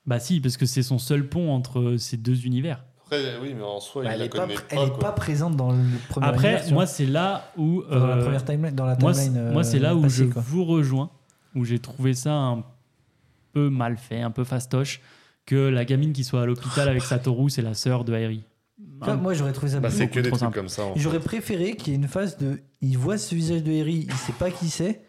Bah si, parce que c'est son seul pont entre euh, ces deux univers. Après, oui, mais en soi, Bah, il elle la est pas, connaît elle est quoi. pas présente dans le premier. univers, Après, tu moi, vois. c'est là où. dans la euh, première timeline, dans la moi, timeline. c'est- euh, moi, c'est là où je passée, quoi. vous rejoins, où j'ai trouvé ça un peu mal fait, un peu fastoche, que la gamine qui soit à Oh, l'hôpital bah. avec Satoru, c'est la sœur de Airi. Tu vois, moi, j'aurais trouvé ça. Bah, plus c'est beaucoup que des trop trucs simple. comme ça. hein. en fait. J'aurais préféré qu'il y ait une phase de. Il voit ce visage de Harry, il sait pas qui c'est,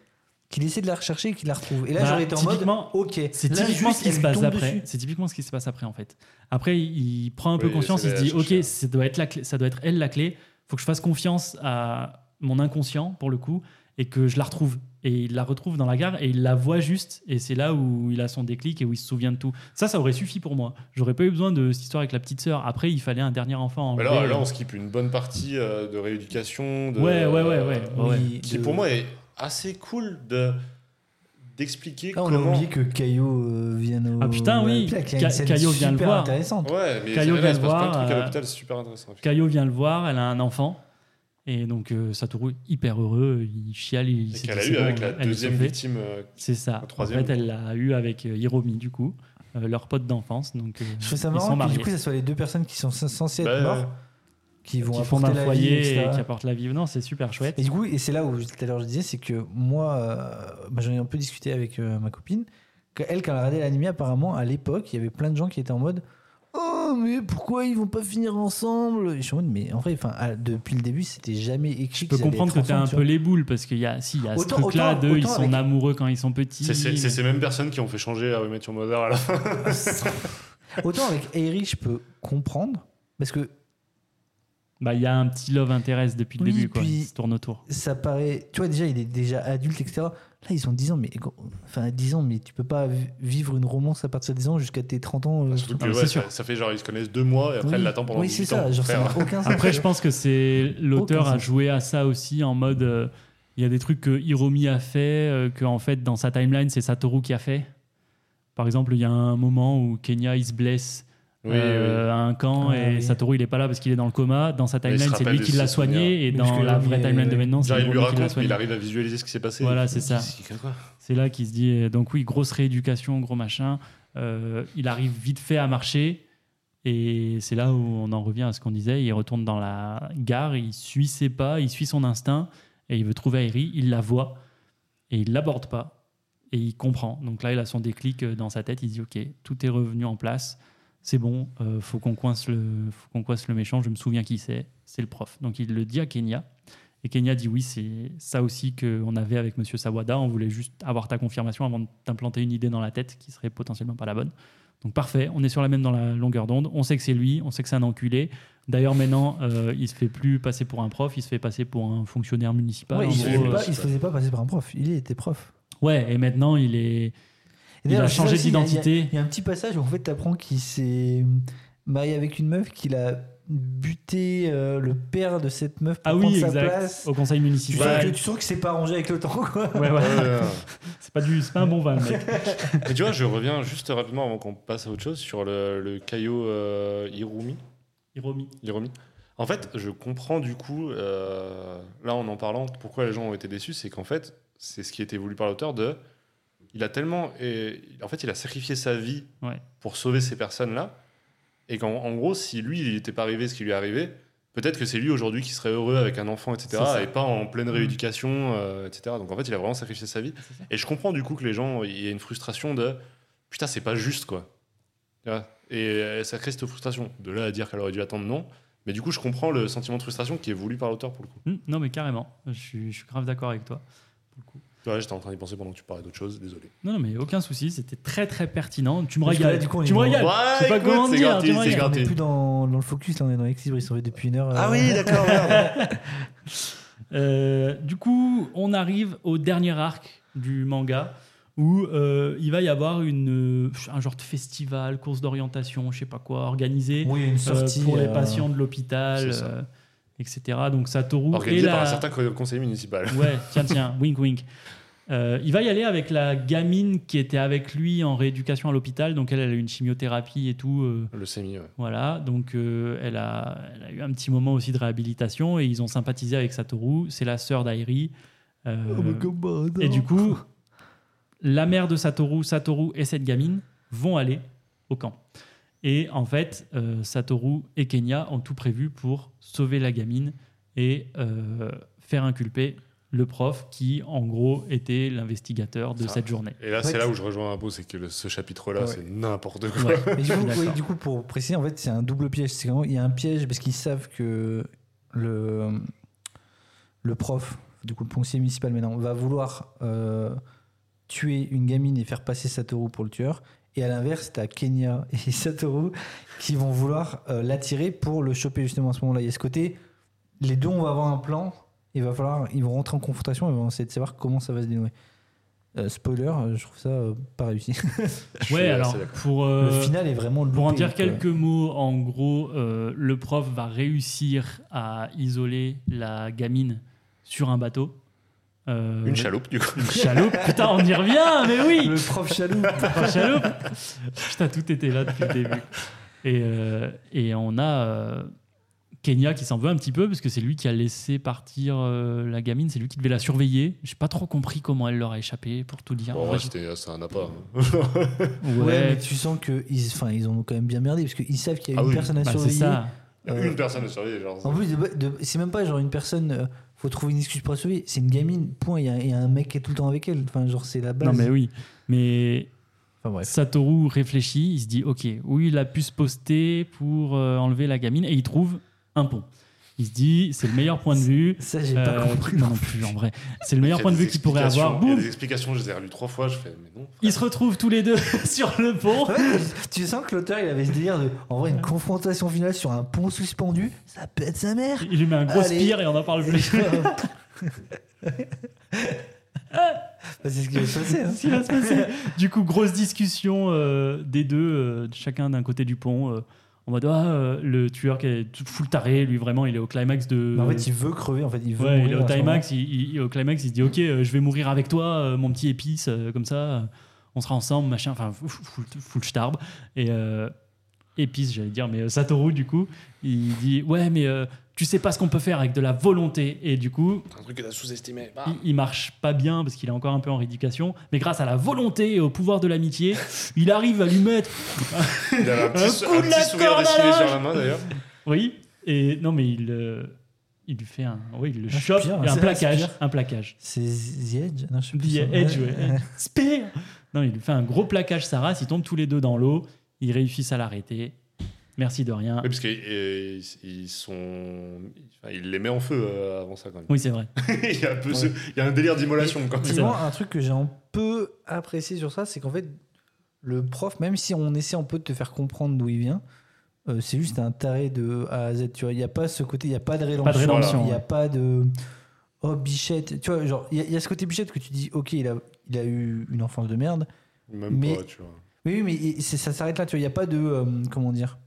qu'il essaie de la rechercher et qu'il la retrouve. Et là, Bah, j'aurais été en mode. typiquement, Ok. C'est Là, typiquement juste, ce qui elle se lui passe tombe après. dessus. C'est typiquement ce qui se passe après en fait. Après, il prend un peu Oui, conscience, c'est il se la dit chercher. ok, ça doit être la clé, ça doit être elle la clé. Faut que je fasse confiance à mon inconscient pour le coup et que je la retrouve. Et il la retrouve dans la gare et il la voit juste. Et c'est là où il a son déclic et où il se souvient de tout. Ça, ça aurait suffi pour moi. J'aurais pas eu besoin de cette histoire avec la petite sœur. Après, il fallait un dernier enfant. à Bah enlever. là, là, on skip une bonne partie euh, de rééducation. De, euh, Euh, Ouais, ouais, ouais, ouais. ouais. Oui, Qui de- pour moi est assez cool de d'expliquer Ah, on a comment. oublié que Caillot euh, vienne au. Ah, putain, oui. à la plaque, il y a Ca- une scène Caillot vient le super voir. intéressante. Ouais, mais Caillou là, vient il se passe plein voir, de trucs à euh, l'hôpital, c'est super intéressant. effectivement. Caillot vient le voir, elle a un enfant. Et donc, euh, Satoru, hyper heureux, il chiale. Il Et s'est qu'elle dit, a c'est eu bon, avec la elle est deuxième sauvée. victime. euh, C'est ça. La troisième. En fait, elle l'a eu avec euh, Hiromi, du coup, euh, leur pote d'enfance. Donc, euh, Je trouve ça ils sont marrant que mariés. du coup, ça soit les deux personnes qui sont censées bah, être mortes, qui vont qui font apporter un la vie, foyer et etc. qui apportent la vie. Non, c'est super chouette. Et du coup, et c'est là où tout à l'heure je disais, c'est que moi, euh, bah, j'en ai un peu discuté avec euh, ma copine, qu'elle, quand elle regardait l'animé, apparemment, à l'époque, il y avait plein de gens qui étaient en mode Oh, mais pourquoi ils vont pas finir ensemble Et je suis en mode, mais en vrai, enfin, à- depuis le début, c'était jamais écrit. Je peux comprendre que t'es un peu les boules parce qu'il y a, si, il y a ce Autant- truc-là autant- de ils autant sont avec- amoureux quand ils sont petits. C'est c'est- c'est mais- ces mêmes personnes qui ont fait changer Harry Met Your Mother à la fin. Autant avec Harry, je peux comprendre, parce que Bah, il y a un petit love interest depuis le Oui, début, quoi. puis- Ils se tournent autour. ça paraît. Tu vois, déjà, il est déjà adulte, etc. Là, ils ont 10 ans, mais. Enfin, à 10 ans, mais tu peux pas vi- vivre une romance à partir de 10 ans jusqu'à tes 30 ans. euh, Ah, Surtout que mais ouais, c'est ça, sûr. ça fait genre ils se connaissent deux mois et après oui. elle l'attend pendant Oui, 18 c'est ans. ça, genre, ça Frère, n'a aucun sens. Après, je pense que c'est l'auteur Aucun a sens. joué à ça aussi en mode. euh, Il y a des trucs que Hiromi a fait, euh, que en fait dans sa timeline c'est Satoru qui a fait. Par exemple, il y a un moment où Kenya il se blesse oui, euh, à un camp Ah, et oui. Satoru il est pas là parce qu'il est dans le coma. Dans sa Mais il se timeline, c'est rappelle lui de qui ses l'a souvenirs. soigné et Mais dans parce que la Hiromi vraie est- timeline de maintenant, oui. c'est Genre il lui Hiromi qui l'a raconte, mais soigné. il arrive à visualiser ce qui s'est passé. Voilà, c'est ça. C'est quelqu'un, quoi. C'est là qu'il se dit euh, donc oui grosse rééducation, gros machin. Euh, il arrive vite fait à marcher et c'est là où on en revient à ce qu'on disait. Il retourne dans la gare, il suit ses pas, il suit son instinct et il veut trouver Airi. Il la voit et il l'aborde pas et il comprend. Donc là, il a son déclic euh, dans sa tête. Il se dit ok, tout est revenu en place. C'est bon, euh, faut qu'on coince le, faut qu'on coince le méchant. Je me souviens qui c'est. C'est le prof. Donc il le dit à Kenya. Et Kenya dit oui, c'est ça aussi qu'on avait avec Monsieur Sawada. On voulait juste avoir ta confirmation avant de t'implanter une idée dans la tête qui serait potentiellement pas la bonne. Donc parfait, on est sur la même dans la longueur d'onde. On sait que c'est lui, on sait que c'est un enculé. D'ailleurs maintenant, euh, il se fait plus passer pour un prof, il se fait passer pour un fonctionnaire municipal. Ouais, En il, se gros, faisait euh, pas, il se faisait pas passer par un prof, il était prof. Ouais, et maintenant il est. Et Il d'ailleurs, a c'est changé ça aussi, il y a- d'identité. Il y, a un petit passage où en fait t'apprends qu'il s'est marié avec une meuf, qu'il a buté euh, le père de cette meuf pour Ah prendre oui, sa exact. place. Au conseil Tu, sens que, municipal. tu sens que c'est pas rangé avec le temps quoi. Ouais, ouais. Ouais, ouais. C'est pas du, c'est pas un bon van, mec. Et tu vois, je reviens juste rapidement avant qu'on passe à autre chose sur le, le Caillou euh, Hirumi. Hiromi. Hiromi. En fait, je comprends du coup, euh, là en en parlant, pourquoi les gens ont été déçus, c'est qu'en fait, c'est ce qui était voulu par l'auteur de. Il a tellement. et- en fait, il a sacrifié sa vie Ouais. pour sauver ces personnes-là. Et qu'en en gros, si lui, il n'était pas arrivé ce qui lui est arrivé, peut-être que c'est lui aujourd'hui qui serait heureux avec un enfant, etc. C'est ça. Mm. Et pas en pleine rééducation, euh, etc. Donc en fait, il a vraiment sacrifié sa vie. Et je comprends du coup que les gens, il y a une frustration de putain, c'est pas juste quoi. Tu vois Et euh, ça crée cette frustration. De là à dire qu'elle aurait dû attendre, non. Mais du coup, je comprends le sentiment de frustration qui est voulu par l'auteur pour le coup. Hmm, Non, mais carrément. Je suis, je suis grave d'accord avec toi. pour le coup. Tu vois, j'étais en train d'y penser pendant que tu parlais d'autre chose, désolé. Non, non, mais aucun souci. C'était très, très pertinent. Tu me Parce que régales. là, du coup, on est tu me dans- régales. je sais pas écoute, comment c'est dire, gratuit, tu vois, il y c'est a- On est gratuit. plus dans, dans le focus, là on est dans Exhibre, ils sont depuis une heure. euh, Ah oui, d'accord, merde. Euh, du coup, on arrive au dernier arc du manga où euh, il va y avoir une, euh, un genre de festival, course d'orientation, je sais pas quoi, organisé Oui, une euh, sortie pour les euh, patients de l'hôpital. c'est ça. euh, etc. Donc Satoru et Organisé par un la... certain co- conseiller municipal. Ouais, tiens, tiens, wink, wink. Euh, il va y aller avec la gamine qui était avec lui en rééducation à l'hôpital. Donc, elle, elle a eu une chimiothérapie et tout. euh, Le CMI, ouais. voilà. Donc, euh, elle, a, elle a eu un petit moment aussi de réhabilitation et ils ont sympathisé avec Satoru. C'est la sœur d'Airi. Euh, Oh, et du coup, la mère de Satoru, Satoru et cette gamine vont aller au camp. Et en fait, euh, Satoru et Kenya ont tout prévu pour sauver la gamine et euh, faire inculper le prof qui, en gros, était l'investigateur de Ça. cette journée. Et là, Ouais, c'est là c'est- où je rejoins un peu, c'est que le- ce chapitre-là, Ouais. c'est n'importe quoi. Ouais. Mais du, coup, D'accord. ouais, du coup, pour préciser, en fait, c'est un double piège. C'est vraiment- il y a un piège parce qu'ils savent que le, le prof, du coup, le poncier municipal maintenant, va vouloir euh, tuer une gamine et faire passer Satoru pour le tueur. Et à l'inverse, t'as Kenya et Satoru qui vont vouloir euh, l'attirer pour le choper justement à ce moment-là. Il y a ce côté, les deux, on va avoir un plan. Il va falloir, ils vont rentrer en confrontation et vont essayer de savoir comment ça va se dénouer. Euh, spoiler, euh, je trouve ça euh, pas réussi. Je suis Ouais, assez alors, d'accord. pour, Le euh, final est vraiment loupé. Pour en dire donc, euh, quelques mots, en gros, euh, le prof va réussir à isoler la gamine sur un bateau. Euh, Une chaloupe, du coup. Une chaloupe, putain, on y revient, mais oui Le prof Chalou. Enfin, chaloupe Putain, tout était là depuis le début. Et, euh, et on a euh, Kenya qui s'en veut un petit peu, parce que c'est lui qui a laissé partir euh, la gamine, c'est lui qui devait la surveiller. J'ai pas trop compris comment elle leur a échappé, pour tout dire. Bon, En en vrai, vrai, c'était assez un appât. hein. ouais, Ouais, mais tu sens que ils, enfin, ils ont quand même bien merdé parce qu'ils savent qu'il y a Ah une oui, personne à bah, c'est surveiller. ça. Euh, Une personne à surveiller, genre. En plus, de- de- c'est même pas genre une personne. euh, faut trouver une excuse pour la surveiller. C'est une gamine. Point. Il y, a- il y a un mec qui est tout le temps avec elle. Enfin, genre c'est la base. Non, mais oui. Mais Enfin bref. Satoru réfléchit, il se dit ok, où il a pu se poster pour euh, enlever la gamine et il trouve un pont. Il se dit c'est le meilleur point de vue. Ça, j'ai Euh, pas compris. non, non plus en vrai. C'est le Il y a meilleur point de des vue qu'il pourrait avoir. explications- Il y a Boum des explications, je les ai relues trois fois, je fais, mais non. Ils se retrouvent tous les deux sur le pont. Ouais, tu sens que l'auteur il avait ce délire de. En vrai, une confrontation finale sur un pont suspendu, ça pète sa mère. Il lui met un gros Allez. spire et on en parle Et plus. genre- Bah, c'est ce qui va se passer. hein. Ce qui va se passer. Du coup, grosse discussion euh, des deux, euh, chacun d'un côté du pont. euh, en mode, ah, euh, le tueur qui est tout full taré, lui vraiment, il est au climax de. Mais Bah, en fait, il veut crever. En fait, il veut. Ouais, il est mourir au à ce climax, il, il- au climax, il se dit Ok, euh, je vais mourir avec toi, euh, mon petit épice, euh, comme ça, euh, on sera ensemble, machin, enfin, fou- fou- full, full starb. Et euh, épice, j'allais dire, mais euh, Satoru, du coup, il dit Ouais, mais euh, tu sais pas ce qu'on peut faire avec de la volonté. Et du coup, C'est un truc que t'as sous-estimé. Bah. il, il marche pas bien parce qu'il est encore un peu en rééducation, mais grâce à la volonté et au pouvoir de l'amitié, il arrive à lui mettre. Il avait un petit, Un sou- coup un de petit la sourire corde à dessiné linge. sur la main, d'ailleurs. Oui, et non, mais il. euh, il lui fait un. Oui, il le Aspire, chope, et un c'est plaquage. aspire. Un plaquage. moment. C'est The Edge. Non, je sais plus The son- Edge, ouais. Spear Non, il lui fait un gros plaquage, sa race. Ils tombent tous les deux dans l'eau. Ils réussissent à l'arrêter. Merci de rien. Oui, parce qu'ils sont. enfin, il les met en feu euh, avant ça, quand même. Oui, c'est vrai. il, y a un peu ce- il y a un délire d'immolation, quand Oui, même. c'est Effectivement, un truc que j'ai un peu apprécié sur ça, c'est qu'en fait, le prof, même si on essaie un peu de te faire comprendre d'où il vient, euh, c'est juste un taré de A à Z. Tu vois, il n'y a pas ce côté, il n'y a pas de rédemption. rédemption, Il n'y a ouais. pas de. Oh, Bichette. Tu vois, genre, il y, a- il y a ce côté Bichette que tu dis, ok, il a, il a eu une enfance de merde. Même Mais- pas, tu vois. Oui, oui, mais il- c'est- ça s'arrête là. Tu vois, il n'y a pas de. euh, comment dire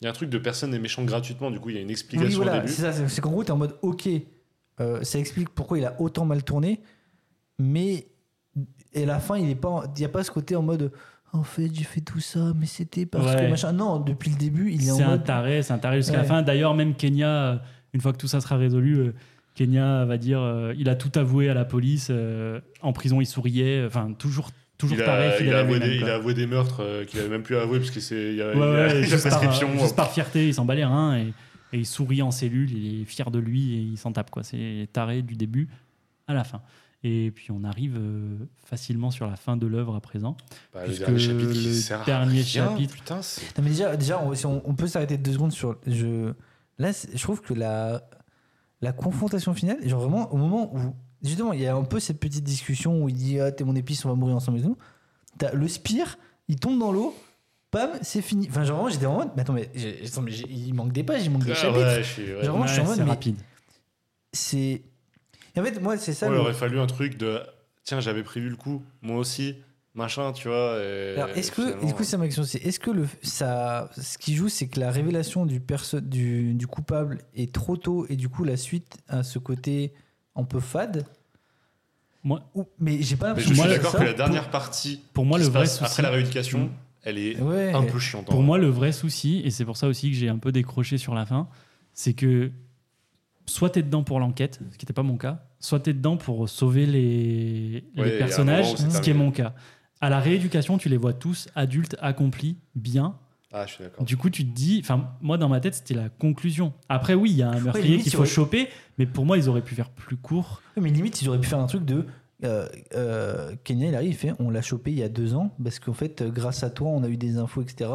Il y a un truc de personne n'est méchant gratuitement, du coup, il y a une explication Oui, au voilà, début. c'est ça. C'est c'est qu'en gros, t'es en mode, ok, euh, ça explique pourquoi il a autant mal tourné, mais et à la fin, il est pas, en- il y a pas ce côté en mode, en fait, j'ai fait tout ça, mais c'était parce Ouais. que machin. Non, depuis le début, il est, en C'est un mode. taré, c'est un taré jusqu'à la Ouais. fin. D'ailleurs, même Kenya, euh, une fois que tout ça sera résolu, euh, Kenya va dire euh, il a tout avoué à la police. euh, en prison, il souriait. euh, Enfin, toujours, toujours Il taré, a, il, fidèle a à avoué lui-même, des, il quoi. a avoué des meurtres euh, qu'il avait même plus avoué parce qu'il s'est- il y a, il y Ouais, a- ouais, il y a juste, par, prescription. juste euh, par fierté, il s'en bat les reins et, et il sourit en cellule, il est fier de lui et il s'en tape. quoi. C'est taré du début à la fin. Et puis on arrive euh, facilement sur la fin de l'œuvre à présent. bah, le puisque dernier chapitre qui le sert à dernier rien, chapitre- Putain, c'est- Non, mais déjà, déjà, on, si on, on peut s'arrêter deux secondes sur. Je, là, c'est- je trouve que la, la confrontation finale, genre vraiment au moment où justement il y a un peu cette petite discussion où il dit ah t'es mon épice, on va mourir ensemble et tout. T'as le spire, il tombe dans l'eau. Pam, c'est fini. Enfin, genre, vraiment, j'étais en mode, mais attends, mais, j'ai- attends, mais j'ai- il manque des pages, il manque des Ah, chapitres. ouais, je suis- ouais. Genre, vraiment, je suis en Ouais, mode, c'est mais rapide. c'est. Et En fait, moi, c'est ça. Ouais, le- il aurait fallu un truc de tiens, j'avais prévu le coup, moi aussi. machin, tu vois. et- Alors, est-ce et que, Euh, finalement, du coup, c'est ma question, c'est est-ce que le, ça, ce qui joue, c'est que la révélation du, perso- du, du coupable est trop tôt et du coup, la suite a ce côté un peu fade Moi- Ou- mais j'ai pas Mais l'impression je suis Moi, c'est d'accord ça. que la dernière partie, Pour moi, qui le se vrai passe souci. après la rééducation, Mm. elle est Ouais. un peu chiante. Pour hein. moi, le vrai souci, et c'est pour ça aussi que j'ai un peu décroché sur la fin, c'est que soit t'es dedans pour l'enquête, ce qui n'était pas mon cas, soit t'es dedans pour sauver les, Ouais, il y a les un personnages, moment où c'est ce qui est terminé. mon cas. À la rééducation, tu les vois tous adultes, accomplis, bien. Ah, je suis d'accord. Du coup, tu te dis, enfin, moi dans ma tête, c'était la conclusion. Après, oui, il y a un meurtrier limite, qu'il il faut aurait- choper, mais pour moi, ils auraient pu faire plus court. Ouais, Mais limite, ils auraient pu faire un truc de. euh, euh, Kenya, il arrive, il fait on l'a chopé il y a deux ans parce qu'en fait, euh, grâce à toi, on a eu des infos, etc.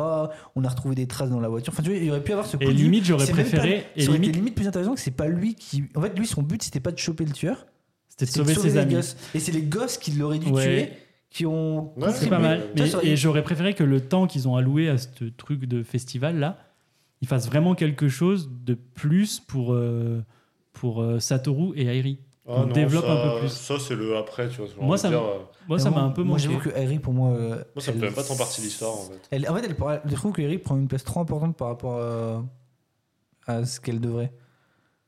On a retrouvé des traces dans la voiture. Enfin, tu vois, il aurait pu avoir ce coup Et du- limite, j'aurais c'est même préféré. pas- Et ça aurait été limite, limite plus intéressant que c'est pas lui qui. En fait, lui, son but, c'était pas de choper le tueur, c'était de c'était de sauver ses les amis. gosses. Et c'est les gosses qui l'auraient dû Ouais. tuer qui ont. Ouais, C'est Oui, pas mais- mal. Tu vois, Mais- ça aurait- et j'aurais préféré que le temps qu'ils ont alloué à ce truc de festival là, ils fassent vraiment quelque chose de plus pour, euh, pour euh, Satoru et Airi. On développe Ah ça- un peu plus. Ça, c'est le après, tu vois. ce que j'ai Moi, envie de ça me- dire, euh, Moi, ça m'a un peu Moi, manqué. j'avoue que Harry, pour moi. euh, Moi, ça me elle- fait même pas tant partie de l'histoire, en fait. Elle- en fait, elle, prend- je trouve que Harry prend une place trop importante par rapport euh, à ce qu'elle devrait.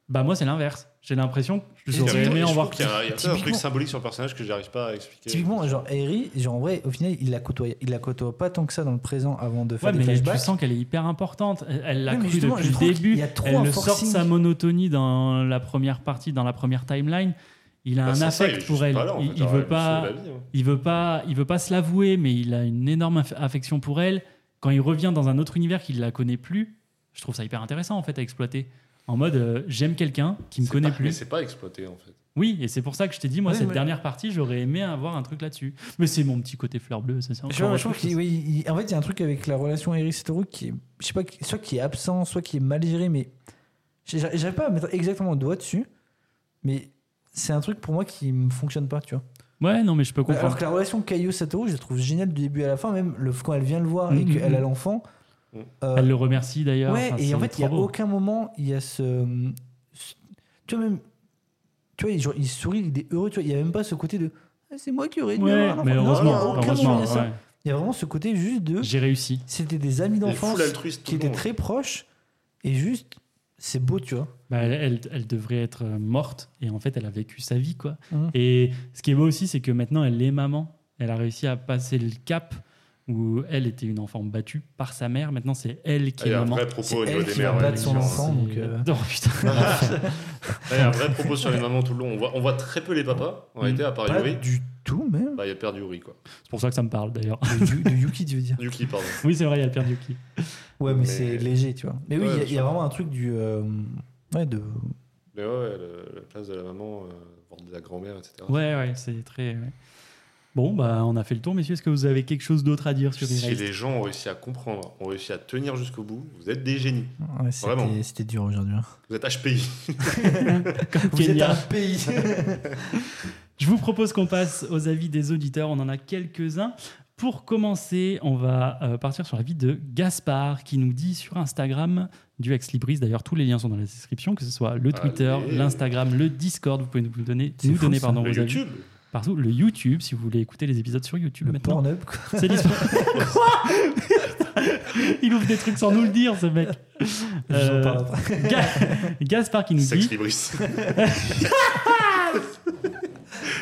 Bah, moi, c'est l'inverse. J'ai l'impression que Et j'aurais surtout, aimé Et en je voir trouve qu'il y a, un- il y a peut-être un truc Typiquement- symbolique sur le personnage que j'arrive pas à expliquer. Typiquement, genre Harry, genre en vrai, au final, il la côtoie, il la côtoie pas tant que ça dans le présent avant de faire Ouais, des mais tu flashbacks. sens qu'elle est hyper importante. Elle- Elle l'a Oui, mais cru justement, depuis je le trouve qu'il début. y a trop Elle un le sort de forcing. sa monotonie dans la première partie, dans la première timeline. Il a Bah, un sans ça, il est affect juste pour elle. pas là, en il, fait. il Alors, elle veut lui pas. sauve la vie, hein. Il veut pas, il veut pas se l'avouer, mais il a une énorme aff- affection pour elle. Quand il revient dans un autre univers qu'il la connaît plus, je trouve ça hyper intéressant en fait à exploiter. En mode, euh, j'aime quelqu'un qui me C'est connaît pas- Mais plus. c'est pas exploité, en fait. Oui, et c'est pour ça que je t'ai dit, moi, Oui, cette mais- dernière partie, j'aurais aimé avoir un truc là-dessus. Mais c'est mon petit côté fleur bleue, ça c'est Je, encore sais pas, autre je trouve chose. qu'il- oui, il- en fait, il y a un truc avec la relation Eric Satoru qui, est- je sais pas, qui- soit qui est absent, soit qui est mal géré, mais j'ai- j'arrive pas à mettre exactement le doigt dessus. Mais c'est un truc pour moi qui me fonctionne pas, tu vois. Ouais, non, mais je peux Bah, Alors comprendre. que la relation Caillou Satoru, je la trouve géniale du début à la fin, même le, quand elle vient le voir et Mhm. qu'elle a l'enfant. Mhm. euh, Mm. Elle le remercie d'ailleurs. ouais, Enfin, et c'est en fait, il y a trop beau. aucun moment, il y a ce, ce- tu vois même, tu vois, il- genre, il sourit, il est heureux, tu vois, il y a même pas ce côté de, Ah, c'est moi qui aurais dû Ouais, avoir l'enfant. mais Non, heureusement, il y a aucun heureusement, moment, il y a ça. ouais. Il y a vraiment ce côté juste de, j'ai réussi. c'était des amis Il est d'enfance full altruiste, tout qui le étaient monde. très proches et juste c'est beau tu vois Bah, elle, elle- elle devrait être euh, morte et en fait elle a vécu sa vie quoi. Mhm. Et ce qui est beau aussi c'est que maintenant elle est maman. Elle a réussi à passer le cap où elle était une enfant battue par sa mère. Maintenant c'est elle qui Ah, Il y est a un maman. vrai C'est propos au niveau elle des qui va mères. ouais, battre son genre, enfant. C'est- donc, euh. Non, putain. Il y a un vrai propos sur les mamans tout le long. On voit, on voit très peu les papas, en réalité, à part pas Yuri. du tout même Bah, il y a le père d'Yuri, quoi. c'est pour ça que ça me parle d'ailleurs. de, Yu- de Yuki tu veux dire Yuki, pardon. Oui c'est vrai, il y a le père Yuki. ouais mais, Mais- c'est léger tu vois mais oui Ouais, il y a- bien il y, a sûr. vraiment un truc du euh, ouais de Mais ouais, ouais, le- la place de la maman, euh, voire de la grand-mère, etc. Ouais ouais c'est très. ouais. Bon bah on a fait le tour messieurs. Est-ce que vous avez quelque chose d'autre à dire sur Si Erased les gens ont réussi à comprendre, ont réussi à tenir jusqu'au bout, vous êtes des génies. ouais, Vraiment. c'était c'était dur aujourd'hui hein. Vous êtes HPI. vous êtes Kenya. un pays Je vous propose qu'on passe aux avis des auditeurs. On en a quelques-uns. Pour commencer, on va euh, partir sur l'avis de Gaspard qui nous dit sur Instagram du Ex Libris. D'ailleurs, tous les liens sont dans la description, que ce soit le Twitter, Allez. l'Instagram, le Discord. Vous pouvez nous donner, C'est nous fou, donner ça. pardon, Le vos avis. YouTube. Partout, le YouTube, si vous voulez écouter les épisodes sur YouTube le maintenant. Pornhub quoi. C'est disponible. Il ouvre des trucs sans nous le dire, ce mec. Je vous en Euh, parle après. Ga- Gaspard qui nous dit Sex Libris.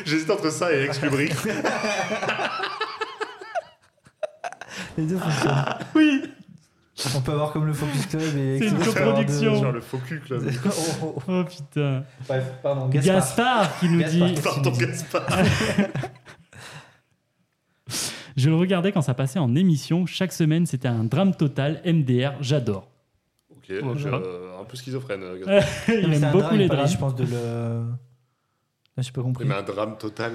J'hésite entre ça et Ex Libris. les deux fonctionnent Oui, on peut avoir comme le Focus Club et C'est une Xbox, on peut avoir deux- coproduction. Genre le faux cul, là. Oh, oh, oh. oh putain. bref pardon Gaspard, Gaspard qui nous Gaspard. dit Pardon, Gaspard. Je le regardais quand ça passait en émission. Chaque semaine, c'était un drame total, MDR, j'adore. Ok, Ouais, je- ça va. euh, un peu schizophrène, euh, Euh, Gaspard. Non, Il mais c'est aime un beaucoup drame, il les parlait, drames. je pense de le je j'ai pas compris Mais un drame total.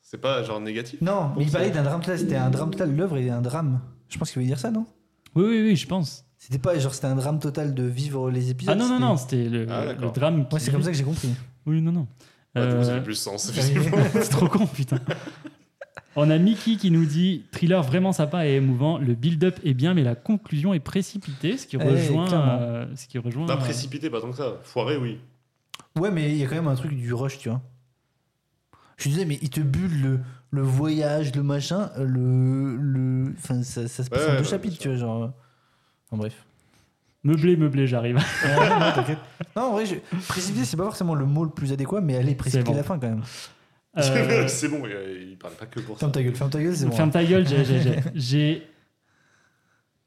C'est pas genre négatif Non, mais il ça. parlait d'un drame total, c'était un drame total, l'œuvre est un drame. Je pense qu'il voulait dire ça, non Oui, oui, oui, je pense. C'était pas genre c'était un drame total de vivre les Ah épisodes. non, non, c'était- non, c'était le, Ah, le d'accord. drame. qui- Ouais, c'est comme ça que j'ai compris. Oui, non, non. Ouais, Bah, Du coup, ça Euh, fait plus sens. c'est trop con, putain. On a Mickey qui nous dit thriller vraiment sympa et émouvant. Le build-up est bien, mais la conclusion est précipitée, ce qui Eh, rejoint. clairement. euh, ce qui rejoint. Bah, Pas euh, précipité, pas tant que ça. Foiré, oui. Ouais, mais il y a quand même un truc du rush, tu vois. Je disais, mais il te bulle le, le voyage, le machin, le. le... Enfin, ça, ça se passe Ouais, en ouais, deux ouais, chapitres, bien tu vois, genre. euh, Enfin, bref. euh, Meublé, meublé, j'arrive. non, en vrai, je... précipiter, c'est pas forcément le mot le plus adéquat, mais allez, précipiter bon. la fin quand même. Euh, c'est bon, il parle pas que pour ça. Ferme ta gueule, ferme ta gueule, c'est bon. Ferme ta gueule, j'ai- j'ai- j'ai- j'ai.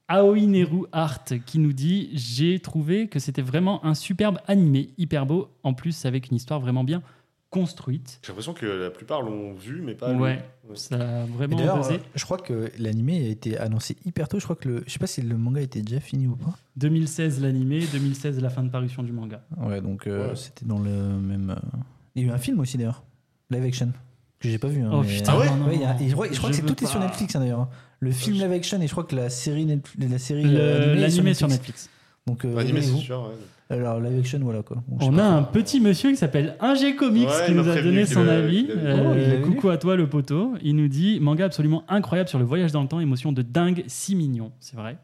Aoineru Art qui nous dit J'ai trouvé que c'était vraiment un superbe animé, hyper beau, en plus avec une histoire vraiment bien construite. J'ai l'impression que la plupart l'ont vu, mais pas. ouais, lu. Ouais. ça a Mais vraiment D'ailleurs, buzzé. euh, je crois que l'animé a été annoncé hyper tôt. Je crois que le, je sais pas si le manga était déjà fini ou pas. 2016 l'animé, 2016 la fin de parution du manga. Ouais, donc euh, Ouais. c'était dans le même. euh, Il y a eu un film aussi d'ailleurs, live action, que j'ai pas vu. hein, Oh, mais- putain, Ah ouais non, non, Ouais, il y a- non. et je crois, je crois que Je c'est veux tout est sur pas. Netflix hein, d'ailleurs. hein. Le film live action et je crois que la série Netflix- la série euh, Le- animée est L'animé sur Netflix. Donc euh, Animé, c'est vous- sûr. ouais. alors live action voilà quoi. Bon, je sais On a pas. un petit monsieur qui s'appelle Ingé Comics Ouais, qui il nous m'a a prévenu donné qu'il son a- avis. qu'il a- Euh, Oh, il l'avait coucou à toi le poteau. Il nous dit manga absolument incroyable sur le voyage dans le temps, émotion de dingue, si mignon, c'est vrai.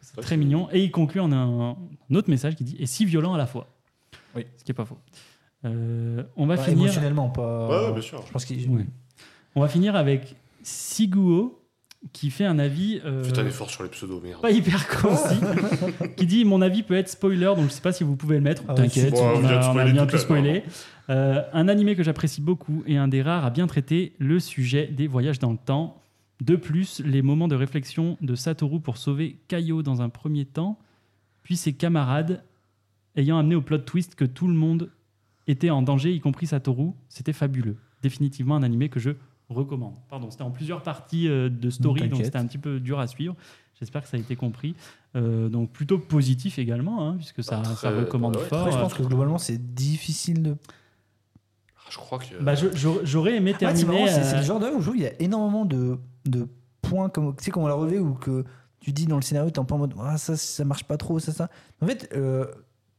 C'est vrai Très que- mignon. Et il conclut en un, un autre message qui dit et si violent à la fois. Oui. Ce qui est pas faux. Euh, on va Enfin, finir. émotionnellement pas. Ouais, ouais, bien sûr. Je pense qu'il. Oui. On va finir avec Siguo qui fait un avis. euh, Putain, l'effort sur les pseudos, merde. pas hyper concis, qui dit mon avis peut être spoiler, donc je sais pas si vous pouvez le mettre. Ah ouais, T'inquiète, c'est- Ouais, on, on vient de a- on a spoiler bien toute tout la- spoilé. Euh, un animé que j'apprécie beaucoup et un des rares à bien traiter le sujet des voyages dans le temps. De plus, les moments de réflexion de Satoru pour sauver Kaio dans un premier temps, puis ses camarades ayant amené au plot twist que tout le monde était en danger, y compris Satoru, c'était fabuleux. Définitivement un animé que je recommande. Pardon, c'était en plusieurs parties euh, de story, donc T'inquiète. c'était un petit peu dur à suivre. J'espère que ça a été compris. Euh, donc plutôt positif également, hein, puisque ça, Ah, très- ça recommande bah ouais, fort. Après, je pense que globalement c'est difficile de. Ah, Je crois que. Bah, je- je- J'aurais aimé Ouais, c'est terminer. marrant, c'est- c'est euh, le genre d'œuvre où je trouve il y a énormément de, de points, comme, tu sais, comme on l'a relevé, ou que tu dis dans le scénario, t'es un peu en mode, ah, ça, ça marche pas trop, ça, ça. En fait, euh,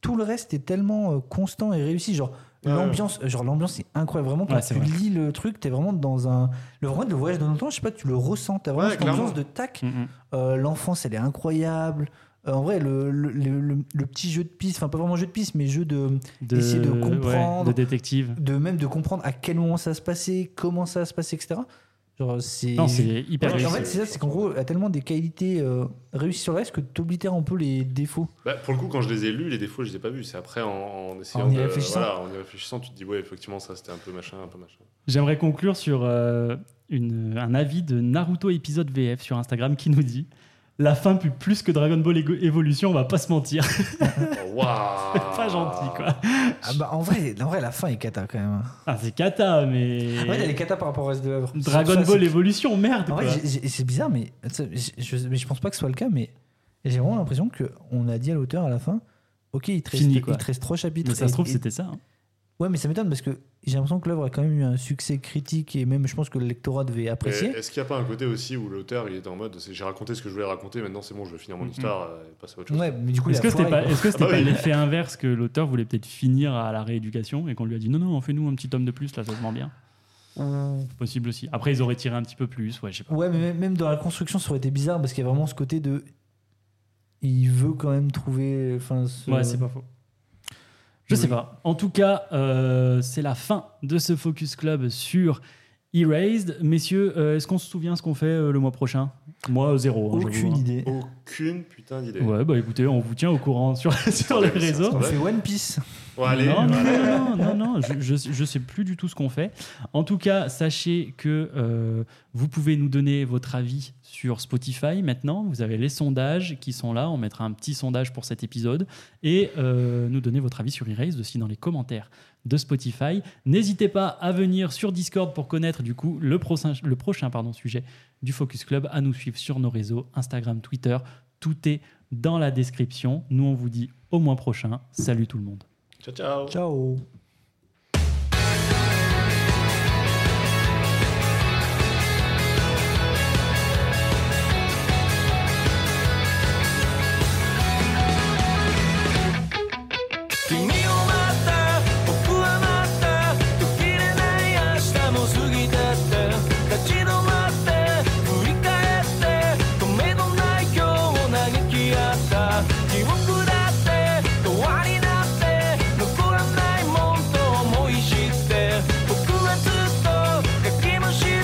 tout le reste est tellement euh, constant et réussi. Genre, Ouais, l'ambiance, genre, l'ambiance, c'est incroyable. Vraiment, quand Ouais, c'est tu vrai. lis le truc, t'es vraiment dans un. Le, vrai, le voyage de longtemps, je sais pas, tu le ressens. T'as vraiment Ouais, cette ambiance clairement. de tac. mm, mm. Euh, L'enfance, elle est incroyable. Euh, en vrai, le, le, le- le- le petit jeu de piste, enfin, pas vraiment jeu de piste, mais jeu de de, Essayer de ouais, comprendre. de détective. de même de comprendre à quel moment ça se passait, comment ça se passait, etc. Genre, c'est. Non, c'est hyper Ouais, en réussi. fait, c'est ça, c'est qu'en gros, elle a tellement des qualités euh, réussies sur le reste que t'oblitères un peu les défauts. Bah, pour le coup, quand je les ai lus, les défauts, je les ai pas vus. C'est après, en, en essayant En y de- réfléchissant. voilà, en y réfléchissant, tu te dis, ouais, effectivement, ça c'était un peu machin, un peu machin. J'aimerais conclure sur euh, une- un avis de Naruto épisode VF sur Instagram qui nous dit La fin pue plus que Dragon Ball Ego- Evolution, on va pas se mentir. Oh, Waouh pas gentil, quoi. Ah bah, en vrai, en vrai, la fin est cata quand même. Ah, c'est cata, mais. En vrai, elle est cata par rapport au reste de l'œuvre. Dragon Ça, Ball c'est- Evolution, merde, En quoi. vrai, j'ai- j'ai- c'est bizarre, mais, tu sais, je, je- mais je pense pas que ce soit le cas, mais j'ai vraiment l'impression qu'on a dit à l'auteur à la fin Ok, il te reste, Fini, il quoi. te reste trois chapitres. Mais ça se et- trouve, et- c'était ça. hein. Ouais, mais ça m'étonne parce que j'ai l'impression que l'œuvre a quand même eu un succès critique et même je pense que le lectorat devait Mais apprécier. Est-ce qu'il n'y a pas un côté aussi où l'auteur il est en mode c'est- j'ai raconté ce que je voulais raconter, maintenant c'est bon, je vais finir mon Mhm. histoire euh, et passer à autre chose Ouais, mais du coup, il Est-ce a que c'était foiré, pas, quoi. est-ce que c'était Ah bah pas oui. l'effet inverse que l'auteur voulait peut-être finir à la rééducation et qu'on lui a dit non, non, fais-nous un petit tome de plus, là, ça se vend bien Possible aussi. Après, ils auraient tiré un petit peu plus, ouais, je sais pas. Ouais, mais même- même dans la construction, ça aurait été bizarre parce qu'il y a vraiment ce côté de. Il veut quand même trouver. Enfin, ce- Ouais, c'est pas faux. Je sais pas. En tout cas, euh, c'est la fin de ce Focus Club sur Erased. Messieurs, euh, est-ce qu'on se souvient ce qu'on fait euh, le mois prochain Moi, euh, zéro. hein, j'avoue, Aucune hein. idée. Aucune putain d'idée. Ouais, bah écoutez, on vous tient au courant sur, sur les Ouais, ça, réseaux. ça On Ouais. fait One Piece. Bon, allez, non, non, voilà. non, non, non, non, je, je, je sais plus du tout ce qu'on fait. En tout cas, sachez que euh, vous pouvez nous donner votre avis sur Spotify maintenant. Vous avez les sondages qui sont là. On mettra un petit sondage pour cet épisode. Et euh, nous donner votre avis sur Erased aussi dans les commentaires de Spotify. N'hésitez pas à venir sur Discord pour connaître du coup le prochain, le prochain pardon, sujet du Focus Club. À nous suivre sur nos réseaux Instagram, Twitter. Tout est dans la description. Nous, on vous dit au mois prochain. Salut tout le monde. Ciao, ciao. Ciao. 君を待った僕は待った途切れない明日も過ぎてって立ち止まって振り返って止めどない今日を嘆き合った記憶だって変わりだって残らないもんと思い知って僕はずっと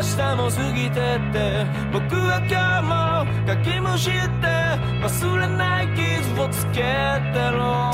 てって僕は今日もかきむしって忘れない傷をつけてろ Oh, ah, Oh, Oh,